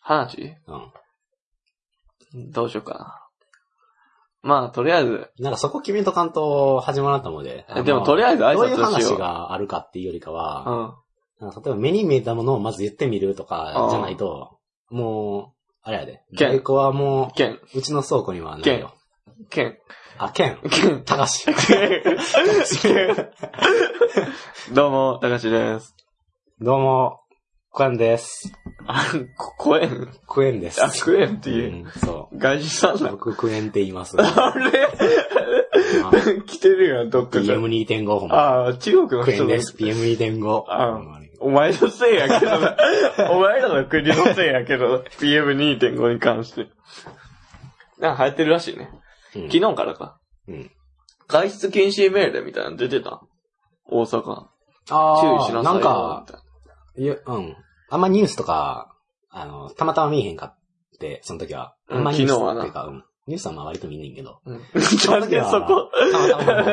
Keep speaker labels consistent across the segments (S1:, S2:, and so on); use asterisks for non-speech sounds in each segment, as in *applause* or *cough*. S1: 話
S2: うん。
S1: どうしようかな。まあ、とりあえず、
S2: なんかそこ決めとかんと始まらんと思うで。
S1: でもとりあえず挨拶
S2: どういう
S1: しよ
S2: 話
S1: う。
S2: があるかっていうよりかは、
S1: うん。
S2: なんか例えば目に見えたものをまず言ってみると
S1: う
S2: か
S1: ん
S2: じゃないと、もう、あれやで。
S1: 剣
S2: 在庫はも
S1: 剣、
S2: う、うちの倉庫にはないよ。
S1: 剣、
S2: あ、剣。
S1: 剣。
S2: 高し。
S1: どうも、たかしです。
S2: どうも、クエンです。
S1: あ、ここえん。
S2: クエンです。
S1: あ、食えんっていう。
S2: うん、そ
S1: 外人さん
S2: う。
S1: だ。
S2: 僕、クエンって言
S1: *laughs*
S2: います。
S1: あれ来てるやん、どっかから。
S2: PM2.5 ほんま。
S1: ああ、中国の
S2: クエ
S1: 人
S2: ン
S1: だ
S2: です。PM2.5。
S1: あ
S2: ほんまに
S1: お前のせいやけどな。お前らの国のせいやけどな、PM2.5 に関して。なんか流行ってるらしいね。
S2: うん
S1: 昨日からか。
S2: うん
S1: 外出禁止命令みたいなの出てた大阪。
S2: あ
S1: 注意
S2: ー
S1: しなさいよ。
S2: なんか、、いや、うん。あんまニュースとか、あの、たまたま見えへんかって、その時は。
S1: うん
S2: あんまニュース
S1: 昨日はな
S2: っていうか、うん。ニュースはまあ割と見んねんけど。
S1: うん、なんで *laughs* そこ、
S2: たまたま。
S1: ニュ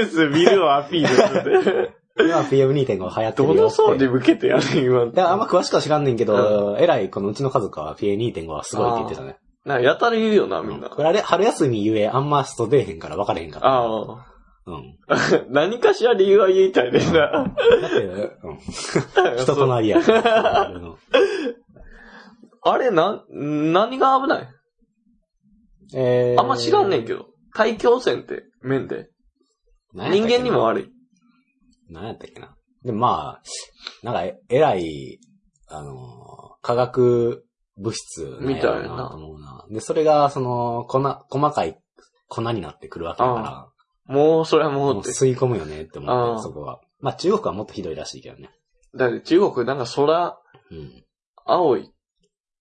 S1: ース見るをアピールする。
S2: 今 PM2.5 流行
S1: ど
S2: ってるよ
S1: の
S2: って。
S1: 層に向けてやる今の
S2: だからあんま詳しくは知らんねんけど、えらいこのうちの家族は PM2.5 はすごいって言ってたね。
S1: なんかやたら言うよな、みん
S2: うん
S1: な。
S2: これあれ、春休みゆえあんま外出えへんから分かれへんから。
S1: あ
S2: うん。
S1: あ。
S2: *laughs*
S1: 何かしら理由は言いたいねんな。
S2: だって、うん。人となりや。うん
S1: *laughs* あれ、な、何が危ない
S2: えー
S1: あんま知らんねんけど。大気汚染って、面で。
S2: 何
S1: 人
S2: やった
S1: 間
S2: っけな
S1: にも悪い。
S2: 何やったっけな。でもまあ、なんかえ、えらい、あのー、化学物質んやろう
S1: みたいな
S2: と思うな。で、それが、その、粉、細かい粉になってくるわけだか
S1: もう、それは
S2: ら、
S1: も
S2: もう
S1: うって。
S2: 吸い込むよねって思っ
S1: うん
S2: て、そこは。まあ中国はもっとひどいらしいけどね。
S1: だって中国なんか空、
S2: うん。
S1: 青いっ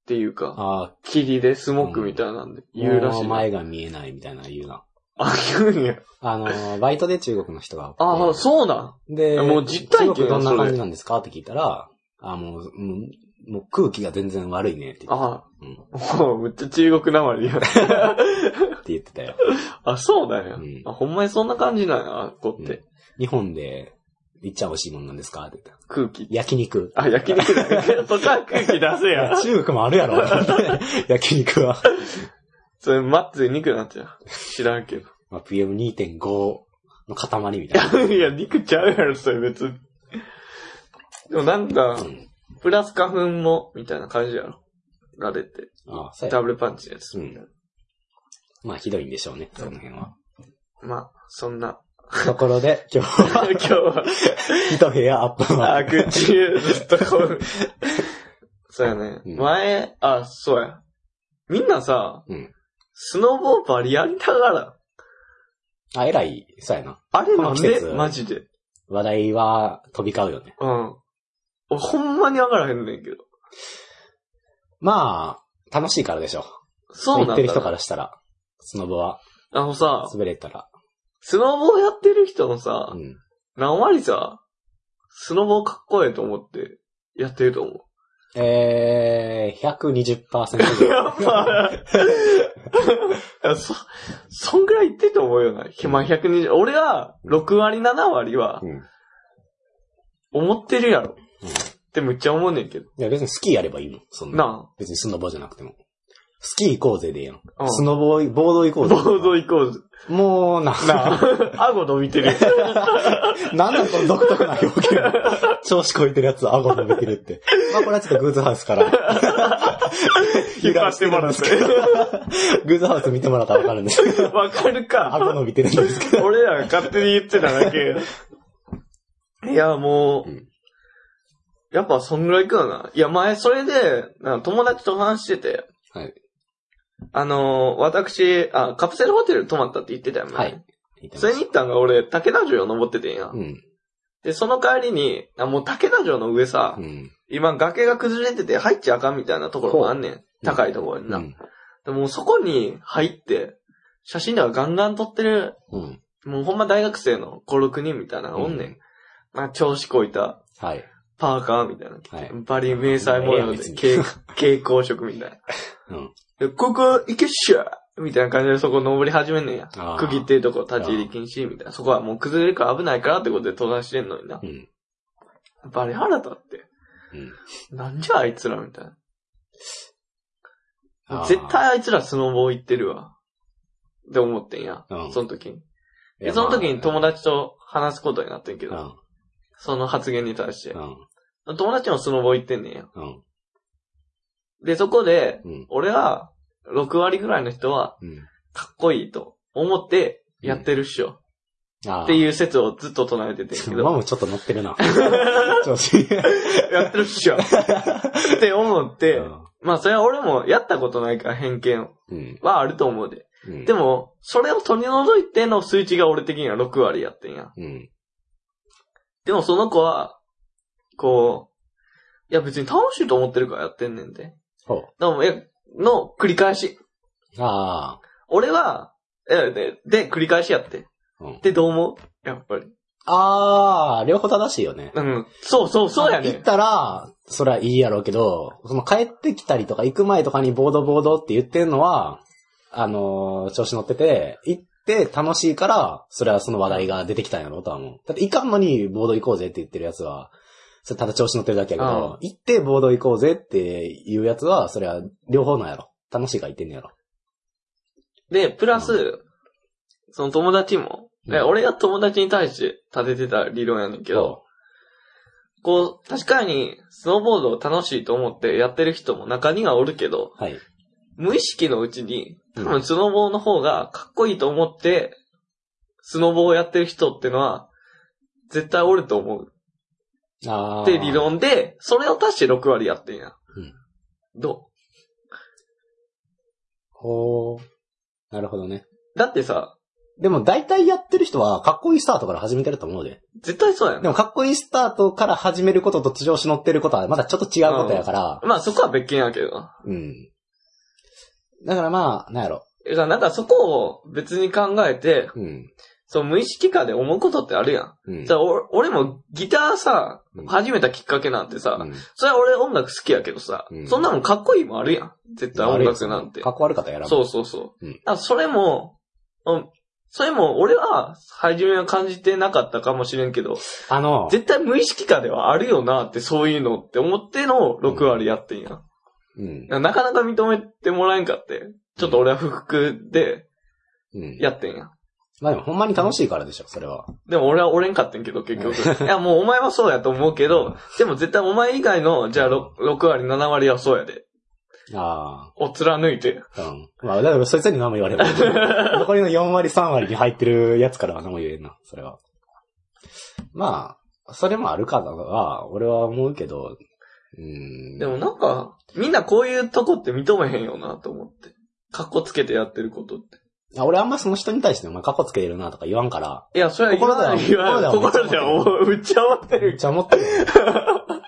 S1: ていうか、
S2: ああ、
S1: 霧でスモックみたいなんで言うらし
S2: も
S1: いね。
S2: 前が見えないみたいな言うな。
S1: あ、言うんや。
S2: あ
S1: *laughs*
S2: のー、バイトで中国の人が。
S1: ああ、そうなん
S2: で、
S1: もう実体験
S2: 中国どんな
S1: そ
S2: 感
S1: れ
S2: じなんですかって聞いたら、あもう、うんもう空気が全然悪いねって言って
S1: あ
S2: うん
S1: あ、もうめっちゃ中国なまり
S2: *laughs*
S1: や。
S2: って言ってたよ。
S1: あ、そうなんや、
S2: うん
S1: あ。ほんまにそんな感じなんや、あっこって。
S2: うん日本で、いっちゃ美味しいもんなんですかって言った。
S1: 空気。
S2: 焼肉。
S1: あ、焼肉だ。とか空気出せ
S2: *laughs* いや
S1: や。
S2: 中国もあるやろ。 *laughs* 焼肉は。
S1: それ、マッツで肉になっちゃう。知らんけど。 *laughs*
S2: まあ、PM2.5 の塊みた *laughs* いな。
S1: いや、肉ちゃうやろ、それ別に。でもなんか、
S2: うん。
S1: プラス花粉も、みたいな感じやろ。られて。
S2: ああ、そう
S1: ダ
S2: や。
S1: ブルパンチのやつ。
S2: うんまあ、ひどいんでしょうね、その辺は。
S1: まあ、そんな。 *laughs*
S2: ところで、今日は
S1: 今日は、
S2: 一部屋アップ
S1: あ、
S2: は。
S1: 口ずっとこう。 *laughs* そうやね。
S2: うん
S1: 前、あ、そうや。みんなさ、
S2: うん
S1: スノボーバリやりながら、
S2: あ、偉い、そうやな。
S1: あれなん
S2: この季
S1: で
S2: 節
S1: マジで。
S2: 話題は飛び交うよね。
S1: うん。俺ほんまに上がらへんねんけど。
S2: まあ、楽しいからでしょ。
S1: そう
S2: 言
S1: な
S2: っ
S1: ん
S2: てる人
S1: だ
S2: か
S1: な。
S2: らしたら、スノボは
S1: あのさ、
S2: 滑れたら。
S1: スノボーやってる人もさ
S2: う、ん。
S1: 何割さ、スノボーかっこええと思って、やってると思う。 *laughs*
S2: えー、120%ぐ
S1: や
S2: らい
S1: っ。 *laughs* ぱ、いやそ、そんぐらいいってると思うよな。まあ、120、俺は6割7割は
S2: うん。
S1: 思ってるやろ。
S2: うん
S1: ってむっちゃ思うねんけど。
S2: いや別にスキーやればいいの。そんな。
S1: な
S2: 別にスノボじゃなくても。スキー行こうぜでいいやん。
S1: あ。うん
S2: スノボー、ボード行こ
S1: ボ
S2: うぜ。
S1: ード行こうぜ。
S2: もうな、
S1: なあ。 *laughs* 顎伸びてる。
S2: なんなんこの独特な表現。調子こいてるやつは顎伸びてるって。まあこれはちょっとグーズハウスから、
S1: 引っ張ってもらって。
S2: *laughs* グーズハウス見てもらったらわかるんですけど、
S1: *laughs* わかるか。
S2: 顎伸びてるんですけど。
S1: 俺らが勝手に言ってただけ。いや、もう、
S2: うん
S1: やっぱそんぐらい行くよな。いや、前、それで、なんか友達と話してて、
S2: はい。
S1: あのー私、あ、カプセルホテル泊まったって言ってたよね。
S2: はい。見てま
S1: それに行ったんが俺、竹田城登っててんや。
S2: うん。
S1: で、その帰りに、あもう竹田城の上さ、
S2: うん。
S1: 今崖が崩れてて入っちゃあかんみたいなところがあんねん。高いところに
S2: う
S1: な。
S2: ん。
S1: でもうそこに入って、写真ではガンガン撮ってる、
S2: うん。
S1: もうほんま大学生の5、6人みたいなのがおんねん。
S2: う
S1: まあ、調子こいた、
S2: はい。
S1: パーカーみたいなの着て。
S2: はい
S1: バリ迷彩模様
S2: いや
S1: で、
S2: 別に
S1: 蛍蛍光色みたいな。
S2: *laughs* うん
S1: で、ここ行けっしょみたいな感じでそこ登り始めんねんや。
S2: あー
S1: 区切ってるとこ立ち入り禁止みたいな。そこはもう崩れるから危ないからってことで登山してんのにな
S2: う。ん。
S1: バリ腹立って。
S2: うん。
S1: なんじゃあいつらみたいな。
S2: あー
S1: 絶対あいつらスノボ行ってるわ。って思ってんや。
S2: うん
S1: その時に。
S2: いや
S1: で、その時に友
S2: ま
S1: 達と話すことになってんけど、
S2: あ
S1: その発言に対して
S2: う。ん。
S1: 友達もスノボ行ってんねんや。
S2: うん。
S1: で、そこで、
S2: うん。
S1: 俺は、6割ぐらいの人は、
S2: うん。
S1: かっこいいと思ってやってるっしょ。
S2: ああ。
S1: って
S2: う。
S1: いう説をずっと唱えててんけ
S2: マ
S1: ど、
S2: もちょっと乗ってるな。調子いい。
S1: *laughs* やってるっ
S2: *laughs*
S1: しょ。って思って、まあそれは俺もやったことないから偏見
S2: うん。
S1: はあると思うで。
S2: うん。
S1: でも、それを取り除いての数値が俺的には6割やってんや。
S2: うん。
S1: でもその子は、こう、いや別に楽しいと思ってるからやってんねんで。
S2: ほう。
S1: でも、え、の繰り返し。
S2: ああ。
S1: 俺は、え、で、で、繰り返しやって。
S2: うん
S1: で、どう思うやっぱり。
S2: ああ、両方正しいよね。
S1: うん。そうそう、そうやね
S2: 行っ
S1: ん。
S2: たら、そりゃいいやろうけど、その帰ってきたりとか行く前とかにボードボードって言ってんのは、あのー調子乗ってて、行って楽しいから、それはその話題が出てきたんやろうとは思う。だって行かんのにボード行こうぜって言ってるやつは、それただ調子乗ってるだけやけど、行ってボード行こうぜっていうやつは、それは両方なんやろ。楽しいから行ってんのやろ。
S1: で、プラス、その友達も、
S2: うん
S1: え俺が友達に対して立ててた理論やねんけど、こう、確かに、スノーボードを楽しいと思ってやってる人も中にはおるけど、
S2: はい。
S1: 無意識のうちに、多
S2: うん
S1: 分スノーボーの方がかっこいいと思って、スノーボーをやってる人ってのは、絶対おると思う。
S2: ああ。
S1: って理。論で、それを足して6割やってんや。
S2: うん
S1: ど
S2: ほう。なるほどね。
S1: うだってさ、
S2: でも大体やってる人は、かっこいいスタートから始めてると思うで。
S1: 絶対そうやん
S2: で。も、かっこいいスタートから始めることと地上し乗ってることは、まだちょっと違うことやから、
S1: まあそこは別件やけどな。
S2: うん。だからまあ、なんやろ。
S1: だからなんかそこを別に考えて、
S2: うん。
S1: その無意識下で思うことってあるやん。
S2: うん。
S1: じゃあ俺俺もギターさ
S2: うん、
S1: 始めたきっかけなんてさ、
S2: うん
S1: それは俺音楽好きやけどさ、
S2: うん
S1: そんなもんかっこいいもんあるやん。絶対音楽なんて
S2: か。っこ悪かったらやらん
S1: そうそうそう。
S2: うん
S1: だからそれも、うん、それも俺は初めは感じてなかったかもしれんけど、
S2: あの、
S1: 絶対無意識下ではあるよなってそういうのって思っての6割やってんや。
S2: うん。
S1: なかなか認めてもらえんかって、ちょっと俺は不服で
S2: うん。
S1: やってんや。
S2: まあでも、ほんまに楽しいからでしょ、それは。
S1: でも俺は折れんかったんけど、結局。いや、もうお前はそうやと思うけど、でも絶対お前以外の、じゃあ 6, 割、7割はそうやで。
S2: あ
S1: を貫いて。
S2: あ。うん。まあ、だから、そいつに何も言われない。
S1: *laughs*
S2: 残りの4割、3割に入ってるやつからは何も言えんな、それは。まあ、それもあるかなは、俺は思うけど、うん。
S1: でもなんか、みんなこういうとこって認めへんよなと思って。かっこつけてやってることって。
S2: あ俺あんまその人に対してお前カッコつけてるなとか言わんから、
S1: いや、それは言わない。
S2: 心では
S1: 言わない心では思う、めっちゃ思って
S2: めっ
S1: る。
S2: ちゃ思ってる。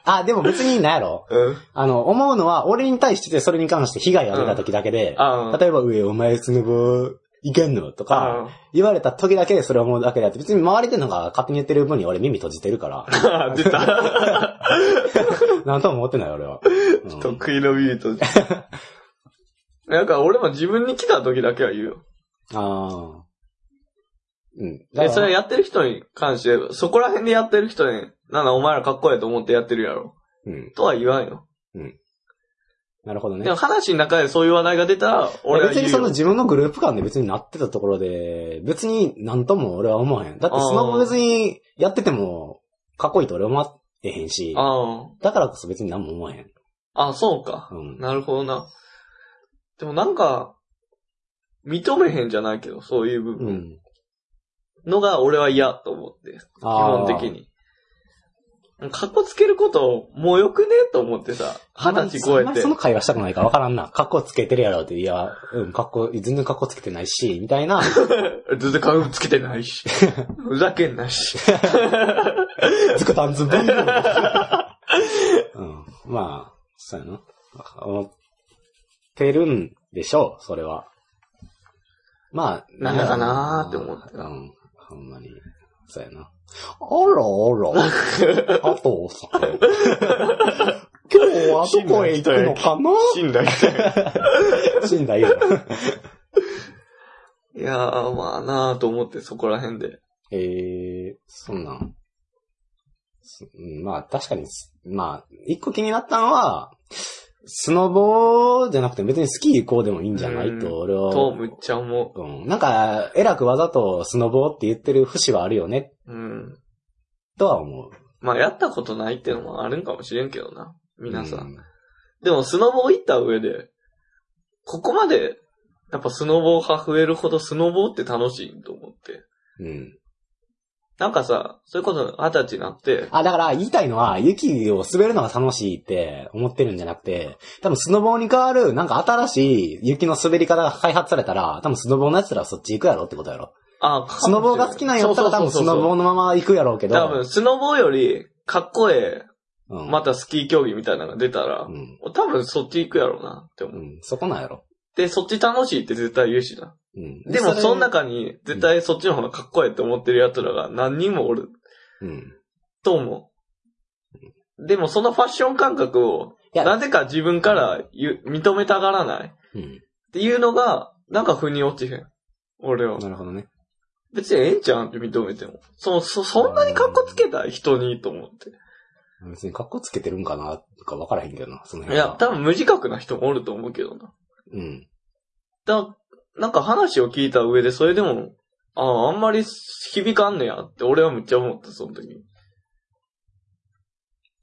S2: あ、でも別になんやろ。
S1: うん。
S2: あの、思うのは、俺に対してそれに関して被害が出た時だけで、
S1: あ
S2: 例えば、上、お前スノボいけんのとか、
S1: あ。
S2: 言われた時だけそれを思うだけであって、別に周りでなんか勝手に言ってる分に俺耳閉じてるから、
S1: ああ、出た。
S2: なんとも思ってない俺は。うん
S1: *laughs* 得意のビート。なんか俺も自分に来た時だけは言うよ。
S2: ああ。うん。
S1: で、それ
S2: や、
S1: やってる人に関して、そこら辺でやってる人に、なんだお前らかっこいいと思ってやってるやろ。
S2: うん。
S1: とは言わんよ。
S2: なるほどね
S1: でも。話の中でそういう話題が出たら、俺は
S2: 別
S1: 言
S2: に
S1: う
S2: その
S1: よ。
S2: 自分のグループ間で別になってたところで、別になんとも俺は思わへん。だってスマホ別にやってても、かっこいいと俺思わへんし、
S1: あ
S2: だからこそ別に何も思わへん。
S1: あ。あ、そうか。
S2: うん。
S1: なるほどな。でもなんか、認めへんじゃないけど、そういう部
S2: う
S1: 分
S2: ん。
S1: のが俺は嫌と思って、
S2: 基
S1: 基本的。に。かっこつけること、もうよくねと思ってさ、
S2: あんま
S1: 二
S2: り
S1: 十歳超え
S2: あんまり
S1: て
S2: そ。の会話したくないから分からんな。格好つけてるやろって、いや、うん、格好、全然格好つけてないし、みたいな。
S1: 全然顔つけてない
S2: *laughs*
S1: し。ふざけんなし。
S2: つくたんずぶん。うん。まあ、そうやな。思ってるんでしょう、それは。まあ、
S1: なんだかなーって思って
S2: う
S1: た
S2: ん。ほんまに。そうやな。あらあら。あと
S1: *laughs*
S2: さ。今日はどこへ行くのかな
S1: 死んだ人や
S2: 死んだよ。
S1: いやー、まあなーと思って、そこら辺で。
S2: えー、そんなん。そうんまあ、確かにす、まあ、一個気になったのは、スノボーじゃなくて別にスキー行こうでもいいんじゃない
S1: うん
S2: と、俺は。
S1: と、むっちゃ思
S2: うん。なんか、えらくわざとスノボーって言ってる節はあるよね、
S1: う。うん。
S2: とは思う。
S1: まあ、やったことないってのもあるんかもしれんけどな。皆さん。
S2: うん。
S1: でも、スノボ行った上で、ここまで、やっぱスノボ派増えるほどスノボって楽しいと思って。
S2: うん。
S1: なんかさ、そういうこと二十歳になって、
S2: あ、だから言いたいのは、雪を滑るのが楽しいって思ってるんじゃなくて、多分スノボーに代わる、なんか新しい雪の滑り方が開発されたら、多分スノボーのやつらはそっち行くやろってことやろ。
S1: あ
S2: スノボーが好きなんやったら多分スノボー
S1: ー
S2: のまま行くやろうけど。
S1: 多分、スノボーより、かっこえ
S2: う
S1: え、
S2: ん。
S1: またスキー競技みたいなのが出たら
S2: う、ん。
S1: 多分そっち行くやろうなって思
S2: う
S1: う。
S2: ん。そこなんやろ。
S1: で、そっち楽しいって絶対言うしな。
S2: うん。
S1: でも、
S2: れ
S1: その中に、絶対そっちの方がかっこええって思ってる奴らが何人もおる
S2: うん。
S1: と思う。でも、そのファッション感覚を、
S2: いや
S1: なぜか自分から言う認めたがらないっ
S2: うん。
S1: ていうのが、なんか腑に落ちへん。俺は。
S2: なるほどね。
S1: 別にええんちゃうんって認めても。そ、そ、そんなに格好つけたい人にと思って。
S2: 別に格好つけてるんかな、とか分からへんけどな、その
S1: い
S2: 辺は。
S1: や、多分無自覚な人もおると思うけどな。
S2: うん。
S1: だ、なんか話を聞いた上で、それでも、ああ、あんまり響かんねやって、俺はむっちゃ思った、その時。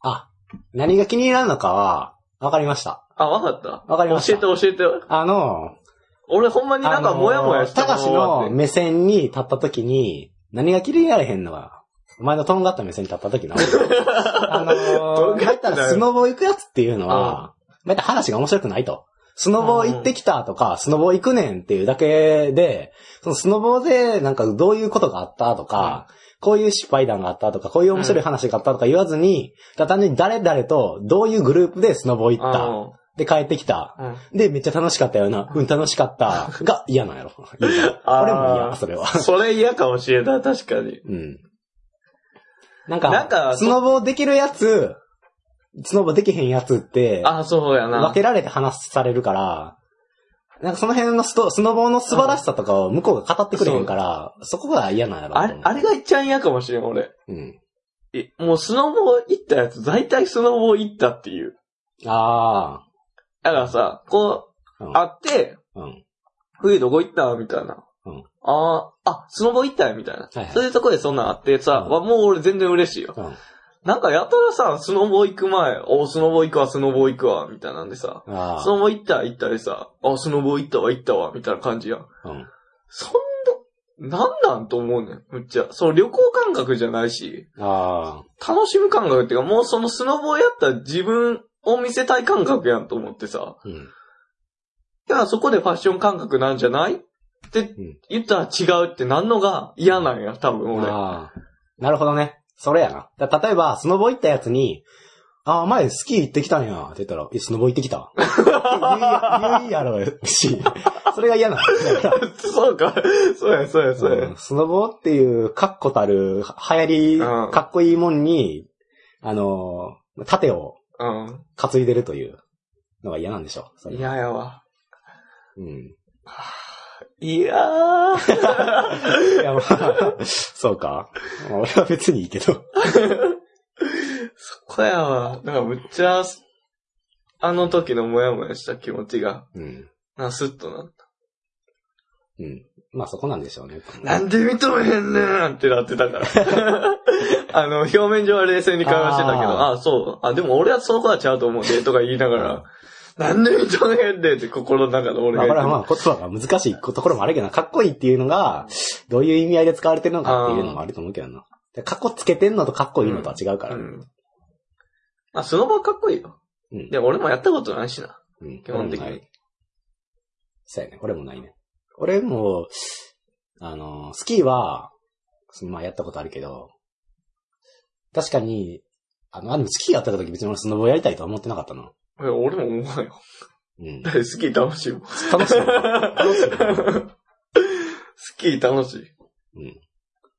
S2: あ、何が気に入らんのかは、分かりました。
S1: あ、わかった。
S2: わかりました
S1: 教えて教えて。
S2: あの、
S1: 俺ほんまになんかモヤモヤした
S2: たかしの目線に立った時に、何が気に入られへんのは、お前のとんがった目線に立
S1: *laughs*
S2: った時の。あ
S1: とん
S2: のー、
S1: が
S2: だ
S1: っ
S2: った
S1: よ
S2: たらスノボ行くやつっていうのは、だったら話が面白くないと。スノボ行ってきたとか、スノボ行くねんっていうだけで、そのスノボでなんかどういうことがあったとか、こういう失敗談があったとか、こういう面白い話があったとか言わずに、ただ単純に誰々とどういうグループでスノボ行った。
S1: あ
S2: で帰ってきた。
S1: あうん。
S2: で、めっちゃ楽しかったよな。うん、楽しかった。が、嫌なんやろ。言うたら
S1: あー
S2: 俺も嫌、それは。
S1: それ嫌かもしれない、確かに。
S2: うん。なんか、
S1: なんか
S2: スノボできるやつ、スノボできへんやつって、
S1: あ、そうやな
S2: 分。けられて話されるから、なんかその辺のストスノボの素晴らしさとかを向こうが語ってくれへんから、そこが嫌なんやろ
S1: あ
S2: なと
S1: れ
S2: 思う。、
S1: あれがいっちゃん嫌かもしれん、俺。
S2: うん。
S1: えもうスノボー行ったやつ、大体スノボー行ったっていう。
S2: あ
S1: だからさ、こう、
S2: うん
S1: 会って、
S2: あ、うん。
S1: 冬どこ行ったみたいな。
S2: うん
S1: ああ、あ、スノボ行ったよみたいな。
S2: はいはい
S1: そういうとこでそんなんあってさ、
S2: うん
S1: わもう俺全然嬉しいよ。
S2: うん。
S1: なんかやたらさ、スノボ行く前、おスノボ行くわ、スノボ行くわ、みたいなんでさ、
S2: あ
S1: スノボ行った、行ったでさ、あ、スノボ行ったわ、行ったわ、みたいな感じやん。
S2: あ、うん。
S1: そんな、なんなんと思うねん、むっちゃ。その旅行感覚じゃないし、
S2: ああ、
S1: 楽しむ感覚っていうか、もうそのスノボやった自分を見せたい感覚やんと思ってさ、
S2: うん。
S1: だからそこでファッション感覚なんじゃないって
S2: うん
S1: 言ったら違うってなんのが嫌なんや、多分俺。
S2: ああ。なるほどね。それやな。だから例えば、スノボ行ったやつに、ああ、前スキー行ってきたんや、って言ったら、え、スノボ行ってきた。いやいやろう
S1: *laughs*
S2: し、それが嫌なの。だか
S1: *laughs* そうか。そうや、そうや、そう
S2: ら、う
S1: や
S2: ん。スノボっていう、かっこたる、流行り、
S1: うん
S2: かっこいいもんに、あのー、盾を
S1: う
S2: 担いでるというのが嫌なんでしょう。そ
S1: ん。
S2: れ
S1: 嫌やわ。
S2: うん。
S1: いやー。
S2: いや、まあ、そうか。まあ俺は別にいいけど。
S1: そこやわ。だからむっちゃ、あの時のモヤモヤした気持ちが、
S2: うん。
S1: な、スッとなった。
S2: うん。まあそこなんでしょうね。
S1: なんで認めへんねんってなってたから。 *laughs* あの、表面上は冷静に会話してたけど、あ
S2: あ
S1: あ、そう。あ、でも俺はそこはちゃうと思うで、とか言いながら、なんで認めへんねんって心の中の俺
S2: ま
S1: が
S2: あ、こ
S1: 言っ
S2: れ
S1: て
S2: はまあ、言葉が難しいところもあるけどな、かっこいいっていうのが、どういう意味合いで使われてるのかっていうのもあると思うけどな。でかっこつけてんのとかっこいいのとは違うから。
S1: う
S2: うん。
S1: ん。まあ、スノボはかっこいいよ。
S2: うん
S1: で、俺もやったことないしな。基
S2: 基
S1: 本的に。
S2: そうやね。俺もないね。俺も、あの、スキーは、そのまあやったことあるけど、確かに、あの、あ、でもスキーやってた時別に俺スノボやりたいとは思ってなかったな。
S1: いや俺も思うよ。
S2: うん
S1: だ。って *laughs* スキー楽し
S2: *laughs*
S1: いもん。
S2: 楽しいな。楽しいな。
S1: スキー楽しい。
S2: うん。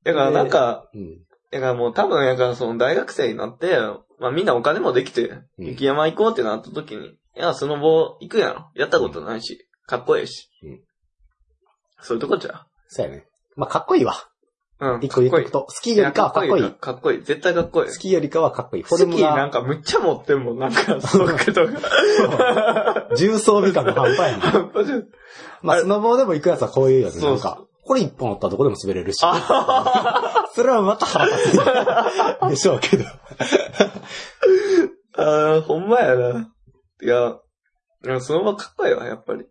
S1: だからなんか、
S2: うん。
S1: だからもう多分、だからその大学生になって、まあみんなお金もできて、
S2: うん
S1: 雪山行こうってなった時に、いや、スノボ行くやろ。やったことないし、かっこええし。
S2: うん
S1: そういうとこじゃう。
S2: そうやね。まあかっこいいわ。
S1: うん。
S2: 一個言っとく
S1: かっ
S2: と、スキ
S1: こいい。い
S2: ーよ
S1: や
S2: りかはかっこいい。
S1: かっこいい。絶対かっこいい。
S2: スキーよりかはかっこいい。フォ
S1: ス
S2: ル
S1: キ
S2: ム
S1: ーなん
S2: が、
S1: かむっちゃ持ってんもん、なんか、ストックとか。
S2: 重装備感が半端や
S1: *laughs*
S2: な。まあ、スノボーでも行くやつはこういうやつ
S1: そ
S2: な
S1: うんそう
S2: か。これ一本あったらどこでも滑れるし。
S1: あ
S2: それはまた腹立つ。でしょうけど。
S1: あ、ほんまやな。いや、いやそのままかっこいいわ、やっぱり。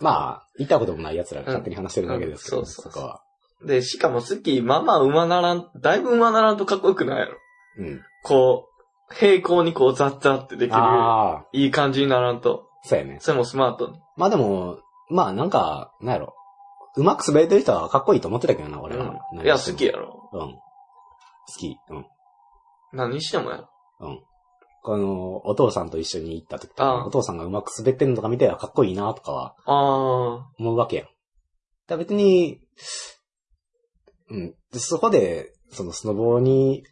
S2: まあ、行ったこともない奴らが勝手に話してるだけですけど、
S1: うん
S2: そ
S1: そうそうそう
S2: こは。
S1: で、しかもスキー、まあまあ馬ならん、だいぶ馬ならんとかっこよくないやろ。
S2: うん。
S1: こう、平行にこうザッザッってできる。
S2: ああ、
S1: いい感じにならんと。
S2: そうやね。
S1: それもスマートに。
S2: まあでも、まあなんか、なんやろ。うまく滑れてる人はかっこいいと思ってたけどな、俺は。
S1: うん、いや、好きやろ。
S2: うん。好き。うん。
S1: 何してもやろ。
S2: この、お父さんと一緒に行った時と
S1: あ
S2: か、
S1: あ
S2: お父さんがうまく滑ってんのとか見て、あかっこいいなとかは
S1: あ
S2: 思うわけやん。だから別に、うん。でそこで、そのスノボーに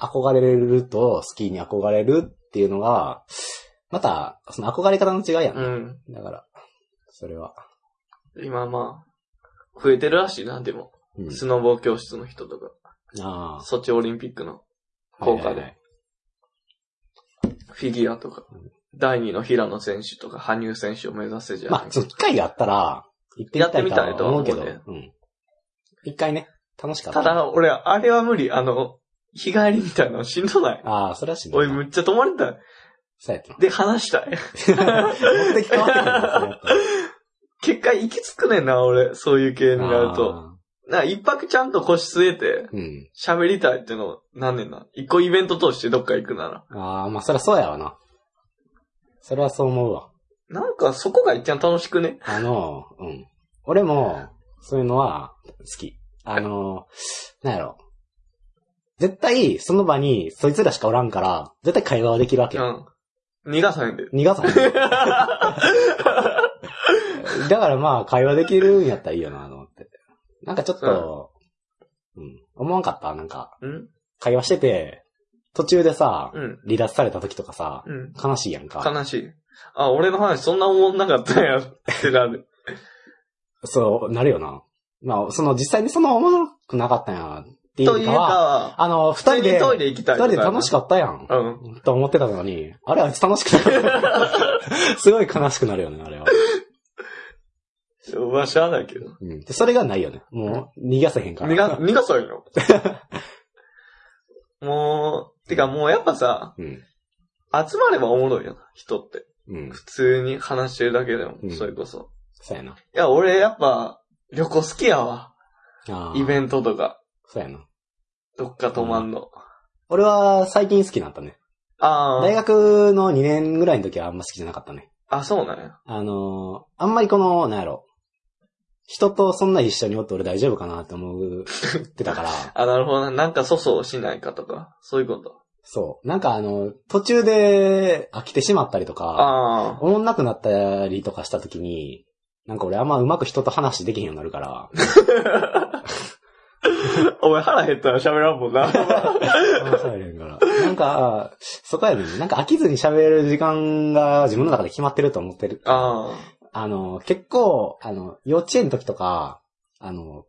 S2: 憧れると、スキーに憧れるっていうのが、また、その憧れ方の違いや
S1: あ、
S2: ん。
S1: うん。
S2: だから、それは。
S1: 今まあ、増えてるらしいな、でも。
S2: うん。
S1: スノボー教室の人とか。
S2: あ
S1: ソチオリンピックの
S2: あ。
S1: 効果
S2: はいはいは
S1: で
S2: い。
S1: フィギュアとか。第二の平野選手とか、羽生選手を目指せじゃん。
S2: まあ、ちょっと機会があったら、行ってみたいとは思うけど、
S1: やってみたい
S2: うん。一回ね、楽しかった。
S1: ただ、俺、あれは無理。あの、日帰りみたいなのしんどない。
S2: ああ、それはしんど
S1: お
S2: い
S1: い、
S2: な。
S1: むっちゃ泊まりたい。
S2: そうやったな。
S1: で、話したい。 *laughs*
S2: *laughs* 目的変わってくるんだそれやったら
S1: 結果、行き着くねんな、俺。そういう系になると。
S2: あ
S1: なんか一泊ちゃんと腰据えて、
S2: ーうん。
S1: 喋りたいっての、なんねんな。一個イベント通してどっか行くなら。
S2: ああ、まあ、そりゃそうやわな。それはそう思うわ。
S1: なんか、そこが一番楽しくね。
S2: あの、うん。俺も、そういうのは、好き。あの、なんやろ。絶対、その場に、そいつらしかおらんから、絶対会話はできるわけ
S1: う
S2: よ。
S1: ん。逃がさへんで。
S2: 逃がさない。
S1: *laughs*
S2: だからまあ、会話できるんやったらいいよな、と思って。なんかちょっと、うん、思わんかったなんか、
S1: うん
S2: 会話してて、途中でさ、
S1: うん。
S2: 離脱された時とかさ、
S1: うん。
S2: 悲しいやんか。
S1: 悲しい。あ、俺の話そんな思んなかったんやってなる。
S2: そう、なるよな。まあ、その実際にそのおもろくなかったんや、って *laughs* いう
S1: と
S2: よ
S1: い
S2: り
S1: う
S2: か
S1: か
S2: は、
S1: は、
S2: あの、二人
S1: 普
S2: で、
S1: 通にトイ
S2: 二
S1: レ行きたい。
S2: 人で楽し
S1: か
S2: かったやん
S1: っ。た。うん。
S2: と思ってたのに、あれあいつ楽しくなる。 *laughs* すごい悲しくなるよね、あれは。
S1: まあ、しゃあないけど。
S2: うん。で、それがないよね。もう、逃がせへんから。
S1: 逃 *laughs* が、逃がさへんよ。もう、てかもうやっぱさ、
S2: うん。
S1: 集まればおもろいよな、人って。
S2: うん。
S1: 普通に話してるだけでも、
S2: うん
S1: それこそ。
S2: そうやな。
S1: いや、俺やっぱ、旅行好きやわ。
S2: あー
S1: イベントとか、
S2: そうやな。
S1: どっか泊まんの。
S2: 俺は最近好きになったね。
S1: あ
S2: 大
S1: あ、
S2: 学の2年ぐらいの時はあんま好きじゃなかったね。
S1: あ、そうなんや。
S2: あのーあんまりこの、なんやろ。人とそんな一緒におって俺大丈夫かなって思うってた *laughs* から、
S1: あ、なるほどな。なんか粗相しないかとか、そういうこと。
S2: そう。なんかあの、途中で飽きてしまったりとか、
S1: あ
S2: おもんなくなったりとかした時に、なんか俺あんまうまく人と話できへんようになるから、
S1: あ。 *laughs* お前腹減ったら喋らんもんな。
S2: 話されへんから。なんか、そこやねん。なんか飽きずに喋れる時間が自分の中で決まってると思ってる。
S1: *laughs* ああ。
S2: あの、結構、あの、幼稚園の時とか、あの、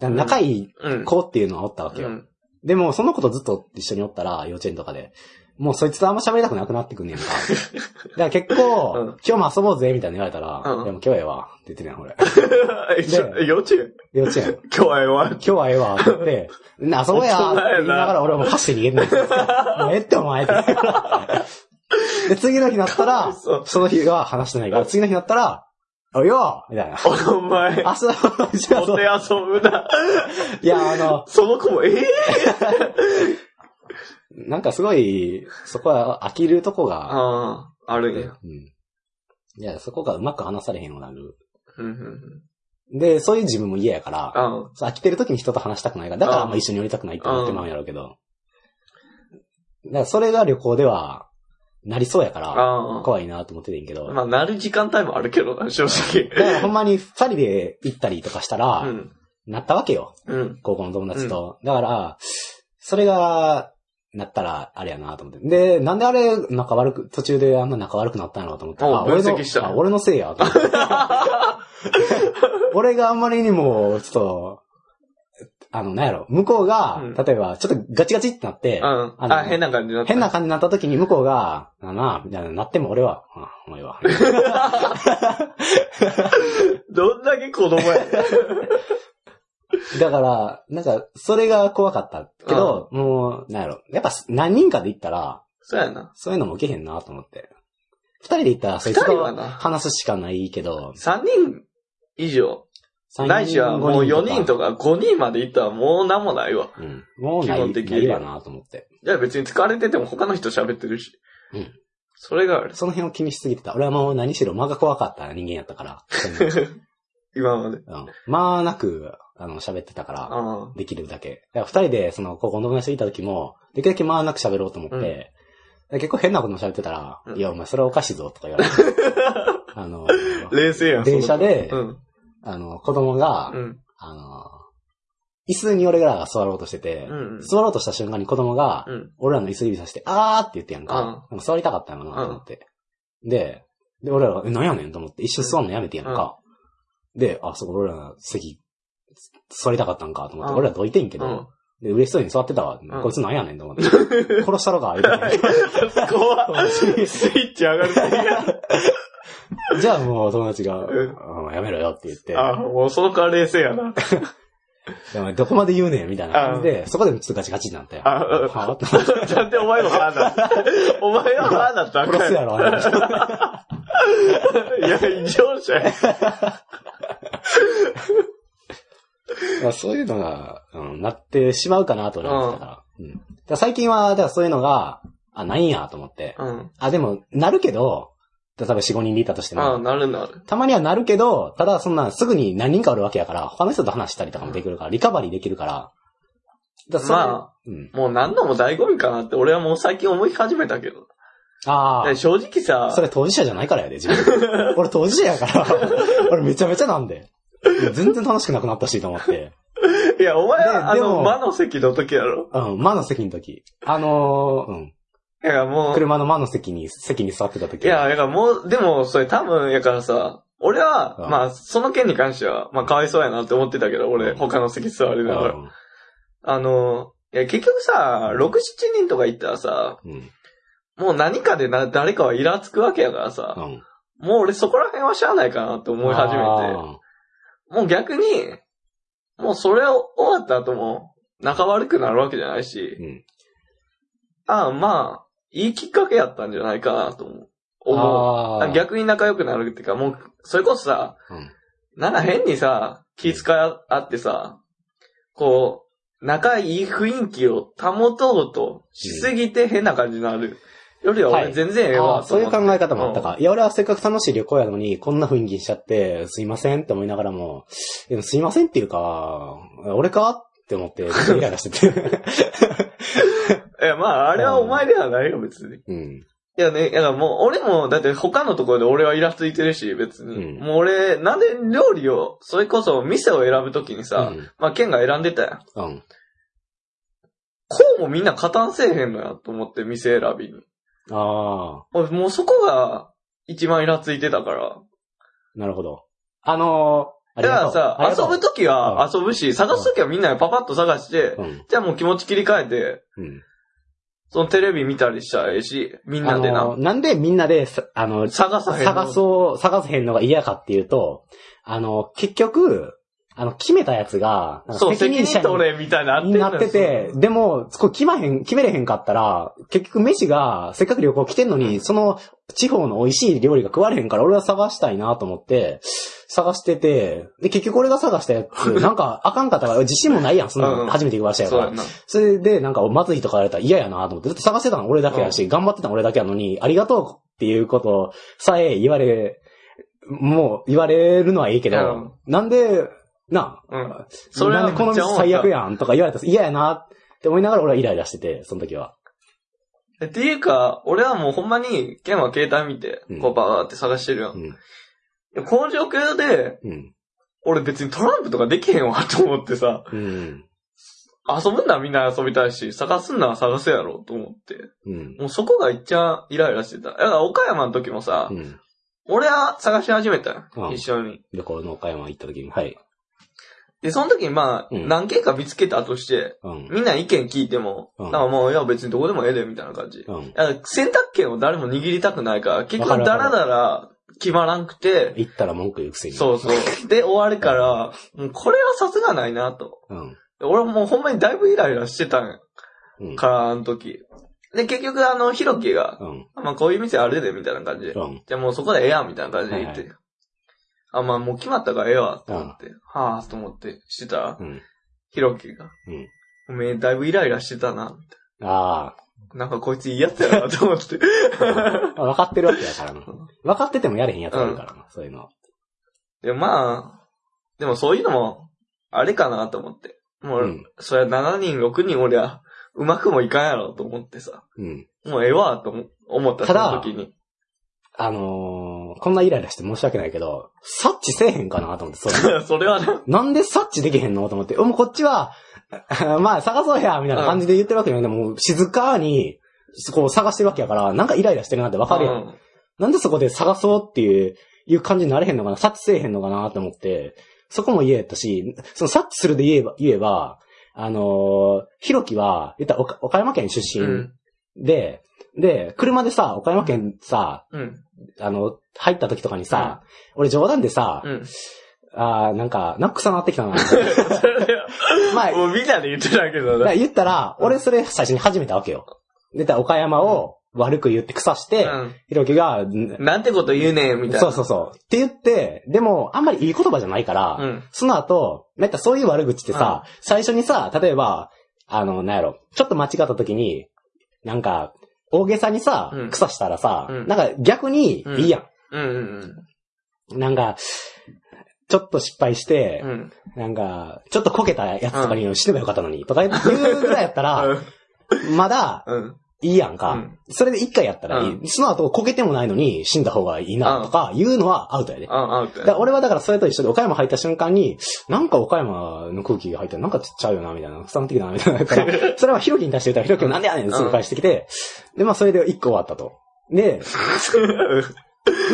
S2: な
S1: うん
S2: 仲いい
S1: うん。
S2: 子っていうのはおったわけ
S1: う
S2: よ。
S1: ん。
S2: でも、その子とずっと一緒におったら、幼稚園とかで、もうそいつとあんま喋りたくなくなってくんねんか。だから結構、
S1: *laughs* うん
S2: 今日も遊ぼうぜ、みたいな言われたら、
S1: うん
S2: いやもう今日はええわ、って言ってねん、俺。
S1: *laughs* 一緒幼稚園
S2: 幼稚園。 *laughs*
S1: 今日はええわ
S2: 今。日はええわ、って言って、な遊
S1: *laughs*
S2: ぼうや、って言いながら俺はもう走って逃げんねん。もうええってお前、って *laughs* 言いながら。で、次の日になったら、
S1: そう。
S2: その日は話してないから、次の日になったら、おいよみた
S1: *laughs*
S2: いな。
S1: お前、
S2: 明日の打ち合わ
S1: お手遊ぶな。
S2: せいや、あの、
S1: その子も、ええ
S2: なんかすごい、そこは飽きるとこがあ
S1: ああ、ある
S2: って、
S1: ん
S2: う
S1: や。
S2: ん。いや、そこがうまく話されへんようになる。
S1: うんうんうん。
S2: で、そういう自分も嫌やから、
S1: ああ。
S2: そう飽きてる時に人と話したくないから、だからあんま
S1: あ
S2: 一緒に寄りたくないって思ってまうんやろうけど。だからそれが旅行では、なりそうやから、
S1: ああ。
S2: 怖いなと思っててんけど。
S1: まあ、なる時間帯もあるけどな、正直。
S2: だからほんまに二人で行ったりとかしたら、
S1: うん。
S2: なったわけよ。
S1: うん。
S2: 高校の友達と。だから、それが、なったら、あれやなと思って。で、なんであれ、仲悪く、途中であんな仲悪くなったんやろうと思ったら、
S1: お
S2: あ俺
S1: 分
S2: の
S1: 析した
S2: あ俺のせい
S1: *laughs*
S2: やと思って。俺があんまりにも、ちょっと、あの、なんやろ、向こうが、
S1: うん
S2: 例えば、ちょっとガチガチってなって、
S1: うん。
S2: あの
S1: あ、変な感じになった。
S2: 変な感じになった時に向こうが、なあなあ、みたいな、なっても俺は、あお前は。 *laughs*
S1: どんだけ子供
S2: *laughs*
S1: や。
S2: だから、なんか、それが怖かったけど、もう、なんやろ、やっぱ何人かで行ったら、
S1: そうやな。
S2: そういうのも受けへんなと思って。二人で行ったら、そ
S1: 二
S2: いつ
S1: 人は
S2: と
S1: な、
S2: 話すしかないけど、
S1: 三人以上。
S2: 三
S1: ないしはもう
S2: 五
S1: 4人とか5人まで行ったらもうなんもないわ。
S2: うん。もうな
S1: 基
S2: い、
S1: 本的
S2: な
S1: に
S2: いわなと思って。
S1: いや別に疲れてても他の人喋ってるし。
S2: うん。
S1: それがある。
S2: その辺を気にしすぎてた。俺はもう何しろ間が怖かった人間やった
S1: *laughs*
S2: から。全然
S1: 今まで。
S2: うん。間なく、あの、喋ってたから。
S1: あ
S2: できるだけ。だから二人で、その、高校の友達といた時も、できるだけ回らなく喋ろうと思って、
S1: うん
S2: だから結構変なこと喋ってたら、
S1: うん
S2: いや、お前それはおかしいぞ、とか
S1: *laughs*
S2: 言われて。あの、
S1: あ。冷静やん。
S2: 電車で、
S1: その子。
S2: あの、子供が、
S1: うん。うん。
S2: あの、椅子に俺らが座ろうとしてて、
S1: うん。
S2: 座ろうとした瞬間に子供が、
S1: うん。
S2: 俺らの椅子指さして、あーって言ってやんか。なんか座りたかったんやろな、と思って。で、で、俺らが、え、なんやねんと思って、一緒に座んのやめてやんか。で、あ、そこ俺らの席、座りたかったんか、と思って、
S1: うん
S2: 俺らどいてんけ
S1: う
S2: ど、
S1: ん。
S2: で、嬉しそうに座ってたわ。
S1: ん
S2: こいつなんやねん
S1: *laughs*
S2: と思って。殺したろか、言うて
S1: 怖っスイッチ上がる時や。
S2: じゃあもう友達が、
S1: ん
S2: うんやめろよって言って、
S1: あ、もうその子は冷静やな。
S2: お前どこまで言うねんみたいな感じで、そこでちょっとガチガチになったよ。
S1: あうん
S2: はぁ
S1: なんでお前もああなった。お前はああなったらあかん
S2: 殺すやろ、あれ
S1: いや、異常者や。
S2: まあそういうのが、うん、なってしまうかなと俺は思ってたから。うん。だから最近は、だからそういうのが、あ、ないんやと思って。
S1: うん。
S2: あ、でも、なるけど、例えば4、5人でいたとして
S1: ああ、
S2: も、
S1: なるなる。
S2: たまにはなるけど、ただそんなすぐに何人かおるわけやから、他の人と話したりとかもできるから、リカバリーできるから。だからそれ
S1: ま
S2: うん。
S1: もう何度も醍醐味かなって俺はもう最近思い始めたけど。
S2: あ
S1: で正直
S2: あ。
S1: さ、
S2: それ当事者じゃないからやで、自分。俺当事者やから。 *laughs* 俺めちゃめちゃなんで。全然楽しくなくなったしと思って。
S1: いや、お前はあ
S2: ででも
S1: の、魔の席の時やろ。
S2: うん、間の席の時。あのー、うん。
S1: いや、もう、い
S2: 車の間の席に、席に座ってた時。
S1: や、だからもう、でも、それ多分、やからさ、俺は、
S2: うん
S1: まあ、その件に関しては、まあ、かわいそうやなって思ってたけど、俺、
S2: うん
S1: 他の席座り
S2: う
S1: ながら。
S2: ん、
S1: あの、いや、結局さ、6、7人とか行ったらさ、
S2: うん。
S1: もう何かでな、誰かはイラつくわけやから
S2: う
S1: さ、
S2: ん。
S1: もう俺そこら辺はしゃあないかなって思い始めて。
S2: あ
S1: もう逆に、もうそれを終わった後も仲悪くなるわけじゃないし
S2: ー。、うん。
S1: ああ、まあ、いいきっかけやったんじゃないかなと思う。思う。
S2: あー
S1: 逆に仲良くなるっていうか、もう、それこそさ、
S2: うん
S1: なんか変にさ、気遣いあってさ、こう、仲いい雰囲気を保とうとしすぎて変な感じになる。よりは
S2: は
S1: 俺
S2: い
S1: 全然ええ
S2: あ
S1: わ
S2: ーそういう考
S1: え。
S2: え方もあったか。いや、俺はせっかく楽しい旅行やのに、こんな雰囲気にしちゃって、すいませんって思いなが
S1: *laughs*
S2: らも、でもすいませんっていうか、俺かって思って、イライラし
S1: *laughs*
S2: てて。
S1: いや、まあ、あれはお前ではないよ、別に。
S2: うん。
S1: いやね、いやもう、俺も、だって他のところで俺はイラついてるし、別に。
S2: うん
S1: もう俺、なんで料理を、それこそ店を選ぶときにさ、
S2: うん
S1: まあ、県が選んでたやん。
S2: うん。
S1: こうもみんな加担せえへんのや、と思って店選びに。
S2: ああ、
S1: 俺もうそこが、一番イラついてたから。
S2: なるほど。あのー、あり
S1: だか
S2: がと
S1: ら
S2: う。あり
S1: さ、
S2: がと
S1: 遊
S2: う
S1: ぶときは遊ぶし、探すときはみんなでパパッと探して、
S2: うん。
S1: じゃあもう気持ち切り替えて、
S2: うん。
S1: そのテレビ見たりしたらええし、みんなで
S2: あ
S1: な
S2: のー、なんでみんなでさ、あの、
S1: 探さへんの
S2: 探そう、探せへんのが嫌かっていうと、あの、結局、あの、決めたやつが、なんか
S1: そう、
S2: 責
S1: 責
S2: 任者
S1: 任
S2: に
S1: 取れみたいなあ
S2: になってて、でも、これ決まへん、決めれへんかったら、結局飯が、せっかく旅行来てんのに、その地方の美味しい料理が食われへんから、俺は探したいなと思って、探してて、で、結局俺が探したや
S1: *laughs*
S2: つ、なんか、あかんかったから、自信もないやん、そんな
S1: うん
S2: の初めて行きましたや
S1: そ
S2: か
S1: う
S2: ら
S1: や。な。
S2: それで、なんか、まずいとか言われたら嫌やなと思って、ずっと探してたの俺だけやし、頑張ってたの俺だけやのに、ありがとうっていうことさえ言われ、もう言われるのはいいけど、なんで、なあ、
S1: うん。
S2: そ
S1: そ
S2: れ
S1: れは
S2: なんでこの店最悪やんとか言われたら嫌やなって思いながら俺はイライラしてて、その時は。
S1: っていうか、俺はもうほんまに、ケンは携帯見て
S2: うん、
S1: こうバーって探してるやん。
S2: うん。
S1: でこの状況で、
S2: うん。
S1: 俺別にトランプとかできへんわと思ってさ、
S2: うん。
S1: 遊ぶんだみんな遊びたいし、探すんなら探せやろと思って。
S2: うん。
S1: もうそこがいっちゃイライラしてた。だから岡山の時もさ、
S2: うん。
S1: 俺は探し始めたよ
S2: うん
S1: 一緒に。
S2: 旅行の岡山行った時に、はい。
S1: で、その時にまあ、
S2: うん
S1: 何件か見つけたとして、
S2: うん。
S1: みんな意見聞いても、
S2: うん
S1: なんかもう、いや別にどこでもええで、みたいな感じ。
S2: うん。
S1: だから選択権を誰も握りたくないから、結
S2: わか
S1: 局
S2: るわ
S1: ダ
S2: かる
S1: ラダラ決まらんくて、
S2: 行ったら文句言うくせに。
S1: そうそう。で、終わるから、もうこれはさすがないなと。
S2: う。うん。
S1: で俺もうほんまにだいぶイライラしてたんや
S2: うん。
S1: から、あの時。で、結局あの、ヒロキが、
S2: うん。
S1: まあこういう店あるで、みたいな感じで
S2: う。ん。
S1: じゃあもうそこでええやん、みたいな感じで言って。
S2: は
S1: あ、まあもう決まったからええわ、と思って。はぁ、と思ってしてたら、
S2: うん。
S1: ヒロキが。
S2: うん。
S1: おめえ、だいぶイライラしてたな。
S2: あ
S1: なんかこいついいやつやな、と思 *laughs* って。
S2: あ。分かってるわけやからな。分かっててもやれへんやつあるからな、そういうの。
S1: で、まあ、でもそういうのも、あれかなと思って。もう、
S2: うん。
S1: そりゃ7人、6人おりゃ、うまくもいかんやろと思ってさ。
S2: うん。
S1: もうええわ、と思思った、そ
S2: ただ
S1: の時に。 *laughs*
S2: あのー、こんなイライラして申し訳ないけど、察知せえへんかなと思って、そういうの
S1: それはね、
S2: なんで察知できへんのと思って、うんもうこっちは、 *laughs* まあ探そうや、みたいな感じで言ってるわけじゃないもう静かに、こう探してるわけやから、なんかイライラしてるなってわかるやん。
S1: うん
S2: なんでそこで探そうっていう、いう感じになれへんのかな察知せえへんのかなと思って、そこも言えたし、その察知するで言えば、言えば、あのーひろきは、言ったら岡岡山県出身で、で、車でさ、岡山県さ、
S1: うん。うん。
S2: あの、入った時とかにさ、俺冗談でさ、
S1: うん。
S2: あーなんか、ナックさなってきたな。 *laughs*
S1: それは
S2: まあ、
S1: もうみんなで言ってたけど
S2: だか
S1: な。
S2: ら言ったら、俺それ最初に始めたわけよ。で、だから岡山を悪く言って腐して、
S1: う
S2: ひろきが、ん
S1: ん。なんてこと言うねん、みたいな。
S2: そうそうそう。って言って、でも、あんまりいい言葉じゃないから、
S1: うん。
S2: その後、めったそういう悪口ってさ、最初にさ、例えば、あの、なんやろ、ちょっと間違った時に、なんか、大げさにさ
S1: うん、
S2: 腐したらさ、
S1: うん
S2: なんか逆にいいやん。
S1: うんうん
S2: なんか、ちょっと失敗して
S1: うん。う、ん。
S2: なんか、ちょっとこけたやつとかにしてばよかったのに、とか言うぐらいやったら、まだ、
S1: うん。
S2: いいやんか。
S1: うん
S2: それで一回やったらいい。
S1: う
S2: その後、こけてもないのに死んだ方がいいなとか、言うのはアウトやで。
S1: あ、アウト
S2: だ
S1: や *laughs*
S2: から俺はだからそれと一緒で岡山入った瞬間に、なんか岡山の空気が入ったらなんかちっちゃうよな、みたいな。負担的だな、みたい *laughs* な。だから、それはヒロキに対して言ったら、ヒロキはなんでやねんすぐ返してきて、で、まあそれで一個終わったと。で、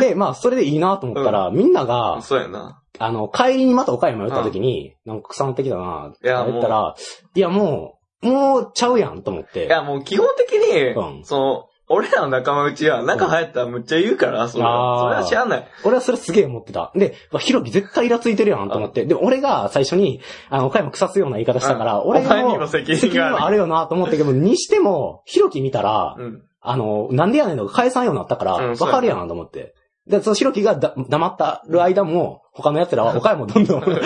S2: で、まあそれでいいなと思ったら、みんなが、
S1: そうやな。
S2: あの、帰りにまた岡山寄った時に、なんか腐ってきたな、って言ったら、いやもう、もうちゃうやんと思って。
S1: いや、もう基本的に、
S2: うん
S1: その、俺らの仲間内は、仲流行ったらむっちゃ言うから、それは。それ
S2: あ
S1: は
S2: ー
S1: 知らない。
S2: 俺はそれすげえ思ってた。で、うわヒロキ絶対イラついてるやんと思って。でも俺が最初に、あの、岡山腐すような言い方したか
S1: う
S2: ら、
S1: ん
S2: 俺
S1: お前にも
S2: の
S1: 責任がある
S2: はあるよなと思ったけど、にしても、ヒロキ見たら、
S1: うん。
S2: あの、なんでやねんの返さんようになったから、
S1: うん
S2: わかるやんと思って。で、そのヒロキがだ黙ったる間も、他の奴らは岡山をどんどん悪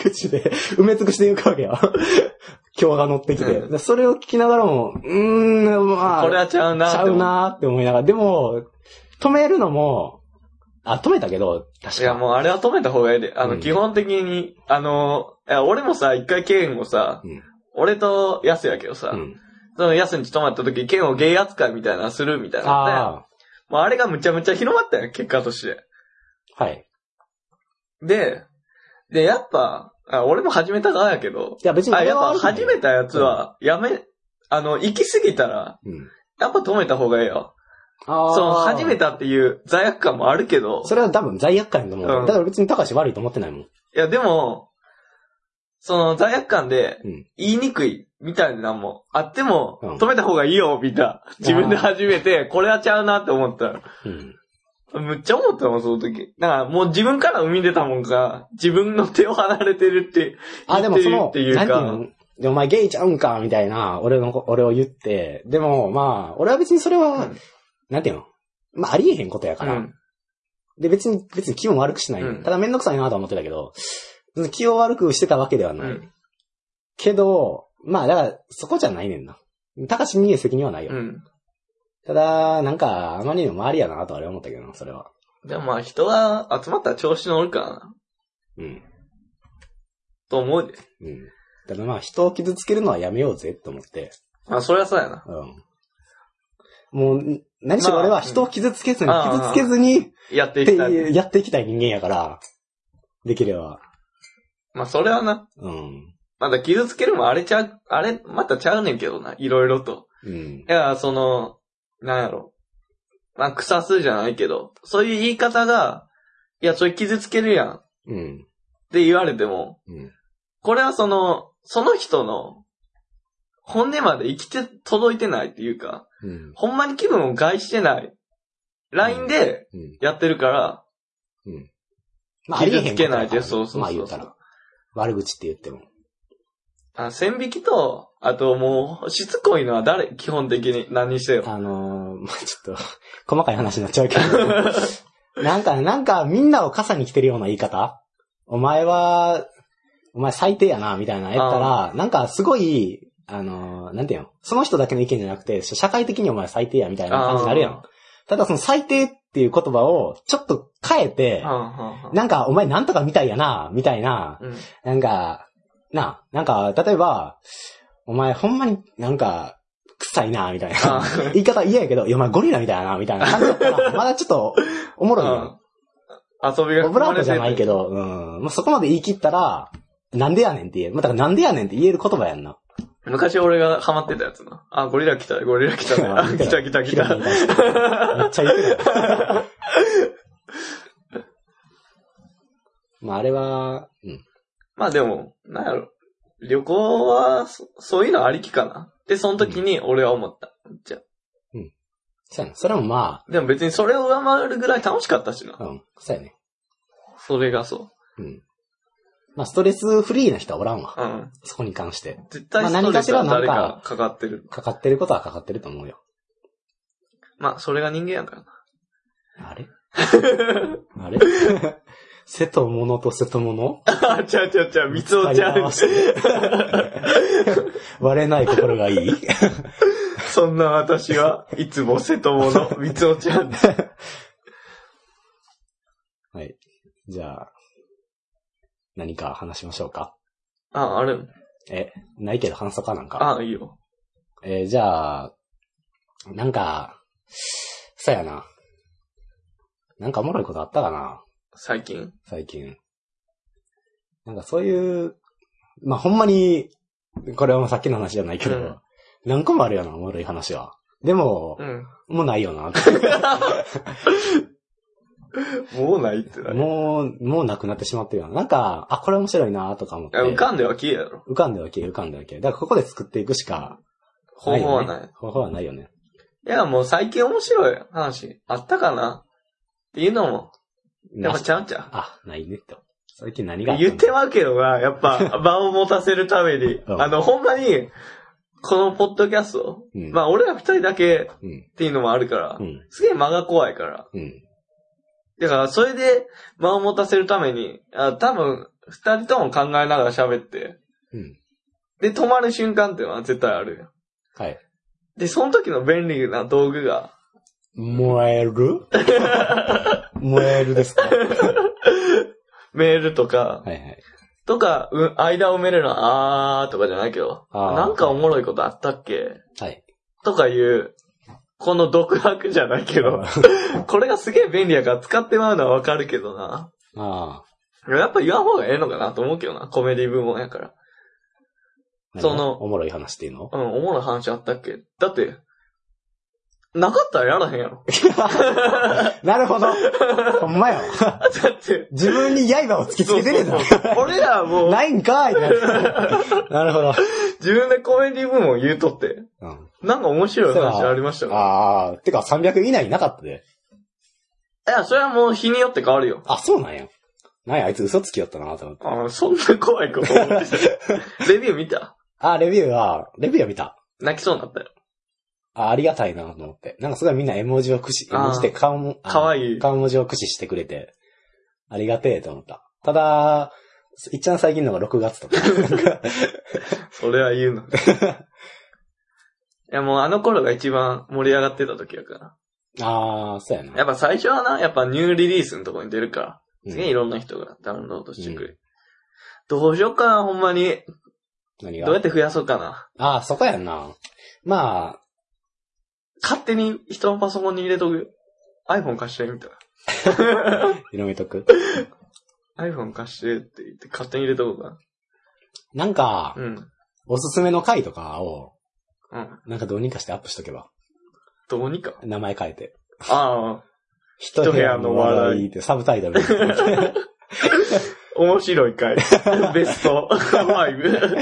S2: 口で埋め尽くしていくわけよ。今日が乗ってきて。
S1: うん
S2: でそれを聞きながらも、うーん、まあ。
S1: これはちゃうな
S2: ち
S1: ー
S2: ゃ
S1: って思
S2: う
S1: う
S2: なーって思いながら。でも、止めるのも、あ、止めたけど、
S1: い
S2: 確
S1: や、
S2: か。
S1: もうあれは止めた方がいいで。あの、
S2: うん
S1: 基本的に、あの、いや、俺もさ、一回ケンをさ、
S2: うん
S1: 俺とヤスやけどさ、
S2: うん。
S1: そのヤスに泊まった時、ケンをゲイ扱いみたいなのするみたいなのって。
S2: あ
S1: もうあれがむちゃむちゃ広まったよ、結果として。
S2: あ、はい。
S1: で、で、やっぱ、あ俺も始めた側やけど、
S2: いや、別に
S1: あ、
S2: 俺
S1: やっ
S2: は
S1: ぱ
S2: 悪くない。
S1: 始めたやつは、やめ、あの、行き過ぎたら、
S2: うん。
S1: やっぱ止めた方がいいよ。
S2: ああ。
S1: その、始め。たっていう罪悪感もあるけど、
S2: それは多分罪悪感だと思う。
S1: うん
S2: だから別に高橋悪いと思ってないもん。
S1: いや、でも、その罪悪感で
S2: うん、
S1: 言いにくい、みたいなのもあっても、
S2: うん
S1: 止めた方がいいよ、みんな。自分で始めて、これはちゃうなって思った。
S2: うん。
S1: むっちゃ思ったもん、その時。だから、もう自分から生み出たもんが、自分の手を離れてるって、
S2: あ、でもその、
S1: 言ってるっていうか
S2: なんていうのでお前ゲイちゃうんか、みたいな、俺のこ、俺を言って。でも、まあ、俺は別にそれは、
S1: うん
S2: なんていうのまあ、ありえへんことやから。
S1: うん
S2: で、別に、別に気も悪くしない、
S1: うん
S2: ただめんどくさいなとは思ってたけど、気を悪くしてたわけでは
S1: う
S2: ない。
S1: ん。
S2: けど、まあ、だから、そこじゃないねんな。高橋に言う責任はないよ。
S1: うん。
S2: ただ、なんか、あまりにも周りやなとあれ思ったけどな、それは。
S1: でもまあ、人は集まったら調子乗るからな、
S2: うん。
S1: と思うで。
S2: うん。ただまあ、人を傷つけるのはやめようぜって思って。
S1: まあ、それはそうやな。
S2: うん。もう、ん何しろ俺は人を傷つけずに、
S1: まあうん
S2: 傷つけずに、っ
S1: やってい
S2: て
S1: きたい。
S2: いうやっていきたい人間やから、できれば。
S1: まあ、それはな。
S2: うん。
S1: まだ傷つけるもあれちゃう、あれ、またちゃうねんけどな、いろいろと。
S2: うん
S1: い。や、その、なんやろ。まあ、草すじゃないけど、そういう言い方が、いや、それ傷つけるやんっ
S2: うん。
S1: て言われても、
S2: うん。
S1: これはその、その人の、本音まで生きて、届いてないっていうか、
S2: うん。
S1: ほんまに気分を害してない。LINE で
S2: うん。
S1: やってるから、
S2: ま
S1: 傷つけないで、そうそうそう。
S2: まあ言うたら。悪口って言っても。
S1: あ、線引きと、あともう、しつこいのは誰、基本的に何してよ。
S2: あのー、まあちょっと、細かい話になっちゃうけ
S1: *laughs*
S2: ど。なんか、なんか、みんなを傘に来てるような言い方お前は、お前最低やな、みたいなやったら、なんかすごい、あのー、なんていうのその人だけの意見じゃなくて、社会的にお前最低や、みたいな感じになるやん。ただその最低っていう言葉を、ちょっと変えて、
S1: あー。はんはんはん
S2: なんか、お前なんとかみたいやな、みたいな、
S1: うん
S2: なんか、な、なんか、例えば、お前ほんまになんか、臭いな、みたい
S1: あ
S2: な。
S1: ー
S2: 言い方嫌やけど、いや、お前ゴリラみたいやな、みたいな感じだったら、まだちょっと、おもろいよ。
S1: うん遊びが
S2: オブラートじゃないけ
S1: ど。
S2: ど、うん。まあ、そこまで言い切ったら、なんでやねんって言える。まあ、だからなんでやねんって言える言葉や
S1: *laughs*
S2: んな。
S1: 昔俺がハマってたやつな。あ、ゴリラ来た、ゴリラ来たね。あ、 *laughs* 来た来た来
S2: ひら
S1: た
S2: め。に対してめっちゃ言ってたよ。 *laughs* まあ、あれは、うん。
S1: まあでも、なんやろ。旅行はそ、そういうのありきかな。で、その時に俺は思った。じゃ
S2: そうやな。それもま
S1: あでも別にそれを上回るぐらい楽しかったしな。
S2: あ、うん。そうやね。
S1: それがそ
S2: うん。まあ、ストレスフリーな人はおらんわ。
S1: う。うん。
S2: そこに関して。
S1: 絶対
S2: ま
S1: ス
S2: あ
S1: トレスは
S2: 何か
S1: 誰
S2: しらなんか
S1: かかかってる。
S2: かかってることはかかってると思うよ。
S1: まあ、それが人間やからな。
S2: あれ *laughs* あれ瀬戸物と瀬戸物
S1: あ、ちゃうちゃうちゃう、三つおちゃ
S2: 二人合
S1: う
S2: わ。せて割れない心がいい
S1: そんな私はいつも瀬戸物、 *laughs* 三つおちゃん。
S2: はい。じゃあ、何か話しましょうか。
S1: あ、あれ、
S2: え、ないけど反則かなんか。
S1: あ、いいよ。
S2: えーじゃあ、なんか、そうやな。なんかおもろいことあったかな
S1: 最近。
S2: 最近。なんかそういう、まあ、ほんまに、これはもうさっきの話じゃないけど、
S1: うん
S2: 何個もあるよな、おもろい話は。でも
S1: う、ん。
S2: もうないよ
S1: *laughs*
S2: な。
S1: もうないってな。
S2: もう、もうなくなってしまってるよな。なんか、あ、これ面白いな、とか思って。
S1: あ浮かんでは消えやろ。
S2: 浮かんでは消え、浮かんでは消え。だからここで作っていくしか
S1: 方
S2: よね
S1: 法はない。
S2: 方法はないよね。
S1: いや、もう最近面白い話あったかなっていうのも、やっぱちゃうちゃ
S2: あ、ないね、と。最近何があ
S1: う。
S2: ったの
S1: 言ってまうけどな、やっ *laughs* ぱ場を持たせるために。
S2: うん
S1: あの、ほんまに、このポッドキャスト、
S2: うん。
S1: まあ俺ら二人だけっ
S2: うん。
S1: ていうのもあるから
S2: う、ん。
S1: すげえ間が怖いから。
S2: うん。
S1: だからそれで間を持たせるために、あ多分二人とも考えながら喋って、
S2: うん。
S1: で止まる瞬間っていうのは絶対あるよ。
S2: はい。
S1: で、その時の便利な道具が、
S2: 燃える燃えるですかは
S1: メールとか、
S2: いはい。
S1: とか、うん、間を埋めるのは、あーとかじゃないけど、
S2: あー
S1: なんかおもろいことあったっけ
S2: はい。
S1: とかいう、この独白じゃないけど、 *laughs* これがすげえ便利やから使ってまうのはわかるけどな。
S2: あ
S1: やっぱ言わん方がええのかなと思うけどな、コメディ部門やから。
S2: あ。
S1: その
S2: おもろい話っていうの
S1: うん、おもろい話あったっけだって、なかったらやらへんやろ。
S2: なるほど。ほんまよ。
S1: だって、
S2: 自分に刃を突きつけてるんだ
S1: そう。そうそう俺らもう、
S2: ないんかいってなるなるほど。
S1: 自分でコメディ部門言うとって、
S2: うん、
S1: なんか面白い話ありましたか
S2: ああ、てか300以内になかったで。
S1: いや、それはもう日によって変わるよ。
S2: あ、そうなんや。なんや、あいつ嘘つきよったなと思って。
S1: あーそんな怖いこと思
S2: *laughs*
S1: ってたレビュー見た
S2: あ、レビューは、レビューは見た。
S1: 泣きそうになったよ。
S2: あ、ありがたいなと思って。なんかすごいみんな絵文字を駆使、絵
S1: あー
S2: 文字で顔も、あ
S1: かわいい。
S2: 顔文字を駆使してくれて、ありがてえと思った。ただ、一番最近のが6月と
S1: *laughs*
S2: か。
S1: それは言う
S2: *laughs*
S1: の。いや、もうあの頃が一番盛り上がってた時やか
S2: ああ、そうや
S1: ら。や
S2: な。
S1: っぱ最初はな、やっぱニューリリースのとこに出るから、
S2: うん
S1: すげえいろんな人がダウンロードしてくれる。どうしようかな、ほんまに。
S2: 何
S1: どうや
S2: が
S1: って増やそうかな。
S2: ああ、そこやんな。まあ、
S1: 勝手に人のパソコンに入れとく。iPhone 貸して、みたい
S2: 広めとく。
S1: な。iPhone 貸してって言って勝手に入れとこうか
S2: なんか、
S1: な。うん。
S2: おすすめの回とかを、
S1: うん。
S2: なんかどうにかしてアップしとけば。
S1: どうにか。
S2: 名前変えて。
S1: ああ。
S2: 一
S1: 部屋の笑い *laughs*
S2: ってサブタイトル。
S1: 面白い
S2: *laughs*
S1: 回。ベスト5。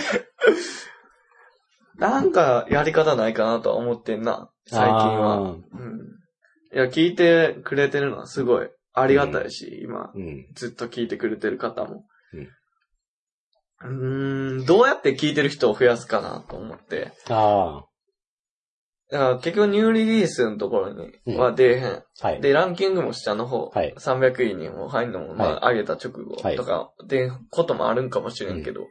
S1: なんかやり方ないかなとは思ってんな、最近は。
S2: あー。
S1: うん。いや、聞いてくれてるのはすごいありがたいし、今、
S2: うん。
S1: ずっと聞いてくれてる方も。うん、ん、どうやって聞いてる人を増やすかなと思って。
S2: あ
S1: だから結局ニューリリースのところには出えへん。
S2: あ。はい。
S1: で、ランキングも下の方、
S2: はい
S1: 300位にも入るのも、まあ、上げた直後とか、で、こともあるんかもしれんけど、っ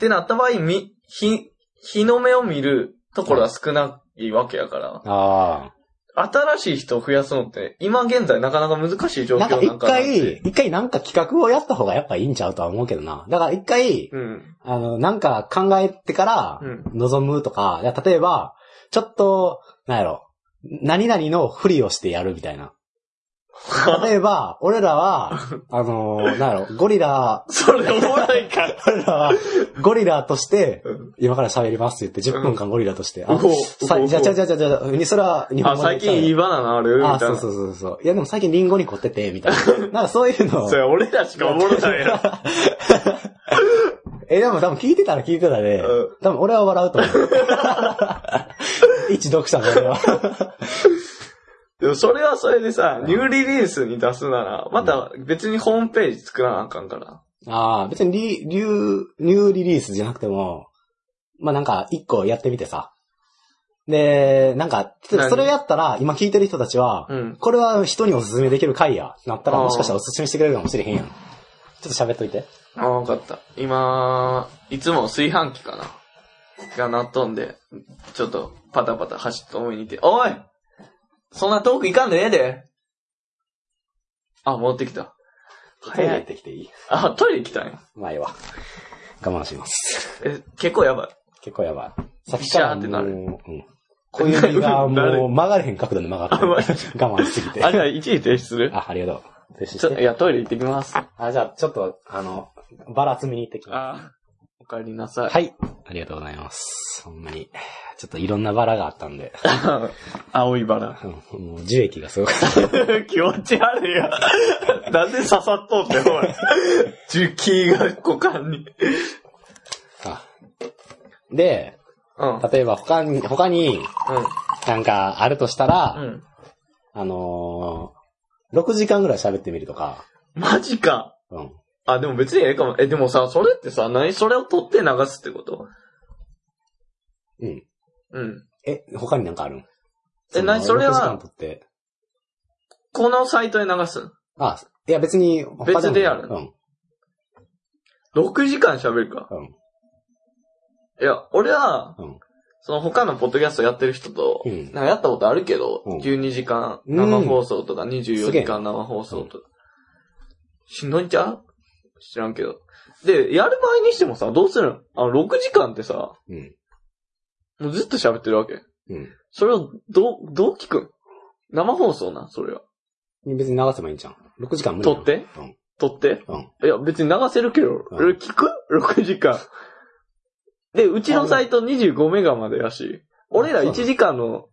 S1: てなった場合、み、日、日の目を見るところは少ないわけやから、
S2: あ
S1: 新しい人を増やすのって、今現在なかなか難しい
S2: あ。
S1: 状
S2: なんか
S1: 況な
S2: 一
S1: んかなって。
S2: 回、一回なんか企画をやった方がやっぱいいんちゃうとは思うけどな。だから一回、
S1: うん。
S2: あの、なんか考えてから
S1: う、ん。 *laughs*
S2: 望むとか、いや例えば、ちょっと、なんやろ、何々のふりをしてやるみたいな。例えば、俺
S1: *laughs*
S2: らは、あの、なんやろ、ゴリラ、
S1: それおもろいから。
S2: 俺らは、ゴリラとして、
S1: うん
S2: 今から喋りますって言って、10分間ゴリラとして。
S1: お
S2: あ、
S1: ほ
S2: さじゃあじゃあじゃあじゃあじゃあ、にそれは日本
S1: あ、
S2: 語で言
S1: 最
S2: っちゃう
S1: 近いいバナナあるみ
S2: あ、
S1: たい
S2: そ
S1: な。
S2: う
S1: そ
S2: そうそうそう。いやでも最近リンゴに凝ってて、みたいな。なんかそういうの。
S1: れ俺らしかおもろないやん。
S2: *laughs* え、でも多分聞いてたら聞いてたで、
S1: うん
S2: 多分俺は笑うと思
S1: *laughs*
S2: う。一読者の俺は。
S1: でもそれはそれでさ、ニューリリースに出すなら、また別にホームページ作らなあかんから。
S2: ああ、別にリ、リュー、ニューリリースじゃなくても、まあなんか一個やってみてさ。で、なんか、例えば
S1: 何
S2: それをやったら、今聞いてる人たちは、
S1: うん。
S2: これは人におすすめできる回や。なったら
S1: あー
S2: もしかしたらおすすめしてくれるかもしれへんやん。ちょっと喋っといて。
S1: ああ、わかった。今、いつも炊飯器かなが鳴っとんで、ちょっとパタパタ走って思いに行って、おいそんな遠く行かんでええであ、戻ってきた。
S2: トイレ
S1: 早
S2: 行っ
S1: い。
S2: てきていい
S1: あ、トイレ来たんや。
S2: 前は。我慢します。
S1: え、結構や
S2: *laughs*
S1: ばい。
S2: 結構やばい。さっ
S1: ビ
S2: き
S1: シ
S2: か
S1: ャー
S2: らも
S1: っ
S2: う、
S1: てなる
S2: うん。小指が
S1: なる
S2: もう曲がれへん角度で曲がって
S1: *laughs*
S2: る。
S1: あ
S2: 我慢しすぎて。
S1: あれは一時停止する
S2: あ、ありがとう。停止
S1: ちょ
S2: し
S1: っと、
S2: て
S1: いや、トイレ行ってきます。あ
S2: あ、じゃあ、ちょっと、あの、バラ積みに行ってきま
S1: あー、お帰りなさい
S2: す。。はい。ありがとうございます。ほんまに。ちょっといろんなバラがあったんで、
S1: *laughs* 青いバラ。
S2: うんもう樹液がすごかった。
S1: 気持ち悪いよ。 *laughs* なんで刺さっとんねん、おい。樹気が股間に。
S2: あで、
S1: うん。うん。
S2: 例えば他に、他になんかあるとしたら、
S1: うん。
S2: あのー、6時間ぐらい喋ってみるとか、
S1: マジか。
S2: うん。
S1: あ、でも別にええかも。え、でもさ、それってさ、何それを取って流すってこと
S2: うん。
S1: うん。
S2: え、他になんかあるん
S1: え何それは
S2: 6時間とって。
S1: このサイトで流すん
S2: あ、いや別に、他も
S1: 別でやる
S2: うん。
S1: ?6 時間喋るか。
S2: うん。
S1: いや、俺は、
S2: うん
S1: その他のポッドキャストやってる人と、
S2: うん
S1: なんかやったことあるけど、
S2: うん
S1: 12時間
S2: うん
S1: 生放送とか
S2: す
S1: 24
S2: げえ
S1: 時間生放送とか。しんどいんちゃう知らんけど。で、やる前にしてもさ、どうするのあの、6時間ってさ、
S2: うん。
S1: もうずっと喋ってるわけ。
S2: う
S1: それを、どう、どう聞くん生放送な、それは。
S2: ん。別に流せばいいんじゃん。6時間無理
S1: 撮
S2: なの
S1: って
S2: うん。
S1: 撮って
S2: うん。
S1: いや、別に流せるけど、
S2: うん
S1: え聞く *laughs* ?6 時間。で、うちのサイト25メガまでやし、俺ら1時間の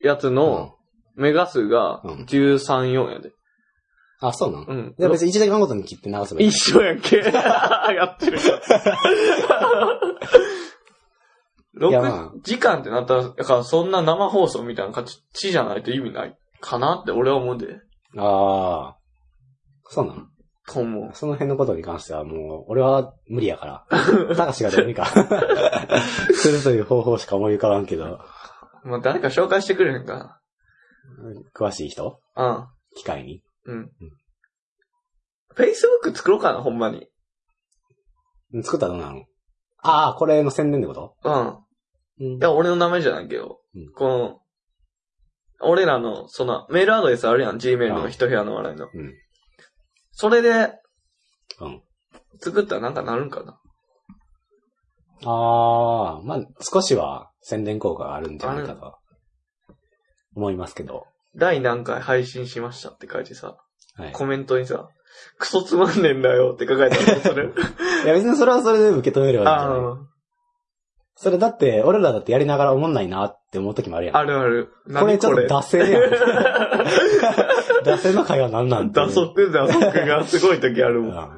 S1: やつのメガ数が
S2: うん
S1: 13、4やで。
S2: あ、そうなん。
S1: うん。
S2: じゃあ別に1時間ごとに切って流せばいい。
S1: 一緒やん
S2: *laughs*
S1: け。やってる。
S2: いやま
S1: 6時間ってなったら、だからそんな生放送みたいな感じじゃないと意味ないかなって俺は思うで。
S2: ああ。そうなん。
S1: と思う。
S2: その辺のことに関してはもう、俺は無理
S1: *laughs*
S2: やから。高しがどうにか、するという方法しか思い浮かばんけど、
S1: まあ、誰か紹介してくれへんか
S2: 詳しい人
S1: な。
S2: 機械に。
S1: うん。うん。Facebook 作ろうかな、ほんまに。
S2: うん作ったらどうなのああ、これの宣伝ってこと
S1: うん。
S2: うん
S1: いや、俺の名前じゃないけど、
S2: うん
S1: この、俺らの、その、メールアドレスあるやん、Gmail の一部屋の笑いの。
S2: うん
S1: それで、
S2: うん
S1: 作ったらなんかなるんかな。
S2: ああ、まあ、少しは宣伝効果があるんじゃないかと、思いますけど。
S1: 第何回配信しましたって書いてさ、
S2: はい。
S1: コメントにさ、クソつまんねえんだよって書かれたらどうす
S2: *laughs*
S1: る
S2: いや、別にそれはそれで受け止めればいいんじ
S1: あ
S2: ゃない
S1: ー
S2: それだって、俺らだってやりながら思んないなって思う時もあるやん。
S1: あるある。
S2: これちょっと
S1: 何
S2: 脱線
S1: *laughs*
S2: やん。 *laughs* 脱線の会話なんなん
S1: 打
S2: ていう
S1: *laughs* 足、打足がすごい時ある
S2: うん
S1: もん。
S2: だか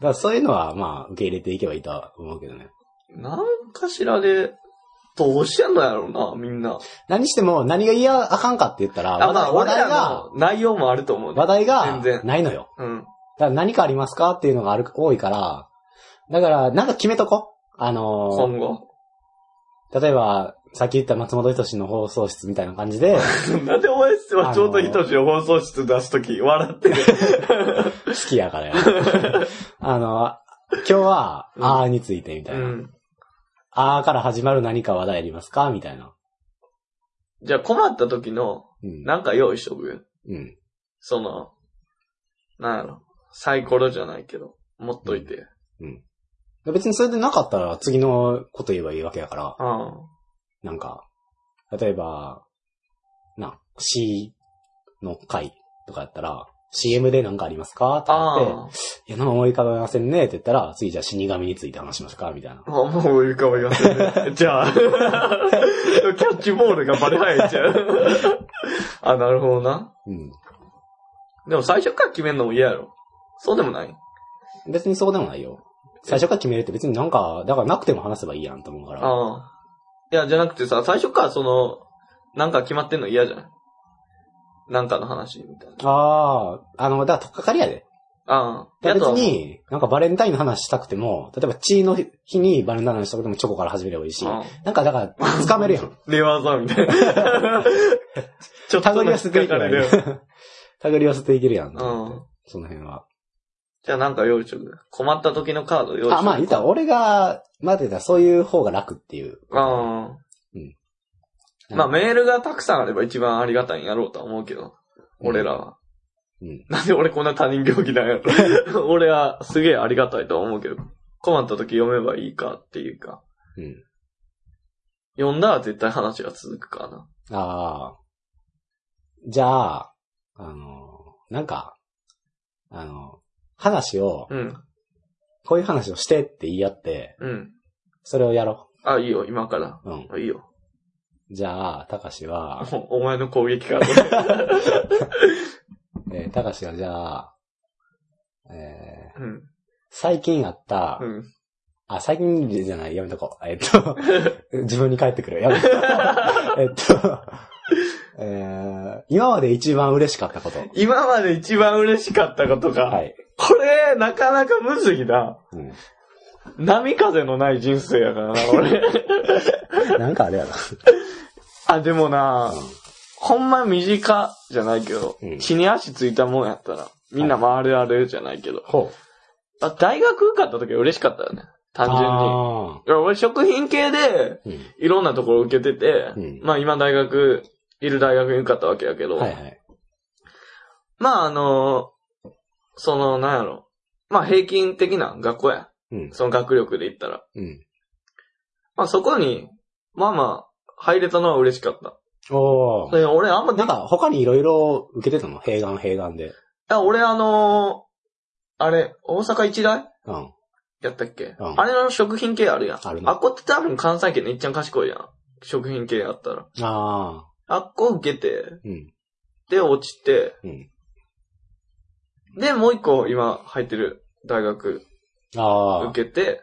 S2: らそういうのは、まあ、受け入れていけばいいとは思うけどね。
S1: なんかしらで、どうしてんのやろうな、みんな。
S2: 何しても、何が嫌あかんかって言ったら、
S1: あ、まあ、
S2: 話
S1: 俺
S2: 題
S1: ら
S2: が、
S1: の内容もあると思うね、
S2: 話題
S1: 全
S2: が、
S1: 然
S2: ないのよ。
S1: うん。
S2: だから何かありますかっていうのがある、多いから、だから、なんか決めとこ。あの
S1: 今後。
S2: ー、例えば、さっき言った松本人志の放送室みたいな感
S1: *laughs*
S2: じで、
S1: なんでお前はちょうどひとしを放送室出すとき笑ってる。 *laughs*
S2: 好きや *laughs* からよ。あの、今日は、
S1: うん
S2: あーについてみた
S1: う
S2: いな。
S1: ん。
S2: あーから始まる何か話題ありますかみたいな。
S1: じゃあ困った時の、
S2: うん。
S1: なんか用意しとくよ。
S2: うん。
S1: その、なんやろ。サイコロじゃないけど、持っといて。
S2: 別にそれでなかったら次のこと言えばいいわけやから、
S1: うん。
S2: なんか、例えば、な、C の回とかやったら、CM で何かありますかとか言って、
S1: あ
S2: いや、何も思い浮かべませんねって言ったら、次じゃあ死神について話しますかみたいな
S1: あ。。もう浮かばりませんね。 *laughs* じゃあ、キャッチボールがバレ入っちゃ *laughs* う。あ、なるほどな。
S2: うん。
S1: でも最初から決めるのも嫌やろ。そうでもない
S2: 別にそうでもないよ。最初から決めるって別になんか、だからなくても話せばいいやんと思うから。
S1: ああ。いや、じゃなくてさ、最初からその、なんか決まってんの嫌じゃないなんかの話みたいな。
S2: ああ、あの、だから、とっかかりやで。
S1: ああ。
S2: 別
S1: やとは思う、
S2: に、なんかバレンタインの話したくても、例えば、チーの日にバレンタインの話したくてもチョコから始めればいいし、
S1: ああ
S2: なんか、だから、掴める
S1: *laughs*
S2: やん。
S1: 寝技みたい *laughs* な。ちょっ
S2: 手
S1: と
S2: 繰り寄せてい
S1: 引っ
S2: け
S1: か
S2: る
S1: か
S2: や
S1: れる。
S2: ん。手繰り寄せていけるやん。
S1: うん
S2: その辺は。
S1: じゃあなんか用意しとく。困った時のカード用意しとく。
S2: あ、まあ、言ったら、俺が、待ってたらそういう方が楽っていう。
S1: ああ。まあ、メールがたくさんあれば一番ありがたいんやろうとは思うけど。俺らは。
S2: うん。
S1: なんで俺こんな他人行儀なんや
S2: *laughs*
S1: ろ。俺はすげえありがたいとは思うけど。困った時読めばいいかっていうか。
S2: うん。
S1: 読んだら絶対話が続くかな。
S2: ああ。じゃあ、あの、なんか、あの、話を、
S1: うん。
S2: こういう話をしてって言い合って、
S1: うん。
S2: それをやろ
S1: あ、いいよ、今から。
S2: う。うん。
S1: いいよ。
S2: じゃあ、たかしは、
S1: おお前の攻撃カー
S2: *laughs*
S1: ド。
S2: えー、たかしはじゃあ、えー、
S1: うん。
S2: 最近あった、
S1: うん。
S2: あ、最近じゃない、やめとこう。え
S1: *laughs*
S2: っと、自分に返ってくる。やめとこうえっと、えー、今まで一番嬉しかったこと。
S1: 今まで一番嬉しかったことが、
S2: はい。
S1: これ、なかなかむずいな。
S2: うん、
S1: 波風のない人生やからな、
S2: *laughs*
S1: 俺。
S2: なんかあれやな。
S1: あ、でもな、
S2: うん
S1: ほんま身近じゃないけど、
S2: うん
S1: 血に足ついたもんやったら、みんな回るあるじゃないけど。
S2: ほう。
S1: あ大学受かった時は嬉しかったよね。単純に。いや俺食品系で、
S2: 純に。
S1: いろんなところ受けてて、
S2: うん
S1: まあ今大学、いる大学に受かったわけやけ
S2: う
S1: ど、
S2: ん。はいはい。
S1: まああの、その、なんやろ。まあ平均的な学校や。
S2: うん。
S1: その学力で言ったら。
S2: うん。
S1: まあそこに、まあまあ、入れたのは嬉しかった。
S2: おー。
S1: で俺あんまで
S2: なんか他にいろいろ受けてたの併願併願で。
S1: あ俺あのーあれ、大阪一大
S2: うん。
S1: やったっけ、
S2: うん
S1: あれの食品系あるやん。
S2: あるな
S1: あっこって多分関西圏でいっちゃん賢いやん。食品系やったら。
S2: あ
S1: あっこ受けて、
S2: ー。うん。
S1: で落ちて、
S2: うん。
S1: でもう一個今入ってる大学
S2: あー。
S1: 受けて、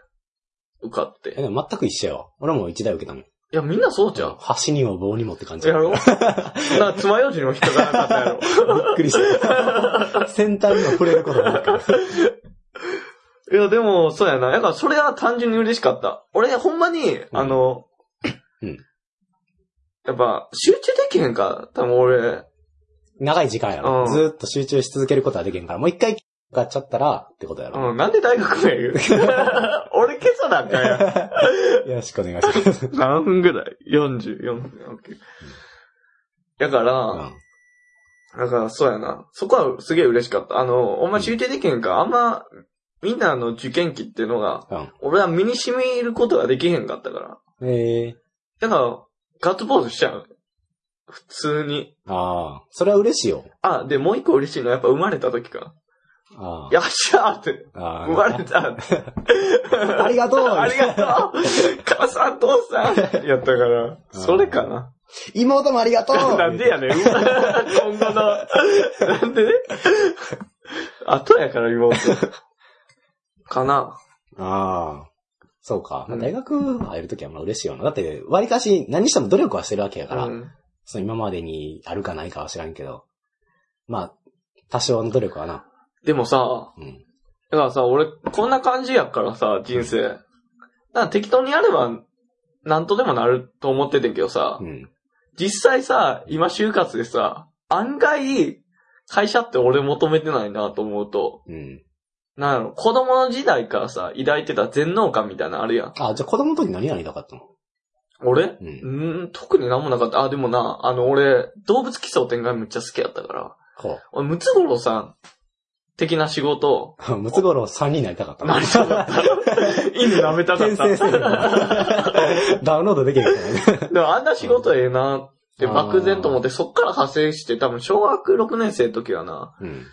S1: 受かって。
S2: え、でも全く一緒よ。俺も一台受けたもん。
S1: いや、みんなそうじゃん。
S2: 箸にも棒にもって感じ。
S1: や
S2: *laughs*
S1: ろな、爪楊枝にも引っかからなかったやろ。
S2: びっく
S1: *laughs*
S2: りした。先端にも触れることがないから。
S1: いや、でも、そうやな。だから、それは単純に嬉しかった。俺、ほんまに、あの、
S2: うん
S1: やっぱ、集中できへんから、多分俺、
S2: 長い時間やろ。
S1: うん
S2: ずーっと集中し続けることはできんから、もう一回買っちゃったらってことやろ。
S1: うん、なんで大学名言う *laughs* 俺今朝なんかや。
S2: よろしくお願いします。
S1: 何分ぐらい ?44 分。オッケーだか
S2: う
S1: ら、
S2: ん
S1: だから、そうやな。そこはすげえ嬉しかった。あの、お前集中できへんから、あんま、みんなの受験期っていうのが、
S2: うん。
S1: 俺は身に染みることができへんかったから。
S2: えー、
S1: だから、ガッツポーズしちゃう。普通に。
S2: あー。それは嬉しいよ。
S1: あ、で、もう一個嬉しいのはやっぱ生まれた時か。
S2: あー。
S1: よっしゃーって。
S2: あ
S1: 生
S2: ー
S1: まれたって。 *laughs*
S2: ありがとう
S1: ありがとう母さん、父さんやったから、それかな。
S2: 妹もありがとう
S1: なんでや
S2: *laughs*
S1: ねん。うわ今後の。なんであとやから妹。かな。
S2: ああ。そうか。まあ
S1: うん
S2: 大学入るときはまあ嬉しいよな。だって、割かし何しても努力はしてるわけやから、
S1: うん。
S2: その今までにあるかないかは知らんけど。まあ、多少の努力はな。
S1: でもさ、
S2: うん。
S1: だからさ、俺、こんな感じやからさ、人生。だから適当にやれば、なんとでもなると思っててんけどさ、
S2: うん。
S1: 実際さ、今就活でさ、案外、会社って俺求めてないなと思うと、
S2: うん。
S1: なんやろ、子供の時代からさ、抱いてた全能感みたいなのあるやん。
S2: あ、じゃあ子供の時何やりたかったの
S1: 俺
S2: う。
S1: うんーん、特になんもなかった。あ、でもな、あの、俺、動物奇想天外めっちゃ好きやったから、
S2: こ
S1: 俺、ムツゴロウさん的な仕事、
S2: う。 *laughs* ムツゴロウ3人になりたかったの
S1: なりた
S2: *laughs*
S1: かった。 *laughs* 犬舐めたかっ
S2: 転
S1: た。
S2: 生するのかダウンロードできるからね。
S1: でもあんな仕事ええなって漠然と思って、そっから派生して、多分小学6年生の時はな、
S2: うん。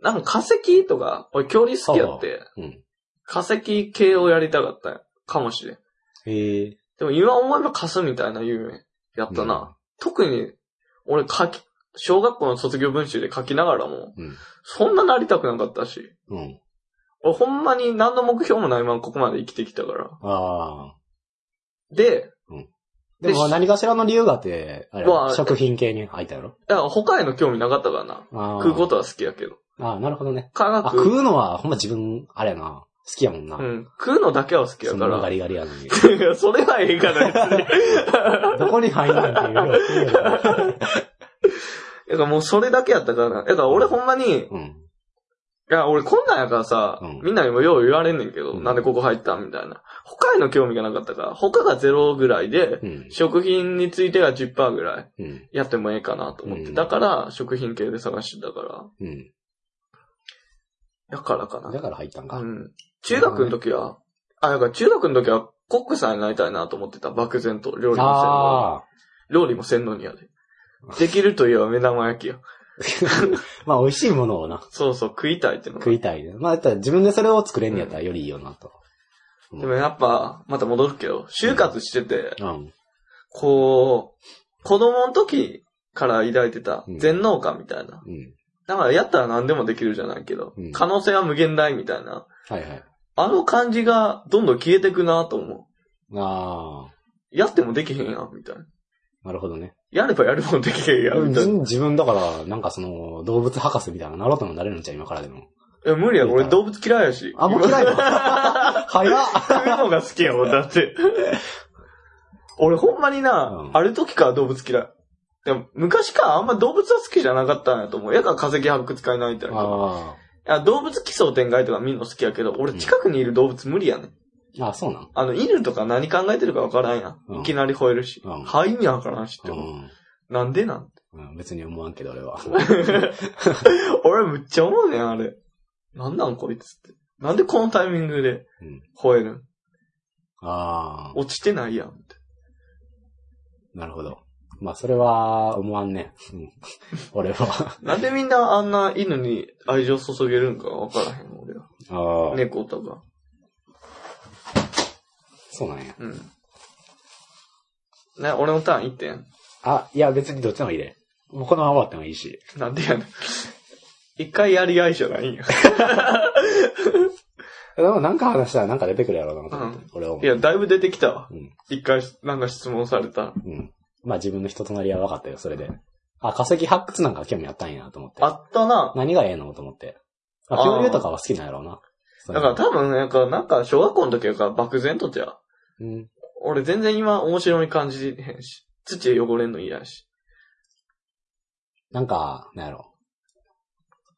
S1: なんか化石とか、俺恐竜好きやって、
S2: うん。
S1: 化石系をやりたかったんやかもしれん。
S2: へえ。
S1: でも今思えば貸すみたいな夢やったな。特に、俺書き、小学校の卒業文集で書きながらも、
S2: うん。
S1: そんななりたくなかったし、
S2: うん。
S1: 俺ほんまに何の目標もないままここまで生きてきたから。
S2: ああ。
S1: で、
S2: でも
S1: で
S2: 何かしらの理由があって、あれ
S1: まあ
S2: 食品系に入ったやろ
S1: だから他への興味なかったからな。
S2: ああ。
S1: 食うことは好きやけど。
S2: ああ、なるほどね。
S1: 科
S2: あ、
S1: 学、
S2: 食うのはほんま自分、あれやな。好きやもんな。
S1: うん、食うのだけは好きや
S2: そ
S1: か
S2: の
S1: ら
S2: ガ。リガリやのに。
S1: いや *laughs* それはええかな、別に。
S2: どこに入んねんっていうよりは。 *laughs*
S1: だからもうそれだけやったからな。だから俺ほんまに、
S2: うん。
S1: いや、俺こんなんやからさ、
S2: うん
S1: みんなにもよう言われんねんけど、
S2: うん
S1: なんでここ入ったんみたいな。他への興味がなかったから、他がゼロぐらいで、
S2: うん。
S1: 食品については10%ぐらい
S2: うん。
S1: やってもええかなと思って。
S2: うん
S1: だから、食品系で探してたか
S2: うん。
S1: ら。やからか
S2: だ
S1: な。
S2: から入ったん
S1: う
S2: か。
S1: ん。中学の時は、あ、だから中学の時はコックさんになりたいなと思ってた。漠然と。料理もせんの
S2: ああ。
S1: に。料理もせんのにやで。できるといえば目玉焼き
S2: *laughs*
S1: よ。
S2: まあ美味しいものをな、
S1: そうそう、食いたいってのが
S2: 食いたいね。まあだったら自分でそれを作れんのやったらよりいいよなと。
S1: でもやっぱ、また戻るけど、就活してて、
S2: うん。
S1: こう、子供の時から抱いてた
S2: うん
S1: 全能感みたいな。
S2: うん。
S1: だからやったら何でもできるじゃないけど、
S2: うん
S1: 可能性は無限大みたいな。
S2: はいはい。
S1: あの感じがどんどん消えてくなと思う。
S2: ああ。
S1: やってもできへんやん、みたいな。
S2: なるほどね。
S1: やればやるほどできへんやん、みたいな。
S2: 自分だから、なんかその、動物博士みたいな、なろうともなれるんちゃう今からでも。
S1: いや無理やろ、俺動物嫌いやし。
S2: あ、もう嫌い
S1: *laughs* 食
S2: だ。
S1: *laughs*
S2: *laughs* 早っ。
S1: うのが好きやもん、だって。俺ほんまにな、
S2: うん
S1: ある時から動物嫌い。でも昔からあんま動物は好きじゃなかったんやと思う。やから化石発掘家になりたいな。
S2: あ
S1: いや、動物奇想天外とか見るの好きやけど、俺近くにいる動物無理やね、ん。
S2: あ。あ、そうなん。
S1: あの、犬とか何考えてるかわからんやん。
S2: うん
S1: いきなり吠えるし。
S2: うん
S1: はい、意味わからんしって
S2: う
S1: 思う、
S2: ん
S1: なんでなんて。
S2: うん。別に思わんけど、俺は。 *laughs*
S1: 俺むっちゃ思うねん、あれ。なんなんこいつって。なんでこのタイミングで
S2: うん
S1: 吠えるん
S2: ああ。
S1: 落ちてないやん。って
S2: なるほど。まあ、それは、思わんね。うん。俺は。
S1: なんでみんなあんな犬に愛情注げるんかわからへん、俺は。
S2: ああ。
S1: 猫とか。
S2: そうなんや。
S1: うん。ね、俺のターン1点。
S2: あ、いや、別にどっちでもいいで。もうこのまま終わってもいいし。
S1: なんでやねん。一回やり合いじゃないんや。
S2: でも、なんか話したらなんか出てくるやろうなと思って。
S1: うん
S2: 俺は思う
S1: いや、だいぶ出てきたわ
S2: うん。
S1: 一回、なんか質問された。
S2: うん。まあ、自分の人となりは分かったよ、それで。あ、化石発掘なんか興味あったんやなと思って。
S1: あったな。
S2: 何がええのと思って。あ、
S1: あー
S2: 恐竜とかは好きなんやろうな。
S1: だから多分、なんか、なんか小学校の時やから漠然とじゃ。
S2: うん。
S1: 俺全然今面白い感じへんし。土で汚れんの嫌やし。
S2: なんか、なんやろ。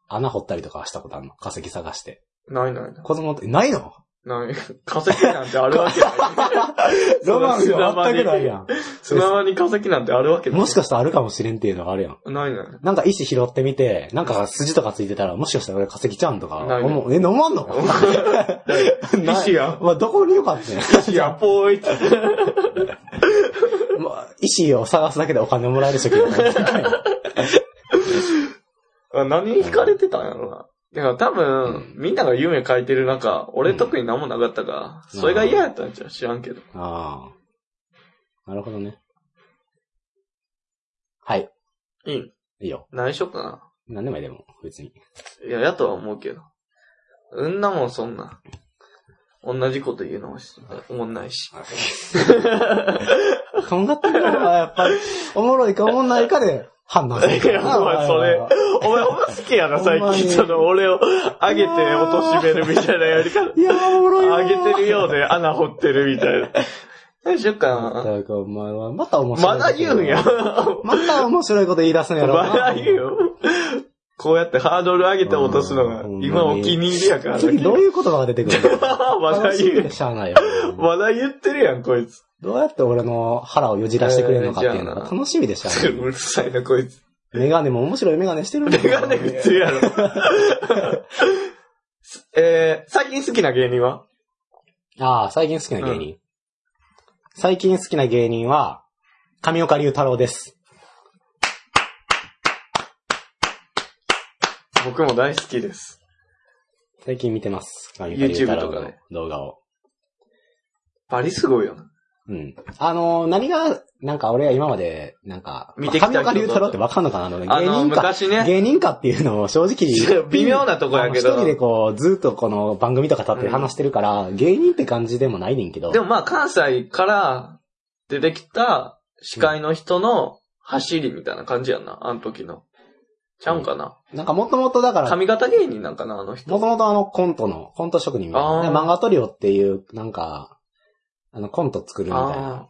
S2: 穴掘ったりとかはしたことあるの化石探して。
S1: ないない
S2: 子供って、ないの
S1: ない。 *laughs* ない。化石なんてあるわけ *laughs* ない。
S2: ロマン
S1: 砂
S2: が
S1: 場
S2: 全
S1: に
S2: くないやん。
S1: 砂場に化石なんてあるわけない。
S2: もしかしたらあるかもしれんっていうのがあるやん。
S1: ないない。
S2: なんか石拾ってみて、なんか筋とかついてたら、もしかしたら俺化石ちゃうんとか、
S1: ない
S2: 思う。え、飲まんの
S1: *laughs*
S2: ない
S1: 石や
S2: まあ、どこによかった
S1: *laughs*
S2: んや。
S1: 石やぽーいって。
S2: まあ、石を探すだけでお金もらえる時期
S1: あ何に惹かれてたんやろな。だから多分、
S2: うん
S1: みんなが夢書いてる中、俺特に何もなかったから、
S2: うん
S1: それが嫌やったんじゃう知らんけど。
S2: ああ。なるほどね。はい。
S1: いい
S2: いいよ。
S1: 何しよっかな。 *laughs*
S2: 何でもいいでも、別に。
S1: いや、やとは思うけど。うんなもん、そんな。同じこと言うのもしおもんないし。
S2: 考えてるのはやっぱり、おもろいかおもんないかで判断す
S1: *laughs*
S2: る
S1: い
S2: から
S1: や、
S2: な。
S1: お前それ、お前ほんま好きやな、最
S2: ほんまに
S1: 近。その、俺を上げて貶めるみたいなやり方。
S2: いやー、おもろいわ
S1: 上げてるようで穴掘ってるみたいな。何しよっかな。
S2: ったくお前は、また面白
S1: ま
S2: い。
S1: だ言うんや。。
S2: また面白いこと言い出すんやろう
S1: ま
S2: な。
S1: だ言うよ。こうやってハードル上げて落とすのが
S2: うん、
S1: 今お気に入りやから。
S2: 次どういう言葉が出てくるの
S1: *laughs* まだ
S2: 楽し
S1: 言
S2: み
S1: う
S2: で。しゃあないよ。
S1: まだ言ってるやん、こいつ。
S2: どうやって俺の腹をよじらしてくれるのかっていうのが楽しみでしゃあな
S1: うるさいな、こいつ。
S2: い。メガネも面白いメガネしてるん
S1: メ
S2: だよ
S1: ガネ食ってるやろ。 *laughs* えー、最近好きな芸人は
S2: ああ、最近好きな芸人。最近好きな芸人は、上岡龍太郎です。
S1: 僕も大好きです。
S2: 最近見てます。上岡龍太郎の動画を。
S1: バリすごいよな。
S2: うん。あのー、何が、なんか俺は今まで、なんか、
S1: 見てきた人
S2: 上岡龍太郎ってわかんのかなあのね
S1: あ
S2: 芸
S1: の、
S2: 人か、
S1: 昔ね、、
S2: 芸人かっていうのを正直
S1: *laughs* 微妙なとこやけ
S2: あの一人で
S1: ど、
S2: こう、ずっとこの番組とか立って話してるから、芸人って感じでもないねんけど。
S1: でもまあ関西から出てきた司会の人の走りみたいな感じやんな、あの時の。ちゃうんかな。
S2: なんかもともとだから、も
S1: 髪型芸人なんかな、あの
S2: と
S1: 人。
S2: もとあのコントの、コント職人みたい
S1: あー
S2: な。で漫画トリオっていう、なんか、あの、コント作るみたいな。
S1: あ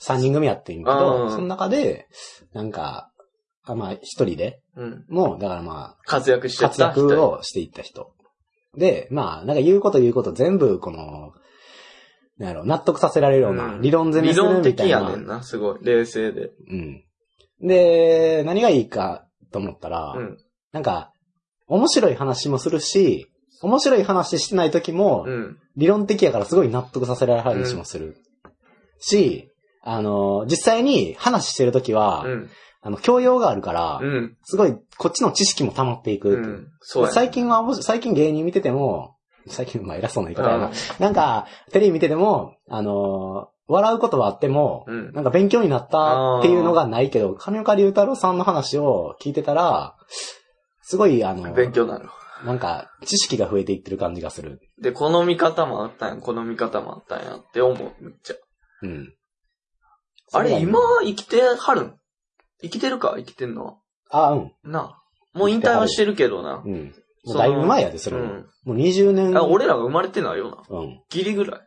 S2: 三人組やってんけ
S1: うん
S2: ど、その中で、なんか、あまあ一人で、
S1: あ、うん。
S2: もう、だからま
S1: 活躍し
S2: あ、
S1: てた
S2: 活
S1: 人。
S2: 躍をしていった人。で、まあ、なんか言うこと言うこと全部、この、なんやろ、納得させられるような、
S1: うん
S2: 理論攻め
S1: 理
S2: する
S1: 論
S2: みた
S1: 的
S2: い
S1: や
S2: な。
S1: ねんな、すごい。冷静で。
S2: うん。で、何がいいかと思ったら、
S1: うん。
S2: なんか、面白い話もするし、面白い話してない時も、
S1: うん。
S2: 理論的やからすごい納得させられる話もする。し、あの、実際に話してる時は、
S1: うん。
S2: あの、教養があるから、
S1: うん。
S2: すごいこっちの知識も溜まっていくっ
S1: う。
S2: ていうん
S1: そうやね。
S2: 最近は面白い、最近芸人見てても、最近、まあ偉そうな言い方や
S1: う。
S2: なんなんか、テレビ見てても、あのー笑うことはあっても、
S1: うん
S2: なんか勉強になったっていうのがないけど、上岡龍太郎さんの話を聞いてたら、すごい、あの、
S1: 勉強になるわ。
S2: なんか、知識が増えていってる感じがする。
S1: で、この見方もあったんや、この見方もあったんやって思う、めっちゃ。
S2: うん。
S1: あ
S2: そ
S1: れ、
S2: うだね
S1: 今、生きてはるん生きてるか生きてんのは。
S2: あ、うん。
S1: なあ。もう引退はしてるけどな。
S2: うん。
S1: そ
S2: も
S1: うの
S2: だいぶ前やで、それも。もう20
S1: う
S2: 年。
S1: ん。あ、俺らが生まれてないよな。
S2: うん。
S1: ギリぐらい。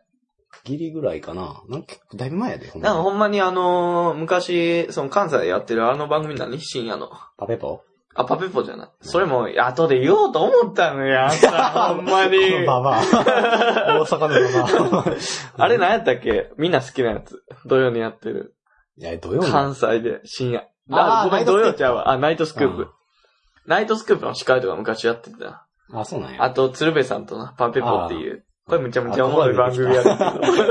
S2: ギリぐらいかな。なんか、だいぶ前やで、ほん
S1: なんか
S2: まに。
S1: ほんまにあのー昔、その関西でやってるあの番組何深夜の。
S2: パペポ
S1: あ、パペポじゃない。それも後で言おうと思ったの
S2: *laughs*
S1: や。さほんまに。
S2: こ *laughs* のババ
S1: *laughs*
S2: ア大阪のババア。
S1: あれ何やったっけみんな好きなやつ。土曜にやってる。
S2: *laughs* いや、土曜日。
S1: 関西で深夜。
S2: あー
S1: あ、ごめん、
S2: ナイト
S1: 土
S2: スクープ
S1: 曜ちゃうわ。あ、ナイトスクー
S2: う
S1: プ
S2: ん。
S1: ナイトスクープの司会とか昔やってたな。
S2: あ、そうなんや。
S1: あと、鶴瓶さんとな、パペポっていう。これめちゃめちゃお
S2: あ
S1: もろい番組やるけど。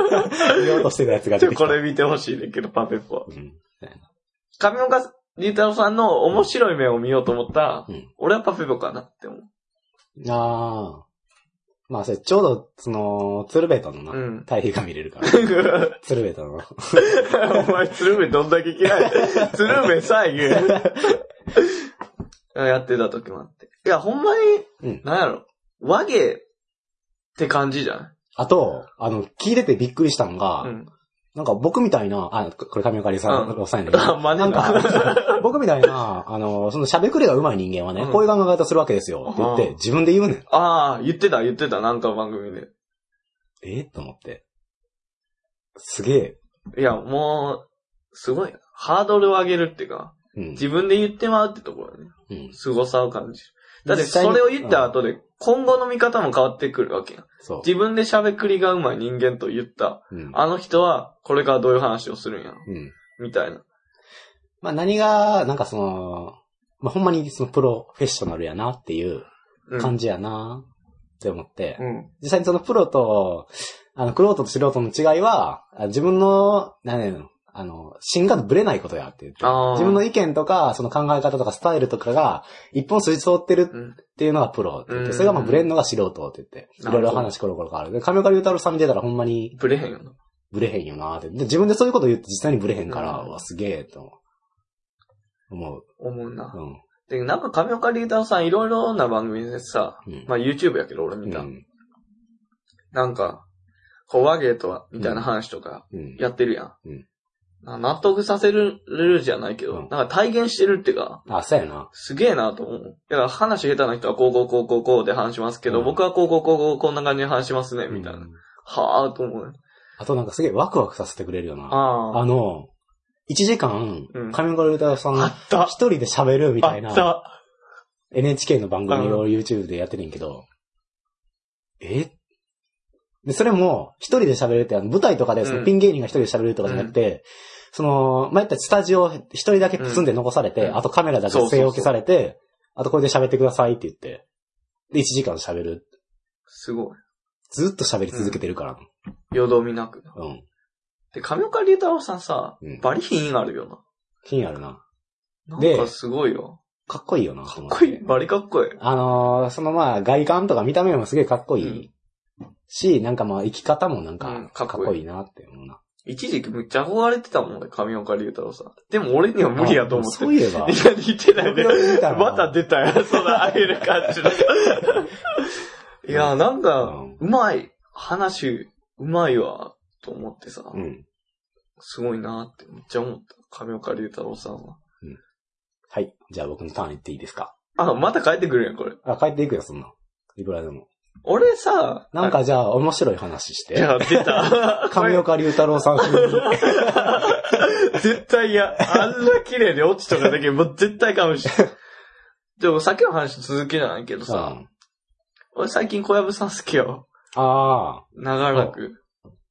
S2: 言おうとしてるやつが
S1: ち
S2: 出
S1: ょ、
S2: てきた。
S1: これ見てほしいねんけど、パペポは。
S2: うん。
S1: 上岡龍太郎さんの面白い面を見ようと思ったら、
S2: うん
S1: 俺はパペポかなって思う。
S2: ああ。まあ、それ、ちょうど、その、鶴瓶との
S1: う
S2: な、。
S1: ん *laughs*
S2: 対比が見れるから。鶴瓶との。
S1: お前、鶴瓶どんだけ嫌
S2: *laughs*
S1: い。鶴瓶さえ言え。 *laughs* やってた時もあって。いや、ほんま
S2: う
S1: に
S2: ん、
S1: なんやろ、和芸って感じじゃない
S2: あと、あの、聞いててびっくりしたのが、
S1: うん。
S2: なんか僕みたいな、あ、ここれ上岡さん
S1: うん
S2: のおっさんやねんけ
S1: あ、
S2: ど、
S1: 真
S2: な
S1: 似 *laughs*
S2: んか、僕みたいな、あの、その喋くりが上手い人間はね、
S1: うん
S2: こういう考え方するわけですよ、って言っ
S1: うん
S2: て、自分で言うねん。
S1: ああ、言ってた、言ってた、なんか番組で。
S2: えーと思って。すげえ。
S1: いや、もう、すごいな。ハードルを上げるっていうか、
S2: うん。
S1: 自分で言ってまうってところね。
S2: うん。
S1: 凄さを感じる。だって
S2: 実際に
S1: それを言った後で、今後の見方も変わってくるわけやん。
S2: そう。
S1: 自分で喋くりが上手い人間と言った、
S2: うん。
S1: あの人はこれからどういう話をするんやろ、
S2: うん。
S1: みたいな。
S2: まあ何が、なんかその、まあほんまにそのプロフェッショナルやなっていう
S1: うん。
S2: 感じやなって思って、
S1: うん。
S2: 実際にそのプロと、あの、クロートと素人の違いは、あ自分の、何やの、あの、芯がぶれないことやって言って
S1: あー
S2: 自分の意見とか、その考え方とかスタイルとかが、一本筋通ってる
S1: うん
S2: っていうのがプロって言っ
S1: うん
S2: て、それがまあぶれんのが素人って言って、い
S1: なるほど
S2: ろいろ話コロコロ変わる。で、上岡龍太郎さん見てたらほんまに
S1: ぶれへんよな。
S2: ぶれへんよなって。で、自分でそういうこと言って実際にぶれへんから、
S1: うん
S2: うわ、すげえと思う。思う。
S1: 思うな。
S2: うん。
S1: で、なんか亀岡龍太郎さんいろいろな番組でさ、
S2: うん。
S1: まあ YouTube やけど俺見た。
S2: うん。
S1: なんか、こう和芸とは、みたいな話とか
S2: うん。
S1: やってるやん。
S2: うん
S1: な納得させるじゃないけど、
S2: うん
S1: なんか体現してるっていうか、
S2: あ、そうやな。
S1: すげえなと思う。だから話下手な人はこうこうこうこうこうで話しますけど、
S2: うん
S1: 僕はこうこうこうこうこんな感じで話しますね、みたいな。
S2: うん。
S1: はあと思う。
S2: あとなんかすげえワクワクさせてくれるよな。
S1: ああ。
S2: あの、1時間
S1: う、ん
S2: 上岡龍太郎さ
S1: あ
S2: んが
S1: った。
S2: 一人で喋るみたい
S1: あ
S2: な
S1: っ、た。
S2: NHK の番組を YouTube でやってるんやけど、えで、それも、一人で喋るって、あの舞台とかで、その
S1: うん
S2: ピン芸人が一人で喋るとかじゃなくて、その、前やったらスタジオ一人だけプツンで残されて、
S1: うん
S2: あとカメラだけ据え置きされて、あとこれで喋ってくださいって言って、で、1時間喋る。
S1: すごい。
S2: ずっと喋り続けてるから。
S1: よどみなく。
S2: うん。
S1: で、上岡龍太郎さんさ、
S2: うん
S1: バリ品あるよ
S2: 気になるな。
S1: な。な
S2: で
S1: んかすごいよ。
S2: かっこいいよな、か
S1: かっこいい。バリかっこいい。
S2: あのーそのまあ、外観とか見た目もすげえかっこいい。
S1: うん
S2: し、なんかまあ、生き方もなんか
S1: うん、
S2: か
S1: か
S2: っ
S1: っこいい
S2: こいいなって思うな。
S1: 一時期めっちゃ憧れてたもんね、上岡龍太郎さん。でも俺には無理やと思って。
S2: そういえば
S1: い、や、似てないね
S2: 僕の見た。ら
S1: また出たよ。その、あげる感 *laughs* じの。いや、なんか、うまい。話、うまいわ、と思ってさ
S2: う。ん。
S1: すごいなって、めっちゃ思った。上岡龍太郎さんは。
S2: はい。じゃあ僕のターン行っていいですか。
S1: あ、また帰ってくるやん、これ。
S2: あ、帰っていくよ、そんな。いくらでも。
S1: 俺さ、
S2: なんかじゃあ、面白い話し
S1: あ、い
S2: て。
S1: や、出た。
S2: *laughs* 神岡龍太郎さん風に
S1: 絶対嫌。あんな綺麗で落ちとかだけ
S2: *laughs*
S1: ど、もう絶対かもしれない。でも、さっきの話続きじゃないけど
S2: う
S1: さ、
S2: ん
S1: 俺最近小籔さん好きよ。
S2: ああ。
S1: 長らく。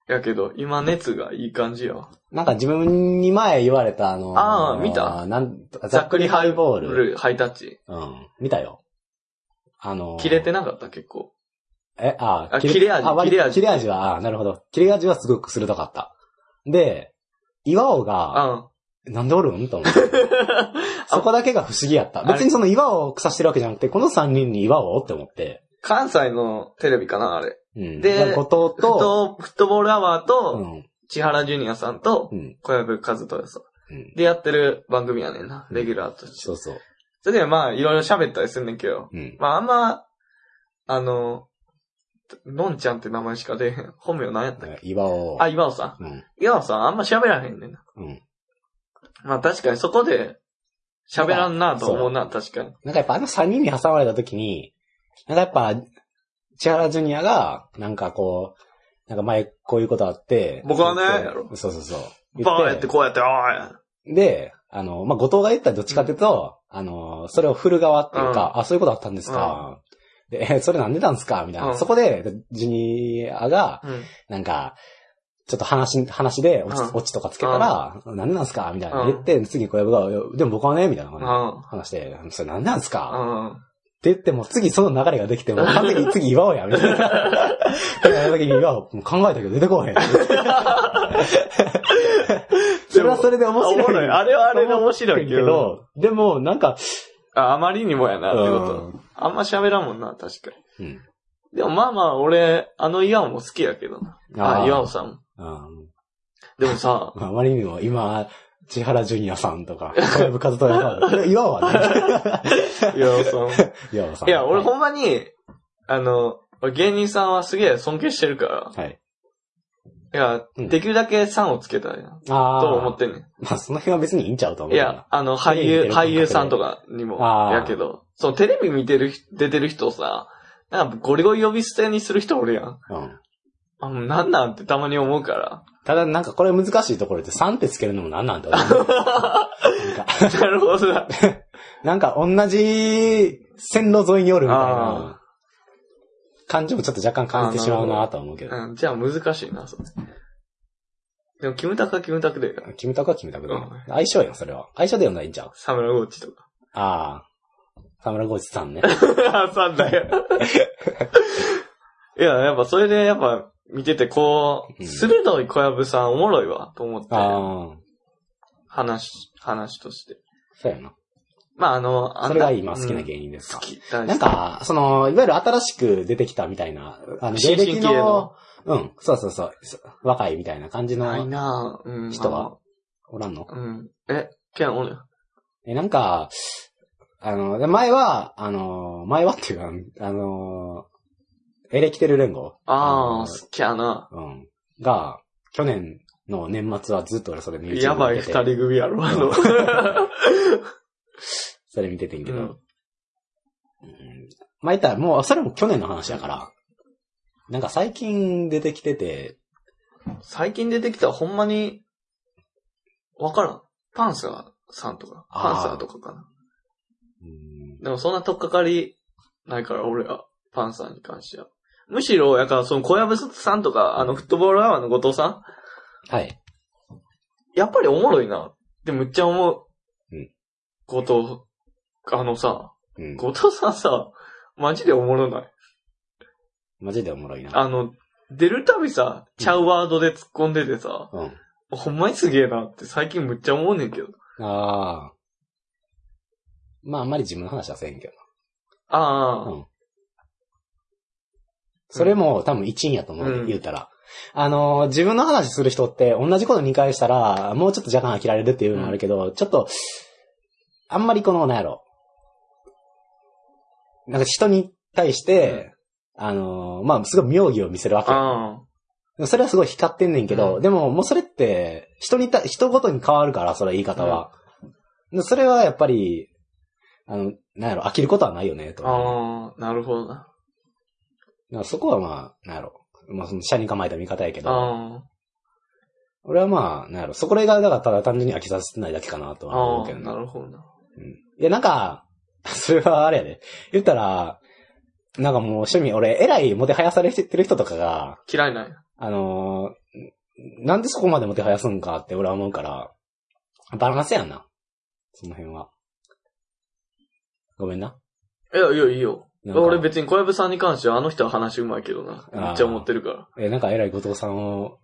S1: やけど、今熱がいい感じよ。
S2: なんか自分に前言われたあのー
S1: あー見た
S2: なんざっくりハイボール。
S1: ルハイタッチ。
S2: うん。見たよ。あのー
S1: 切れてなかった、結構。
S2: え、あ
S1: あ切れ味
S2: あ割と
S1: 切れ味
S2: 切れ味は、あなるほど。切れ味はすごく鋭かった。で、岩尾が、
S1: あ
S2: なんでおるんと思
S1: *laughs*
S2: って。そこだけが不思議やった。別にその岩尾を腐してるわけじゃなくて、この3人に岩尾をって思って。
S1: 関西のテレビかな、あれ。
S2: うん。
S1: で
S2: で、
S1: フ
S2: 後藤
S1: ッ
S2: と、
S1: トフットボールアワー
S2: う
S1: と、
S2: ん。
S1: 千原ジュニアさんと
S2: う、ん。
S1: 小籔和人さん。
S2: うん。
S1: でやってる番組やねんな、レギュラーとして。
S2: そうそう。
S1: それでまあ、いろいろ喋ったりすんねんけど。
S2: うん。
S1: まあ、あんま、あの、のんちゃんって名前しか出えへん。本名なんやったっけ
S2: 岩尾。
S1: あ、岩尾さん。
S2: うん。
S1: 岩尾さんあんま喋らへんねんな。
S2: うん。
S1: まあ確かにそこで喋らんなと思うな、確かに。
S2: なんかやっぱあの3人に挟まれた時に、なんかやっぱ、千原ジュニアが、なんかこう、なんか前こういうことあって。
S1: 僕はね
S2: 言って
S1: やろ
S2: そうそうそう。言
S1: バーやってこうやって、あ
S2: で、あの、まあ、後藤が言ったらどっちかっていうと、あの、それを振る側っていうか、あ、そういうことあったんですか。で、えそれなんでなんですかみたいな。
S1: うん
S2: そこで、ジュニアが、
S1: あや。うん。
S2: なんか、ちょっと話、話で落ち、
S1: うん
S2: 落ちとかつけたら、なんでなんですかみたいな言って、次小籔がいや、でも僕はね、みたいな感じで
S1: う
S2: 話して、それなんでなんですかっ
S1: ん。うん。
S2: て言っても、次その流れができても、完璧に次岩尾や、み
S1: *laughs*
S2: たいな。で、あの時に岩尾、もう考えたけど出てこうへん。それはそれで面白い。
S1: おもろあれはあれで面白いけ
S2: け
S1: ど。
S2: ど、でも、なんか、
S1: あ、あまりにもやな、ってこと。あんま喋らんもんな、確か
S2: うん。
S1: に。でもまあまあ、俺、あの岩尾も好きやけどな。あ、岩尾さんも。
S2: あ
S1: でも
S2: *laughs*
S1: さ、
S2: あまりにも、今、千原ジュニアさんとか、小籔和豊さん、岩尾はね、
S1: 岩尾さんも。
S2: 岩尾さん。
S1: いや、俺
S2: は
S1: ほんまに、あの、俺芸人さんはすげえ尊敬してるか
S2: い。はい。
S1: ら、
S2: う
S1: い
S2: ん
S1: や、できるだけさんをつけたいな、
S2: ああ。
S1: と思ってんね
S2: まあ、その辺は別にいいんちゃうと思
S1: ん。
S2: う。
S1: いや、、あの、俳優
S2: テレビ見て、る感覚
S1: 俳
S2: で
S1: 優さんとかにも
S2: あ、ー
S1: やけど、そのテレビ見てる人、出てる人をさ、なんかゴリゴリ呼び捨てにする人おるやん。
S2: うん。
S1: あもうなんなんってたまに思うから。 *laughs*
S2: ただ、なんかこれ難しいところで3ってつけるのもなんなん
S1: *laughs*
S2: だろう。なんか、
S1: なるほどな。
S2: なんか同じ線路沿いにおるみたいな感じもちょっと若干感じてしまうなとは思うけど。
S1: うん、じゃあ難しいな、それ。でも、キムタクはキムタクで、
S2: キムタクはキムタクだ
S1: うん。
S2: 相性やん、それは。相性で読んだらいいんちゃう
S1: サムラゴッチとか。
S2: ああ。田村浩一
S1: *laughs*
S2: さんね。
S1: 挟んだよ。 *laughs* いや、やっぱそれで、やっぱ見てて、こ
S2: う
S1: う、
S2: ん
S1: 鋭い小籔さんおもろいわ、と思って、
S2: ああ。
S1: 話、話として。
S2: そうやな。
S1: まあ、あの、あん
S2: それが今好きな
S1: 人
S2: 芸人です
S1: 好
S2: か。
S1: き、大
S2: なん
S1: 好
S2: か、その、いわゆる新しく出てきたみたいな、あの、
S1: き。新
S2: 芸
S1: 進
S2: 歴
S1: 気鋭
S2: の
S1: の、。
S2: うん、そうそうそう、そ若いみたいな感じ
S1: ない
S2: の、
S1: なぁ、うん。
S2: 人はおらんの
S1: あのうん。え、ケンおる
S2: え、なんか、あの、で前は、あの、前はっていうか、あの、エレキテル連合。
S1: あ
S2: の
S1: あ、好きやな。
S2: うん。が、去年の年末はずっと俺それ YouTube 見てて。
S1: やばい二人組やろ、あの。
S2: それ見ててんけど。
S1: う *laughs*
S2: うんんまあ、言ったらもう、それも去年の話やから。なんか最近出てきてて、
S1: 最近出てきたほんまに、わからん。パンサーさんとか、
S2: あー
S1: パンサーとかかな。
S2: うん
S1: でもそんなとっかかりないから、俺は、パンサーに関しては。むしろ、やから、その小籔さんとか、あの、フットボールアワーの後藤さん
S2: はい。
S1: やっぱりおもろいな。ってむっちゃ思う。
S2: うん。
S1: 後藤、あのさ、
S2: うん。
S1: 後藤さんさ、マジでおもろない。
S2: マジでおもろいな。
S1: あの、出るたびさ、ちゃうワードで突っ込んでてさ、
S2: うん。
S1: ほんまにすげえなって最近むっちゃ思うねんけど。
S2: ああ。まあ、あんまり自分の話はせんけど。
S1: ああ、
S2: うん。それも多分一員やと思うね、
S1: うん
S2: 言うたら。あのー、自分の話する人って同じこと2回したら、もうちょっと若干飽きられるっていうのもあるけど、ちょっと、あんまりこの、なんやろ。なんか人に対して、あのー、まあ、すごい妙義を見せるわけ。
S1: あ
S2: それはすごい光ってんねんけど、
S1: う
S2: でももうそれって、人にた、人ごとに変わるから、それ言い方は。でそれはやっぱり、あの、なんやろ、飽きることはないよね、
S1: あ、
S2: と。
S1: ああ、なるほどな。
S2: だからそこはまあ、なんやろ。まあ、その、社に構えた見方やけど、
S1: あ
S2: 俺はまあ、なんやろ。そこらが、だからただ単純に飽きさせてないだけかなと
S1: あ、
S2: は
S1: あ
S2: 思う
S1: あ、
S2: けど
S1: な
S2: な。
S1: るほどな。
S2: いや、なんか、 *laughs* それはあれやで。言ったら、なんかもう趣味、俺、えらいもてはやされてる人とかが、
S1: 嫌いなんや。
S2: あのーんなんでそこまでもてはやすんかって俺は思うから、バランスやんな。その辺は。ごめんな。
S1: いや、いや、いいよ。
S2: なんか
S1: 俺別に小籔さんに関してはあの人は話うまいけどな。
S2: あー
S1: めっちゃ思ってるから。
S2: え、なんか偉い後藤さんを、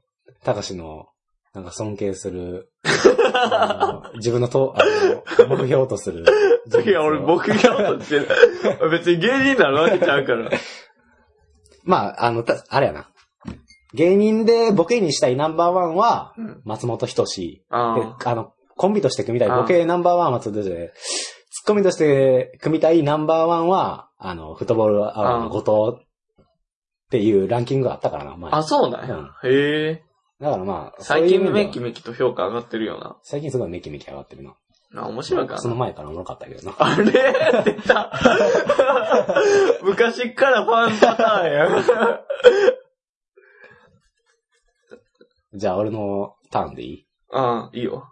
S2: たかしの、なんか尊敬する、あの自分のと、あの、目標とする。
S1: いや、俺、僕が思ってる。 *laughs* 別に芸人になるわけちゃうから。
S2: まあ、あの、た、あれやな。芸人でボケにしたいナンバーワンは、
S1: うん。
S2: 松本人志。で *laughs*
S1: あ、
S2: あの、コンビとして組みたい
S1: あー
S2: ボケナンバーワンは松本人志で、ツッコミとして組みたいナンバーワンは、あの、フットボールアワーの後藤っていうランキングがあったからな、前。
S1: あ。あ、そうなんや。へえ。
S2: だからまあ、
S1: 最近
S2: そういう意味で
S1: メ
S2: は
S1: キメキと評価上がってるよ
S2: 最近すごいメキメキ上がってるな。
S1: な。な、面白いか
S2: その
S1: な。
S2: 前からおもろかったけどな。
S1: あれ出た *laughs* 昔っからファンパターンや。
S2: じゃあ俺のターンでいい
S1: ああ、いいよ。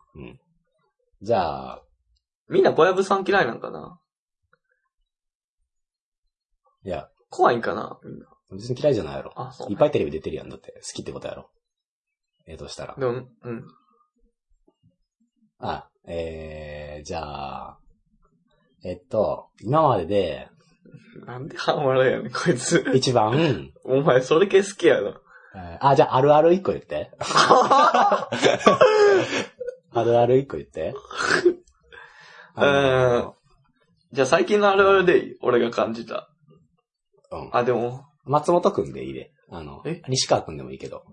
S2: じゃあ、
S1: みんな小籔さん嫌いなんかない
S2: や、
S1: 怖いんかなみんな。
S2: 別に嫌いじゃないやろ。
S1: あ、そう
S2: いっ。ぱいテレビ出てるやんだって。好きってことやろ。えー、としたら。
S1: でも、うん。
S2: あ、えー、じゃあ、えっと、今までで
S1: なんで半笑いやねん、こいつ。 *laughs*
S2: 一番、
S1: お前、それ系好きやな。
S2: えーあ、じゃああるある一個言って。 *laughs* あるある一個言って。あの
S1: じゃあ最近のあるあるでいい俺が感じた。
S2: うん
S1: あ、でも、
S2: 松本くんでいいで。あの
S1: え、
S2: 西川くんでもいいけど。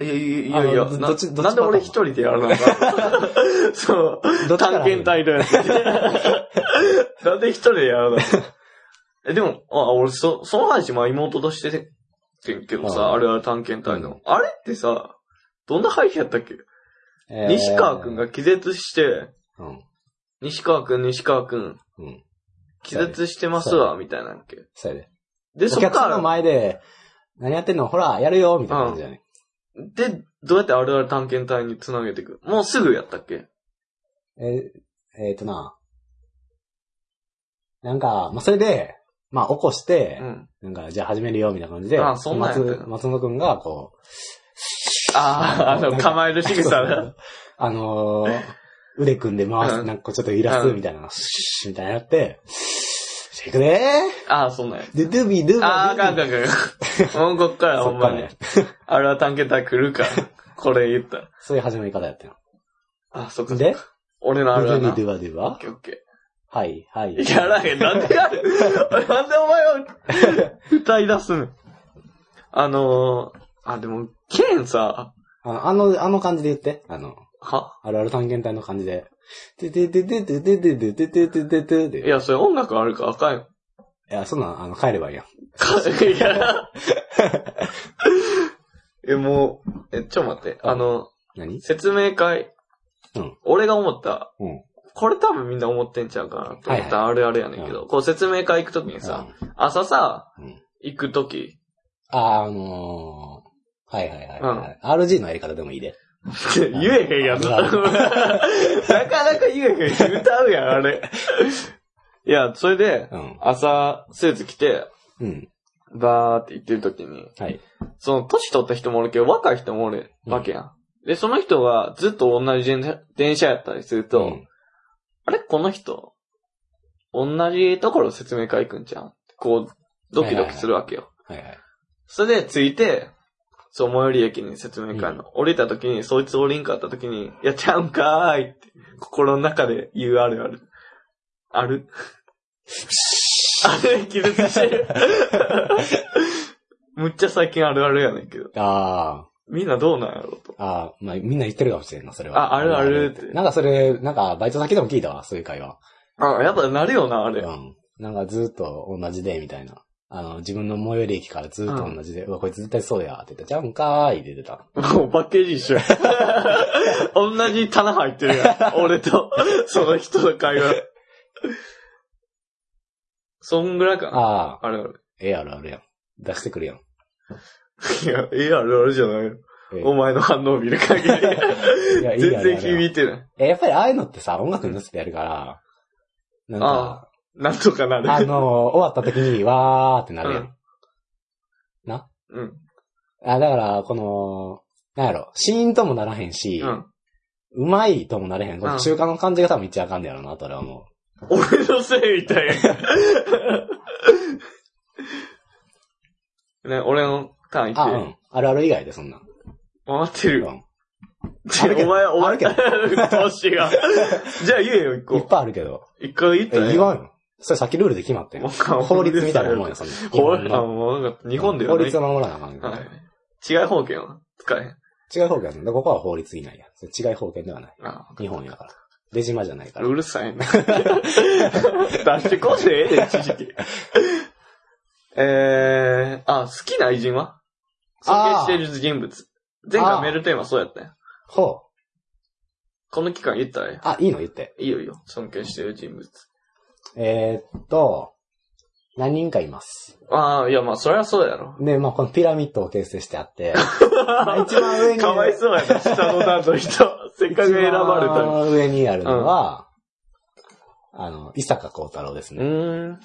S1: いやいやいやい
S2: あ
S1: や、
S2: の
S1: な
S2: どっちどっち
S1: なんで俺
S2: パ
S1: 一
S2: タ
S1: 人でやらなあか
S2: *laughs*
S1: んそう、
S2: どっちから
S1: 探検隊のやつ。なんで一人でやらなあか
S2: *laughs*
S1: んえ、でも、あ、俺、そ、その話、まあ妹としててんけど
S2: あ
S1: さ、
S2: あ
S1: あれは探検隊
S2: う
S1: の。あれってさ、どんな背景やったっけ
S2: えー
S1: 西川くんが気絶して、
S2: うん。
S1: 西川くん、西川くん、
S2: うん。
S1: 気絶してますわ、みたいなんやっけ。
S2: そうやで。
S1: で、
S2: お
S1: そっ
S2: 客
S1: か
S2: さんの
S1: ら、
S2: 前で、何やってんのほら、やるよみたいな感じだね。
S1: で、どうやってあるある探検隊に繋げていくもうすぐやったっけ
S2: えー、えーとな。なんか、まあ、それで、まあ、起こして
S1: う、ん。
S2: なんか、じゃあ始めるよ、みたいな感じで、
S1: あそんなんやったよ
S2: 松松本くんが、こ
S1: ああ、あ
S2: な
S1: の、
S2: *laughs* んか
S1: 構える
S2: う、
S1: 仕草だ。
S2: *laughs* あのー、腕組んで回す、
S1: うん
S2: なんかこうちょっと揺らす、
S1: うん
S2: みたいな、シュッみたいなのやって、シェイクで
S1: ああ、そんなんや。
S2: ードゥドゥビードゥビー
S1: ああ、あかんあかんあか
S2: *laughs*
S1: ん。もうこっからほ
S2: そ
S1: ん
S2: っか
S1: ま
S2: ら
S1: に
S2: や。
S1: あれは探検隊来るから。これ言ったら。
S2: そういう始まり方やったよ。
S1: あ、そっか。
S2: で、
S1: 俺の
S2: ド
S1: あ
S2: ゥ
S1: る
S2: ド
S1: あ
S2: ゥ
S1: る
S2: ビ
S1: な。
S2: ー
S1: オ
S2: ドゥバドゥ
S1: ッ
S2: バ
S1: ケーオッケ
S2: はい、はい。
S1: ー。やらへん。なんでやるなんでお前は、歌い出すのあのー、あ、でも、ケンさ、
S2: あの、あの、あの感じで言って、あの、
S1: は
S2: あるある探検隊の感じで。てててててててててててててて。
S1: いや、それ音楽あるからあかんよ。
S2: いや、そんなん、あの、帰ればいいやん。
S1: いや。え、もう、え、ちょ、待って。あの、
S2: 何
S1: 説明会。
S2: うん
S1: 俺が思った。
S2: うん
S1: これ多分みんな思ってんちゃうかなと思ったあるあるやねんけど、こう説明会行くときにさ、
S2: うん
S1: 朝さ、
S2: うん
S1: 行くとき、
S2: あー、あのー、はいはいはいはい。RG のやり方でもいいで。
S1: *laughs* 言えへんやつ。なかなか言えへんし。歌うやん、あれ。 *laughs* いや、それで、
S2: うん。
S1: 朝、スーツ着て、
S2: うん。
S1: バーって行ってる時に、
S2: はい。
S1: その、年取った人もおるけど、若い人もおるわけやん。で、その人がずっと同じ電車電車やったりすると、
S2: うん
S1: あれこの人、同じところ説明会行くんじゃんこう、ドキドキするわけよ。
S2: はいはい。
S1: それで着いて、そう、最寄り駅に説明会の、降りた時に、そいつ降りんかった時に、やっちゃうんかーいって、心の中で言うあるある。あ *laughs* るあれ、気絶してる。 *laughs* むっちゃ最近あるあるやねんけど。
S2: あ
S1: みんなどうなんやろと。
S2: ー、あー、まあ、みんな言ってるかもしれんな、それは。
S1: ああるあるって
S2: なんかそれ、なんか、バイト先でも聞いたわ、そういう会話。
S1: あ、やっぱなるよな、あ
S2: う
S1: れ。
S2: ん。なんかずっと同じで、みたいな。あの、自分の最寄り駅からずっと同じで、うわ、こいつ絶対そうや、って言った。じゃうんかーい、って出てた。
S1: もうパッケージ一緒や。 *laughs* 同じ棚入ってる *laughs* やん。俺と、その人の会話。そんぐらいかな。
S2: あ
S1: あれあれ。
S2: ー、ええあるあるやん。出してくるやん。
S1: いや、ええあるあるじゃないよ。
S2: ええ
S1: お前の反応を見る
S2: *laughs*
S1: 限り。
S2: いやいいあ
S1: 全
S2: る
S1: 然響いてない。
S2: え、やっぱりああいうのってさ、音楽に乗せてやるから、なんか、
S1: なんとかな
S2: あ
S1: る。
S2: の終わった時に、わーってなるやん。な
S1: うん。
S2: あ、だから、この、なんやろ、シーンともならへんし、
S1: う。
S2: うんまいともなれへん。こ
S1: うん
S2: の中間の感じが多分一番あかんねやろうな、と俺は思う。
S1: 俺のせいみ
S2: *laughs*
S1: たいや。ね、俺のターン行
S2: あ、
S1: っ
S2: う
S1: てる。
S2: ん。あるある以外で、そんなん。
S1: 回ってる
S2: う
S1: よ。
S2: ん。
S1: ちょお前、お前、 *laughs* 年が。じゃあ言えよ、一
S2: いっ
S1: 個。
S2: ぱいあるけど。
S1: 一回言っ
S2: え、
S1: たらええ
S2: 言わんよ。それさっきルールで決まっ
S1: *laughs*
S2: てん。
S1: わかんない
S2: 法律みたいなもんや、そんな。
S1: *laughs* 法律
S2: 日
S1: は
S2: 本の
S1: もう分かった日本では
S2: 法
S1: ね
S2: 律。は守らなあかんから。
S1: はい。違い方権は使えへん。
S2: 違い法権なんだ。ここは法律以内や。それ違い法権ではない。
S1: あ
S2: 日本やから。出島じゃないから。
S1: うるさ *laughs* いな。出してこうでええで、知識。えー、あ、好きな偉人は尊
S2: あー
S1: 敬してる人物。前
S2: あ
S1: 回
S2: ー
S1: メールテーマそうやったやん。
S2: ほう。
S1: この期間言ったらえ
S2: あ、いいの言って。
S1: え。いいよいいよ。尊敬してる人物。
S2: えーっと、何人かいます。
S1: ああ、いや、まあ、そりゃそうやろ。
S2: で、まあ、このピラミッドを形成してあ
S1: *laughs*
S2: って、まあ一番上に、
S1: かわいそうやな、下の段の人。 *laughs* せっかく選ばれた
S2: 一
S1: のに
S2: 番上にあるのは、あの、伊坂幸太郎です
S1: う
S2: ね。
S1: ーん。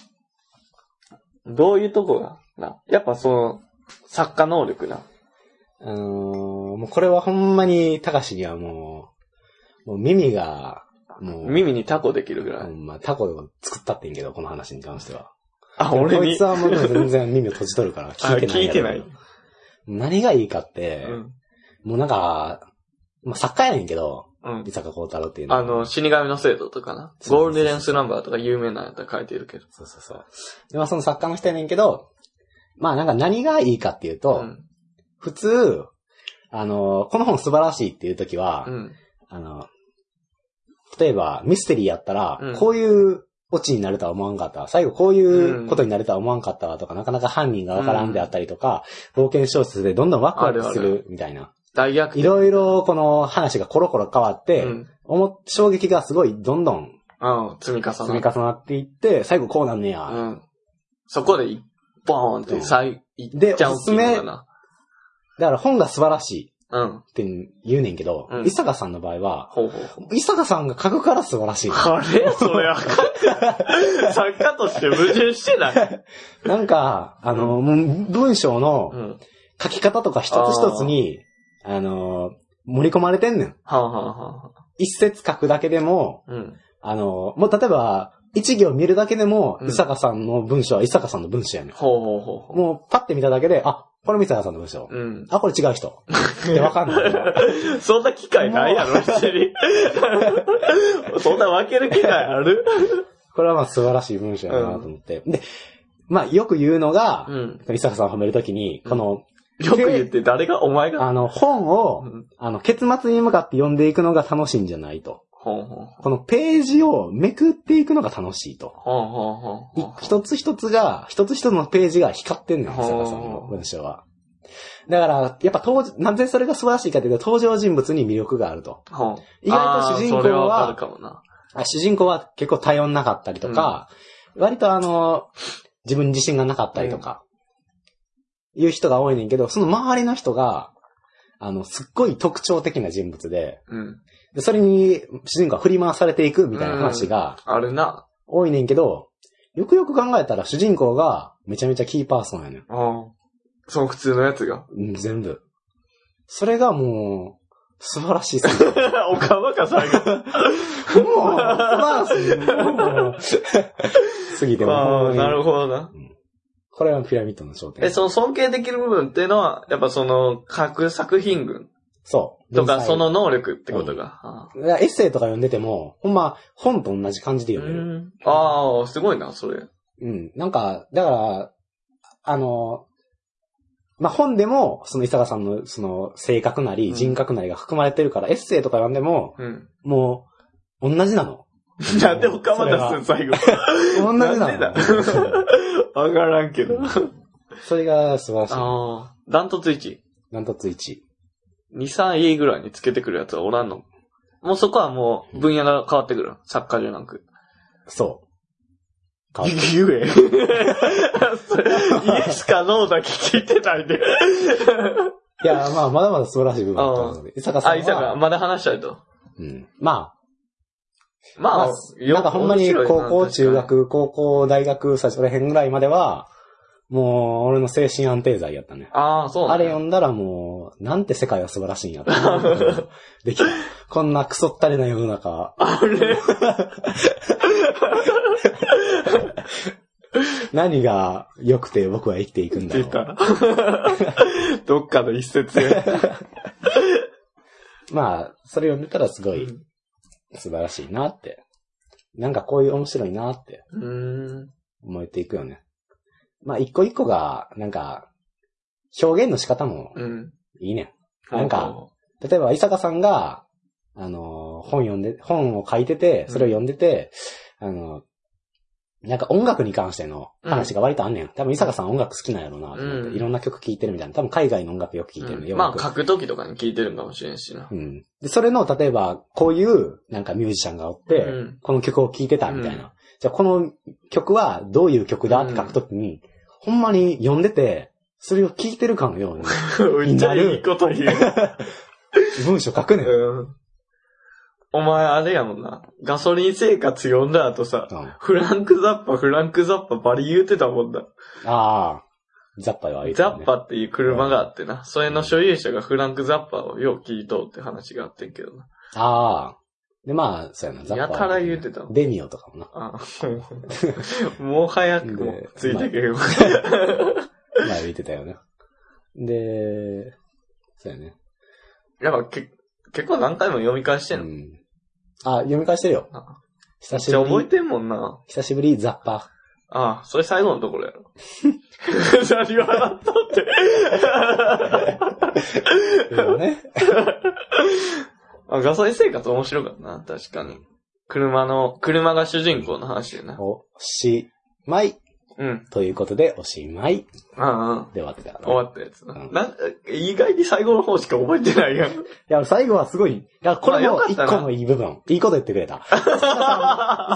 S1: どういうとこがな。やっぱその、作家能力な。
S2: うーん、もうこれはほんまに、高志にはもう、もう耳が、もう、
S1: 耳にタコできるぐら
S2: う
S1: い。
S2: んまあ、タコを作ったってんけど、この話に関しては。
S1: あ、俺
S2: こ
S1: に。
S2: いつはもう全然耳を閉じとるから聞いてないやろ。
S1: *laughs* あ聞いて
S2: 何がいいかって、
S1: うん。
S2: もうなんか、まあ、作家やねんけど、
S1: うん
S2: 伊。坂幸太郎っていうのは
S1: あの、死神の生徒とかな。
S2: そうそうそう
S1: ゴールデンレンスナンバーとか有名なやつは書いてるけど。
S2: そうそうそう。で、まあその作家の人やねんけど、まあなんか何がいいかっていうと、
S1: うん。
S2: 普通、あの、この本素晴らしいっていう時は、
S1: うん。
S2: あの、例えばミステリーやったら、
S1: うん
S2: こういうオチになるとは思わんかったわ。最後こういうことになるとは思わんかったわとか、なかなか犯人がわからんであったりとか、冒険小説でどんどんワクワクす
S1: あるあ
S2: るみたいな。
S1: 大逆転。
S2: いろいろこの話がコロコロ変わって、
S1: うん。
S2: 思っ衝撃がすごいどんどん
S1: うん。積み重
S2: 積み
S1: ね。
S2: 重なっていって、最後こうなんねや。
S1: うん。そこで、ボーンって、最、い
S2: で
S1: っちゃう
S2: おすすめ
S1: っていうのか
S2: だから本が素晴らしい。
S1: な。うん。
S2: って言うねんけど、
S1: うん
S2: 伊坂さんの場合は、
S1: ほうほうほう。
S2: 伊坂さんが書くから素晴らしい。
S1: あれそれあかん。作家として矛盾してない。
S2: なんか、あの、もう文章
S1: う
S2: の
S1: ん。
S2: 書き方とか一つ一つに、あの、盛り込まれてんねん。
S1: はあ、はあはあはあ、
S2: 一節書くだけでも、
S1: うん。
S2: あの、もう例えば、一行見るだけでも
S1: う、ん
S2: 伊坂さんの文章は伊坂さんの文章やねん。
S1: ほうほうほうほう。
S2: もうパッて見ただけで、あ、これ伊坂さんの文章。
S1: うん。
S2: あ、これ違う人。ってわか
S1: *laughs*
S2: んない。
S1: そんな機会ないやろ、別
S2: *laughs*
S1: に。そんな分ける機会ある
S2: これはまあ素晴らしい文章やなと思って。で、まあよく言うのが、
S1: うん。
S2: 伊坂さんを褒めるときに、この、
S1: よく言って、誰が、お前が。
S2: あの、本を
S1: う、ん
S2: あの、結末に向かって読んでいくのが楽しいんじゃないと。
S1: ほうほう。
S2: このページをめくっていくのが楽しいと。
S1: ほうほうほう
S2: い
S1: ほう。
S2: 一つ一つが、一つ一つのページが光ってんのよ、
S1: ほう
S2: 坂さんの文章は。だから、やっぱ登場、なぜそれが素晴らしいかというと、登場人物に魅力があると。
S1: ほう
S2: 意外と主
S1: あー
S2: 人公は
S1: それはわかるかもな。
S2: あ主人公は結構頼んなかったりとか、割とあの、自分に自信がなかったりとか、いう人が多いねんけど、その周りの人が、あの、すっごい特徴的な人物で、
S1: うん。
S2: でそれに主人公は振り回されていくみたいな話が
S1: あるな。
S2: 多いねんけど、よくよく考えたら主人公がめちゃめちゃキーパーソンやねん。
S1: うん。その普通のやつが。
S2: うん全部。それがもう、素晴らしいっ
S1: *laughs*
S2: すね。
S1: *laughs* おかまかさん *laughs* が。
S2: もう、素晴らしい。もうすぎてもうほん
S1: あ
S2: ま
S1: あ、
S2: に
S1: なるほどな。
S2: これはピラミッドの焦点。
S1: え、その尊敬できる部分っていうのは、やっぱその、各作品群
S2: そう。
S1: とか、
S2: 文才
S1: そ、の能力ってことが。
S2: いやエッセイとか読んでても、ほんま、本と同じ感じで
S1: う
S2: 読める。
S1: ん。ああ、すごいな、それ。
S2: うん。なんか、だから、あの、まあ、本でも、その伊坂さんの、その、性格な
S1: う
S2: り、
S1: ん
S2: 人格なりが含まれてるから、エッセイとか読んでも、
S1: *laughs* うん。
S2: もう、同じなの。
S1: なんでおかま出すん、最後。
S2: 同じなの。
S1: なんでだ *laughs* わからんけど。
S2: *laughs* それが素晴らしい。
S1: ああ、ダントツ1。
S2: なんとつ1。
S1: 2、3位ぐらいにつけてくるやつはおらんの。もうそこはもう分野が変わってくる。作家じゃなく。
S2: そう。変わっ
S1: 言え。それイエスかノーだけ聞いてたんで。
S2: いや、まあ、まだまだ素晴らしい部分だと思うので。伊坂さん
S1: あ、
S2: は。
S1: いさか、まだ話したいと。
S2: うん。まあ、
S1: まあ、よ
S2: なんかほんまに高校、中。学、高校、大学、最初ら辺ぐらいまでは、もう、俺の精神安定剤やったね。
S1: ああ、そう
S2: あ
S1: なんだ
S2: れ読んだらもう、なんて世界は素晴らしいんやって思うこと
S1: *laughs*
S2: ができた。こんなクソったれな世の中。
S1: あれ
S2: 何が良くて僕は生きていくんだ
S1: 出
S2: ろう。 *laughs*
S1: た。どっかの一節へ。
S2: まあ、それ読んでたらすご
S1: う
S2: い素晴らしいなって。なんかこういう面白いなって
S1: ーん。
S2: 思えていくよね。まあ、一個一個が、なんか、表現の仕方も
S1: うん。
S2: いいねん。なんか例えば、伊坂さんが、あのー、本読んで、本を書いてて、それを読んでて、あのー、なんか音楽に関しての話が割とあんねん。多分、伊坂さん音楽好きなんやろうなと思って、
S1: うん
S2: いろんな曲聴いてるみたいな。多分、海外の音楽よく聴いてる
S1: う
S2: ね。
S1: ん
S2: よ
S1: まあ、
S2: く
S1: 書くときとかに聞いてるかもしれんしな
S2: う。ん。で、それの、例えば、こういう、なんかミュージシャンがおって、
S1: うん *laughs*
S2: この曲を聴いてたみたいな。
S1: う
S2: じゃあ、この曲はどういう曲だって書くときに、ほんまに読んでて、それを聴いてるかのよ
S1: *laughs*
S2: うに、
S1: めっちゃいいこと言う。
S2: 文章書くねん。うん
S1: うん。お前あれやもんな。ガソリン生活読んだ後さ、
S2: あ
S1: フランクザッパ、フランクザッパバリ言うてたもんだ。
S2: あー、ザッパは言うてた
S1: ザ
S2: ね
S1: ッパっていう車があってな。それの所有者がフランクザッパをよう聞いとうって話があってんけどな。
S2: ああ。で、まあ、そうやな、
S1: やたら言うてたもん
S2: デニオとかもな。 *laughs*
S1: あもう早くも
S2: で
S1: ついてけよ。
S2: 前言ってたよね。で、そうやね。
S1: *laughs* やっぱけ結構何回も読み返して
S2: うん
S1: の。めっ
S2: ん。あ、読み返してるよ
S1: あ。
S2: 久し
S1: ちゃ覚
S2: ぶ
S1: え
S2: り、
S1: てんもんな。
S2: 久しぶり、ザッ
S1: *laughs*
S2: パ。
S1: ああ、それ最後のところや
S2: *laughs*
S1: ろ。何笑っとって。
S2: ね。
S1: あ、ガソリン生活面白かったな、確かに。車の、車が主人公の話やな。
S2: おしまい。
S1: うん。
S2: ということで、おしまい。
S1: うんうん。
S2: で終わってたから
S1: 終
S2: ね。
S1: わったやつな。
S2: うん
S1: なん意外に最後の方しか覚えてないやん。
S2: いや、最後はすごい、いや、これ
S1: ま
S2: も
S1: あよかっ
S2: 一
S1: たな
S2: 個のいい部分。いいこと言ってくれた。伊坂さん伊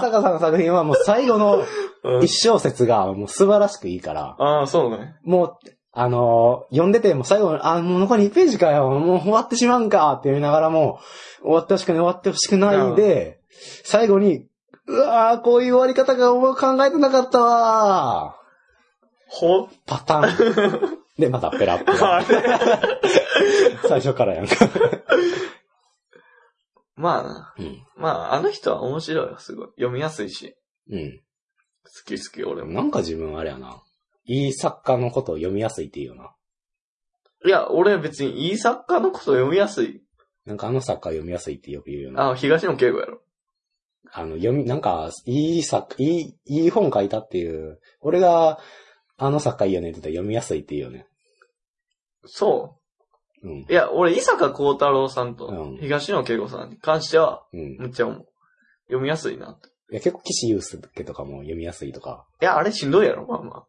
S2: 坂さんの作品はもう最後の
S1: うん
S2: 一小節がもう素晴らしくいいから。
S1: ああ、そうね。
S2: もう、あのー読んでて、もう最後、あー、もう残り1ページかよ、もう終わってしまうんかって言いながらも、終わってほしくない、終わってほしくないで、最後に、うわー、こういう終わり方がもう考えてなかったわ
S1: ほ、
S2: ー。パター
S1: *laughs*
S2: ン。で、またペラペラ。
S1: あれ。
S2: 最初からやんか。
S1: *laughs* まあな。
S2: うん。
S1: まあ、あの人は面白いよ、すごい。読みやすいし。
S2: うん。
S1: 好き好き、俺
S2: でも
S1: も。
S2: なんか自分あれやな。いい作家のことを読みやすいっていうよな。
S1: いや、俺は別にいい作家のこと読みやすい。
S2: なんかあの作家読みやすいってよく言うよな。
S1: ああ、東野圭吾やろ。
S2: あの、読み、なんか、いい作、いい、いい本書いたっていう。俺が、あの作家いいよねって言ったら読みやすいっていうよね。
S1: そ
S2: うん。
S1: いや、俺、伊坂幸太郎さん
S2: う
S1: と
S2: ん
S1: 東野圭吾さんに関しては、
S2: うん。
S1: むっちゃ思う。読みやすいなと。
S2: いや、結構岸優介とかも読みやすいとか。
S1: いや、あれしんどいやろ、まあま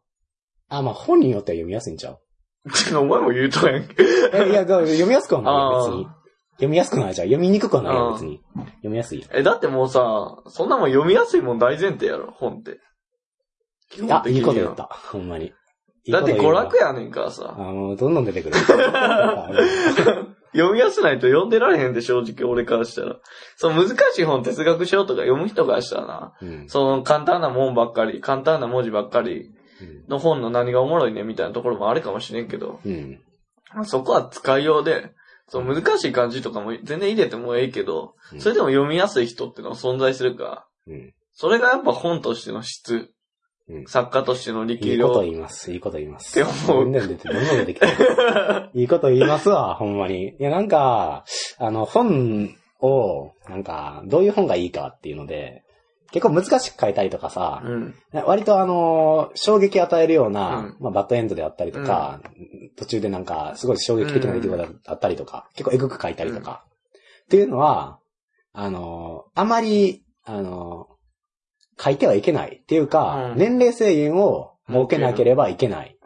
S2: あ、まあ本によっては読みやすいんちゃう *laughs*
S1: あ。て *laughs* かお前も言うとやんけ。
S2: えいや、だから読みやすくはないよ別に
S1: あ。
S2: 読みやすくはないじゃん。読みにくくはないよ
S1: あー
S2: 別に。読みやすいよ。
S1: え、だってもうさ、そんなもん読みやすいもん大前提やろ、本って。基
S2: いや
S1: 本、的
S2: い
S1: に
S2: い
S1: は
S2: こと言った。ほんまに。
S1: だって娯楽
S2: や。
S1: やねんから
S2: あ
S1: さ。
S2: の、どんどん出て
S1: *laughs*
S2: くる。
S1: 読みやすないと読んでられへんで、正直俺からしたら。そう、難しい本哲学書とか読む人からしたらな、
S2: うん。
S1: その簡単なもんばっかり、簡単な文字ばっかり
S2: うん
S1: の本の何がおもろいねみたいなところもあるかもしれんけど、
S2: うん。
S1: まあそこは使いようで、その難しい漢字とかも全然入れてもええけど、それでも読みやすい人ってのは存在するから、
S2: うん
S1: それがやっぱ本としての質、
S2: うん
S1: 作家としての
S2: い
S1: 力
S2: いこと
S1: 量。
S2: 言います。いいこと言います。
S1: でも
S2: どんどん出て、どんどん出てきてる。いいこと言いますわ、ほんまに。いや、なんか、あの、本を、なんか、どういう本がいいかっていうので、結構難しく書いたりとかさ、
S1: *laughs* うん。
S2: 割とあの、衝撃与えるような
S1: うん、
S2: まあ、バッドエンドであったりとか、途中でなんか、すごい衝撃的な出来事だったりとか、結構えぐく書いたりとか、っていうのは、あの、あまり、あの、書いてはいけないっていうか、
S1: うん
S2: 年齢制限を設けなければいけない。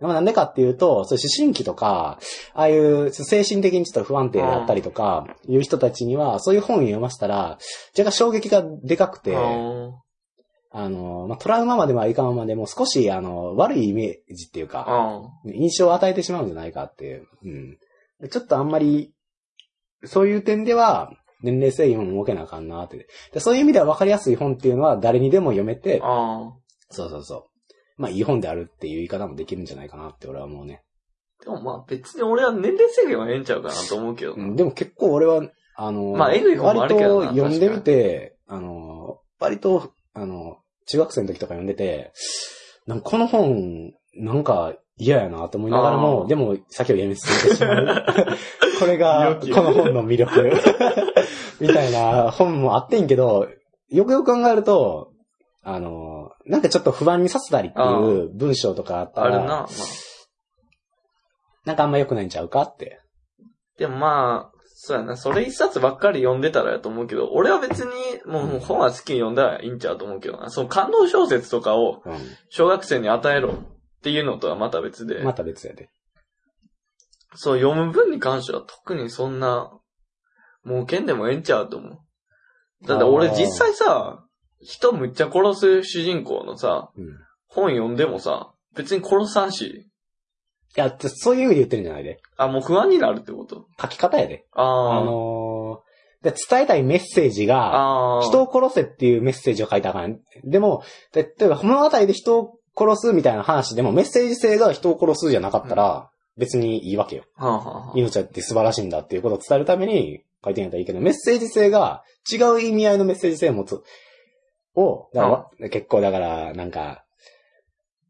S2: まあなんでかっていうと、そういう思春期とか、ああいう精神的にちょっと不安定だったりとか、いう人たちには、そういう本を読ませたら、若干衝撃がでかくて、あの、まあ、トラウマまでもはいかんまでも少し、あの、悪いイメージっていう
S1: あ
S2: か、
S1: ーうん
S2: 印象を与えてしまうんじゃないかっていう。うん。ちょっとあんまり、そういう点では、年齢制限を設けなあかんなって。でそういう意味では分かりやすい本っていうのは誰にでも読めて、
S1: ああ。
S2: そうそうそう。まあ、いい本であるっていう言い方もできるんじゃないかなって俺は思うね。
S1: でもまあ別に俺は年齢制限はええんちゃうかなと思うけど
S2: う
S1: な。
S2: ん、でも結構俺は、あの、
S1: まあえぐい本もあるけどな
S2: 割と読んでみて、あの、割と、あの、中学生の時とか読んでて、なんかこの本、なんか嫌やなと思いながら
S1: あ
S2: も、
S1: ー
S2: でも先を読み進めてしまう。 *laughs* これが、
S1: 良き
S2: この本の魅力。 *laughs* みたいな本もあってんけど、よくよく考えると、あの、なんかちょっと不安にさせたりっていう文章とかあった
S1: ある
S2: ら、
S1: な。まあ、
S2: なんかあんま良くないんちゃうかって。
S1: でもまあ、そうやな。それ一冊ばっかり読んでたらやと思うけど、俺は別にもうもう本は好きに読んだらいいんちゃうと思うけどな。その感動小説とかを
S2: うん。
S1: 小学生に与えろっていうのとはまた別で、
S2: また別やで。
S1: そう読む分に関しては特にそんな、儲けんでもええんちゃうと思う。だって俺実際さ、人むっちゃ殺す主人公のさ、
S2: うん。い
S1: 本読んでもさ、別に殺さんし、
S2: や、ちょそういう意味で言ってるんじゃないで。
S1: あ、もう不安になるってこと
S2: 書き方やで。
S1: あ
S2: あ
S1: あ。
S2: のーで伝えたいメッセージが、
S1: ああ。
S2: 人を殺せっていうメッセージを書いたらあかん。でも、例えば物語で人を殺すみたいな話でもメッセージ性が人を殺すじゃなかったら、別にいいわけよ。
S1: はあはあはあ
S2: 命だって素晴らしいんだっていうことを伝えるために書いてんやったらいいけど、メッセージ性が違う意味合いのメッセージ性を持つ。を、だから結構だから、なんか、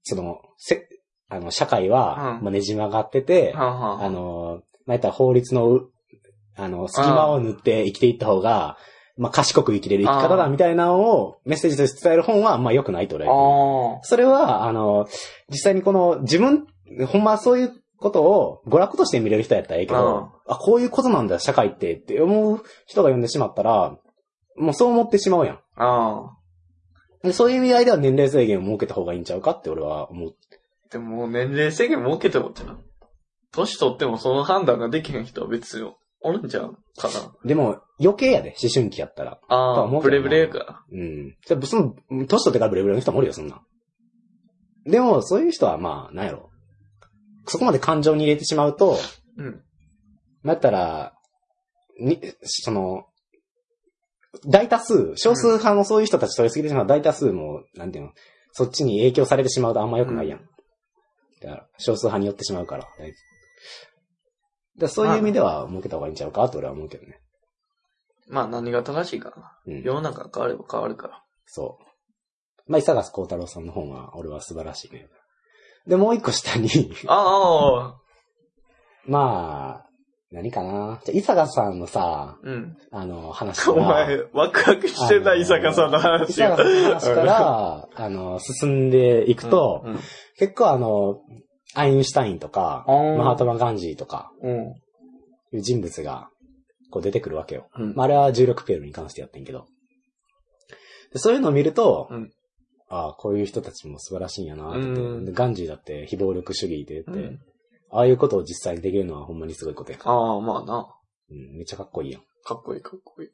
S2: その、せ、あの、社会は、
S1: うん
S2: まあねじ曲がってて、
S1: はあはあ
S2: あの、まあ、言ったら法律のう、あの、隙間を縫って生きていった方が、まあ、賢く生きれる生き方だみたいなのをメッセージとして伝える本は、まあ、良くないと俺は言ってる
S1: あ
S2: それは、あの、実際にこの自分、ほんまそういうことを娯楽として見れる人やったらいいけど、あ、こういうことなんだ、社会ってって思う人が読んでしまったら、もうそう思ってしまうやん。
S1: あ。ああ。
S2: でそういう意味合いでは年齢制限を設けた方がいいんちゃうかって俺は思う。
S1: でももう年齢制限設けてもってな。年取ってもその判断ができへん人は別におるんちゃうかな。
S2: でも、余計やで、思春期やったら。とは
S1: あ
S2: 思
S1: あ、
S2: うけ
S1: ブレ
S2: ど
S1: ブ
S2: な
S1: レやか
S2: うん。それその、年取ってからブレブレの人もおるよ、そんなん。でも、そういう人はまあ、なんやろ。そこまで感情に入れてしまうと、
S1: ら。うん。
S2: だったら、に、その、大多数、少数派のそういう人たち取りすぎてしまう大多数も、なんていうの、そっちに影響されてしまうとあんま良くないやん。だから、少数派によってしまうから。だいぶだからそういう意味では、設けた方がいいんちゃうかと俺は思うけどね。
S1: まあ何が正しいかな。
S2: うん。
S1: 世の中変われば変わるから。
S2: そう。まあ、伊佐幸太郎さんの本は、俺は素晴らしいね。で、もう一個下に、
S1: ああああ、
S2: *laughs* まあ、何かな。じゃあ、伊佐さんのさ、
S1: うん。
S2: あの、
S1: *laughs*
S2: 話
S1: お
S2: が
S1: 前、ワクワクして
S2: あ
S1: た
S2: のー
S1: 伊坂さんの
S2: 伊
S1: 話
S2: 佐さん
S1: を
S2: の話から、あの、進んでいくと、
S1: うんうん
S2: 結構あの、アインシュタインとか、
S1: あー
S2: マハトマ・ガンジーとか、
S1: うん。
S2: いう人物が、こう出てくるわけよ。
S1: うん。
S2: まあ、あれは重力ペールに関してやってんけど。でそういうのを見ると、
S1: うん
S2: ああ、こういう人たちも素晴らしいんやなって言って、
S1: うん
S2: でガンジーだって非暴力主義で言って、
S1: うん
S2: ああいうことを実際にできるのはほんまにすごいことやから。
S1: ああ、まあな。
S2: うん、めっちゃかっこいいやん。
S1: かっこいいかっこいい。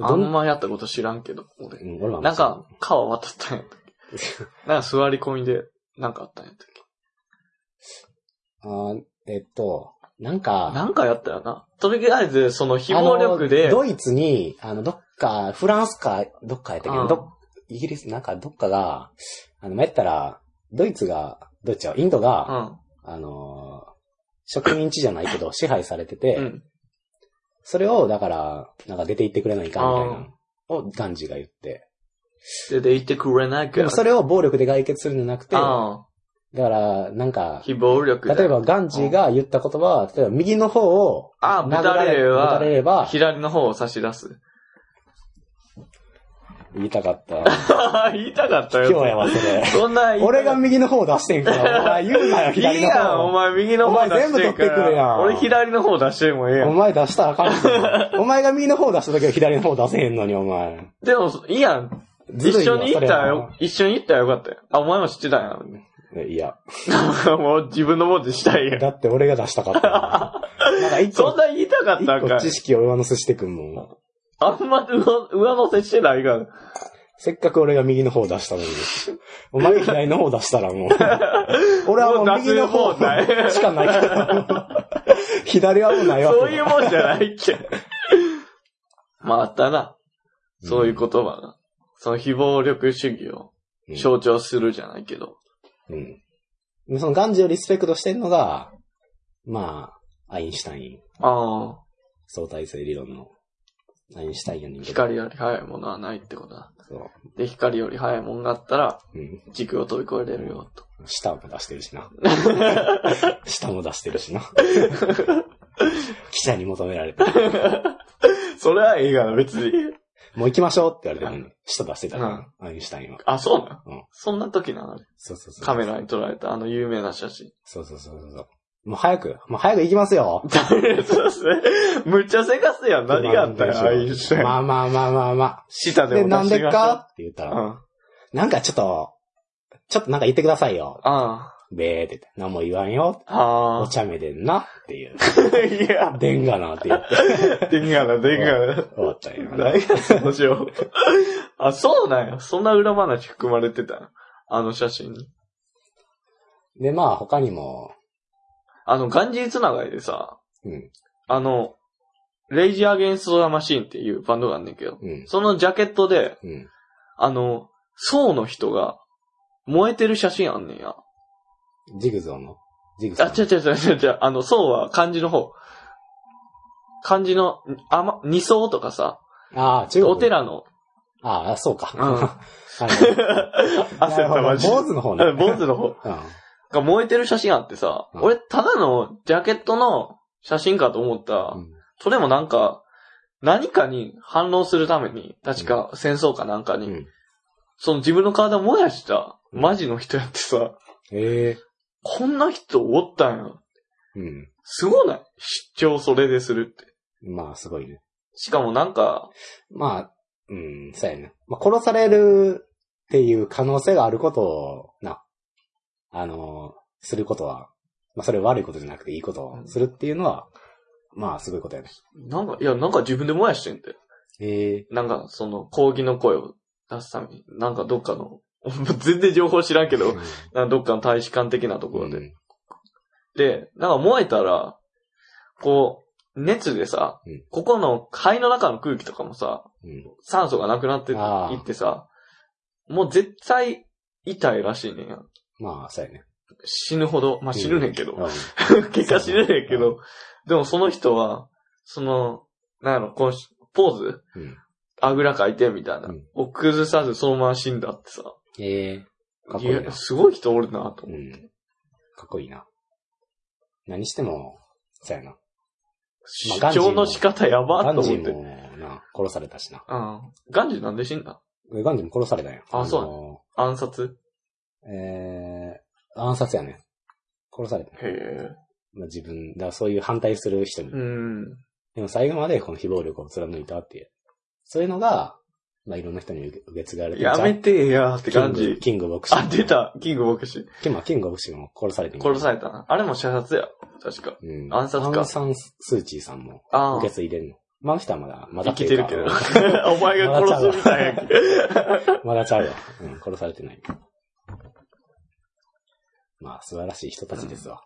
S1: あ
S2: ど
S1: ん
S2: ん
S1: まやったこと知らんけど、俺。
S2: うん、俺は
S1: なんか、川渡ったんやったっ
S2: *laughs*
S1: けなんか座り込みで、なんかあったんやったっけ
S2: あー、えっと、なんか、
S1: なんかやったよな。とりあえず、その非暴力
S2: あ
S1: で、
S2: のドイツに、あの、どっか、フランスか、どっかやったっけ
S1: う
S2: ど、
S1: ん
S2: どイギリス、なんかどっかが、あの、まあ、やったら、ドイツが、ドイツは、インド
S1: う
S2: が、
S1: ん。
S2: あのー植民地じゃない
S1: *laughs*
S2: けど、支配されてて、
S1: うん。
S2: それを、だから、なんか出て行ってくれないか、みたいな
S1: あ
S2: のをガンジーが言って。
S1: で、で、言ってくれないか
S2: で
S1: ら。
S2: もそれを暴力で解決するんじゃなくて、だ
S1: あ
S2: から、なん
S1: あ、
S2: か、
S1: 非暴力で。
S2: 例えばガンジーが言った言葉は、例えば右の方を、
S1: ああ、ぶたれれ
S2: ぶた
S1: は
S2: れ、れば、
S1: 左の方を差し出す。
S2: 言いたかった。
S1: *laughs* 言いたかったよ。
S2: 今日やわ、そ
S1: *laughs*
S2: れ。
S1: そんな言いたか
S2: 俺が右の方出して
S1: *laughs*
S2: んから、お前言うなよ、
S1: いい
S2: 左の方。
S1: やん、お前右の方出してんか
S2: お前全部取ってくるや
S1: ら。
S2: ん
S1: 俺左の方出してもええや
S2: お
S1: ん。
S2: 前出したらあか
S1: *laughs*
S2: んぞ。お前が右の方出した時は左の方出せへんのに、お前。
S1: でも、いいやん。
S2: ずる
S1: 一
S2: いよ
S1: 緒に行ったらよ、一緒に行ったらよかったよ。あ、お前も知ってたんや。
S2: それはいや。
S1: *laughs* もう自分のもんでした *laughs* いやん。
S2: だって俺が出したかったもん。なんか
S1: *laughs*
S2: 一
S1: そん
S2: 個、
S1: な言いたかった
S2: 一
S1: んか
S2: 個
S1: い
S2: 知識を上乗せしてくんもん。
S1: あんま上上乗せしてないから。
S2: せっかく俺が右の方出したのに。お前が左の方出したらもう。
S1: *laughs*
S2: 俺はもう右の方
S1: もう出せるもんない
S2: しかないから。左はもうないわけ
S1: そういうもんじゃないっ
S2: *laughs*
S1: け。まああったな。そういう言葉が。その非暴力主義を
S2: うん
S1: 象徴するじゃないけど。
S2: うん。でそのガンジーをリスペクトしてんのが、まあ、アインシュタイン、
S1: ああ、
S2: 相対性理論のアインシュタインやねんけど。
S1: 光より速いものはないってことだ。
S2: そう。
S1: で、光より速いもんがあったら、
S2: うん。
S1: 時空を飛び越えれるよ、と。
S2: 舌も出してるし
S1: *laughs*
S2: な。舌も出してるしな。記者に求められて。
S1: それはいいがな、別に。
S2: もう行きましょうって言われてるのに、舌出してたから、アインシュタインは。
S1: *laughs* あ、そうな
S2: うん
S1: ん、そんな時なの
S2: そうそうそう。
S1: カメラに撮られたあの有名な写真。 *laughs*
S2: そうそうそうそう。もう早く、もう早く行きますよ。
S1: そうですね。むっちゃせかすやん。何があったよ、アインシュタイン。
S2: まあまあまあまあまあ。
S1: 舌で
S2: で、
S1: も
S2: な
S1: 出
S2: ん
S1: し
S2: で
S1: てみましょう
S2: かって言った
S1: う
S2: ら、
S1: ん。あ
S2: なんかちょっと、ちょっとなんか言ってくださいよ。
S1: あ。
S2: べーって言って、何も言わんよ。お
S1: あ
S2: 茶目でんなっ
S1: *laughs*
S2: ていう。
S1: あ。 *laughs* いや、
S2: でんがなって言って
S1: でんがな、でんがな。
S2: 終わったんやな。
S1: 何や、その情報。 *laughs* あ、そうなんや。そんな裏話含まれてたのあの写真に。
S2: で、まあ他にも、
S1: あの、ガンジーつながりでさ、
S2: うん、
S1: あの、レイジアゲンストザマシーンっていうバンドがあんねんけど、
S2: うん、
S1: そのジャケットで、
S2: うん。
S1: あの、層の人が燃えてる写真あんねんや。
S2: ジグゾーのジグゾー
S1: あ、
S2: の
S1: 違う違う違う違う違う。あの、層は漢字の方。漢字の、あま、二層とかさ、
S2: あー、中国。
S1: お。寺の、
S2: ああ、そうか。 *laughs*
S1: うん
S2: あの
S1: 汗
S2: なる
S1: たまじ。
S2: ほど坊主の方ね。
S1: うん坊主の方
S2: うん。
S1: が燃えてる写真あってさ、
S2: うん
S1: 俺、ただのジャケットの写真かと思ったら、
S2: うん
S1: それもなんか、何かに反論するために、確か戦争かなんかに、
S2: うん
S1: その自分の体燃やした、
S2: うん
S1: マジの人やってさ、
S2: ええ。
S1: こんな人おったんや。
S2: うん。
S1: すごない出張それでするって。
S2: まあ、すごいね。
S1: しかもなんか、
S2: まあ、うん、そうやね。まあ、殺されるっていう可能性があることを、な、あの、することは、まあ、それ悪いことじゃなくていいことをするっていうのは、まあ、すごいことやね。
S1: なんか、いや、なんか自分で燃やしてんて。
S2: ええ
S1: なんか、その、抗議の声を出すために、なんかどっかの、 *laughs* 全然情報知らんけど、なんかどっかの大使館的なところで。で、なんか燃えたら、こう、熱でさ、
S2: うん
S1: ここの肺の中の空気とかもさ、
S2: うん。
S1: 酸素がなくなってい
S2: あー
S1: ってさ、もう絶対痛いらしいねんや。
S2: まあ、そうやね。
S1: 死ぬほど、まあ死ぬねんけど、
S2: うん。
S1: *laughs* 結果死ぬねんけど、でもその人は、その、なんやろ、こう、ポーズ
S2: うん
S1: あぐらかいてみたいな
S2: うん。
S1: を崩さずそのまま死んだってさ。
S2: ええかっ
S1: い
S2: こいい
S1: や、
S2: な。
S1: すごい人おるなと
S2: う
S1: 思
S2: ん
S1: って。。
S2: かっこいいな。何しても、そうやな。
S1: 主
S2: まあ
S1: 張の仕方やば
S2: ガ
S1: と
S2: ンジ
S1: 思っ
S2: ー
S1: て。
S2: もな、殺されたしな。
S1: うん。ガンジーなんで死んだ
S2: えガンジーも殺されたんや。
S1: あそう
S2: の
S1: 暗殺
S2: えー、暗殺やね。殺された。
S1: へえ。
S2: まあ、自分、だからそういう反対する人に。
S1: うん。
S2: でも最後までこの非暴力を貫いたっていう。そういうのが、まあ、いろんな人に受け受け継がれてる
S1: やめてやーって
S2: キン
S1: 感
S2: グ、
S1: じ。
S2: キングボクシー。
S1: あ、出たキング牧師。
S2: キング、キングボクシーも殺されて
S1: 殺されたな。あれも射殺や。確か。
S2: れうん。
S1: 暗殺か
S2: アンサンスーチーさんも
S1: ああ
S2: 受け。継いでんの。まあ、あの人はまだ、まだ
S1: 生
S2: って
S1: き
S2: い
S1: て
S2: う
S1: る
S2: か
S1: けど。お前が殺すみたいな。
S2: まだちゃうわ。うん、殺されてない。まあ、素晴らしい人たちですわ。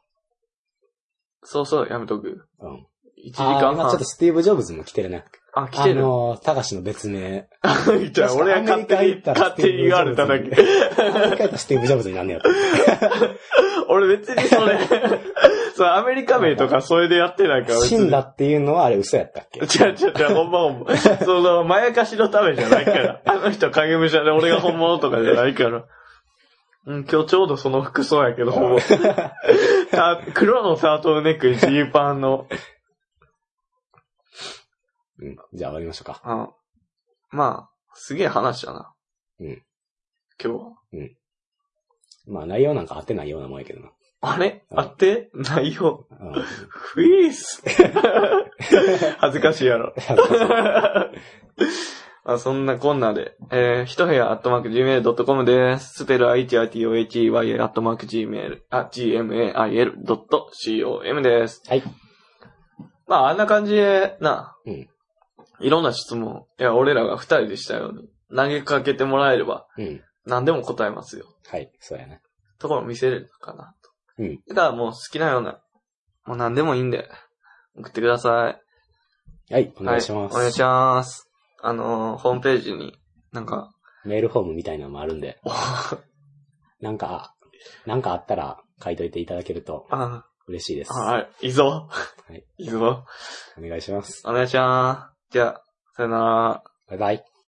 S1: そうそう、やめとく。
S2: うん。
S1: 1時
S2: あ
S1: 間
S2: ーまあ、ちょっ
S1: 半
S2: と。スティーブ・ジョブズも来てるね。
S1: あ、来て
S2: あ
S1: る。
S2: のー、たかしの別名。
S1: *laughs* じゃあ俺は勝手に、勝手に言われただけ。
S2: アメリカ行ったらスティーブ・ジョブズになんねやと。
S1: 俺別にそ
S2: *laughs*
S1: れ、それアメリカ名とかそれでやってないから別
S2: 死
S1: に。
S2: んだっていうのはあれ嘘やったっけ
S1: 違う違う違う、ほんまほん
S2: *laughs*
S1: ま。その、まやかしのためじゃないから。あの人影武者で俺が本物とかじゃないから。うん、今日ちょうどその服装やけ
S2: *laughs*
S1: ど、ほぼ。た黒のタートルネックにジーパンの。
S2: うん。じゃあ終わりましょうか。
S1: あのまあ、すげえ話だな。
S2: うん。
S1: 今日は。
S2: まあ内容なんか合ってないようなもんやけどな。
S1: あれ
S2: うん
S1: あって内容。
S2: うん。
S1: フィース *laughs* 恥ずかしいやろ。ま *laughs* あそんなこんなで、えー、一部屋アットマーク gmail.com です。スペル itohey アットマーク gmail、あ、gmail.com です。
S2: はい。
S1: まああんな感じで、な、
S2: うん
S1: いろんな質問、いや、俺らが二人でしたように、投げかけてもらえれば、
S2: うん。
S1: 何でも答えますよ。
S2: はい、そうやね。
S1: ところ見せれるかなと。
S2: うん。
S1: だからもう好きなような、もう何でもいいんで、送ってください。
S2: はい、お願いします。
S1: はい、お願いします。あのー、ホームページに、なんか、
S2: メールフォームみたいなのもある
S1: *laughs*
S2: んで、
S1: あ
S2: なんか、なんかあったら書いといていただけると
S1: あ、
S2: 嬉しいです。
S1: はい、いいぞ。
S2: はい
S1: いいぞ。
S2: お願いします。
S1: お願いします。じゃあ、さよなら。
S2: バイバイ。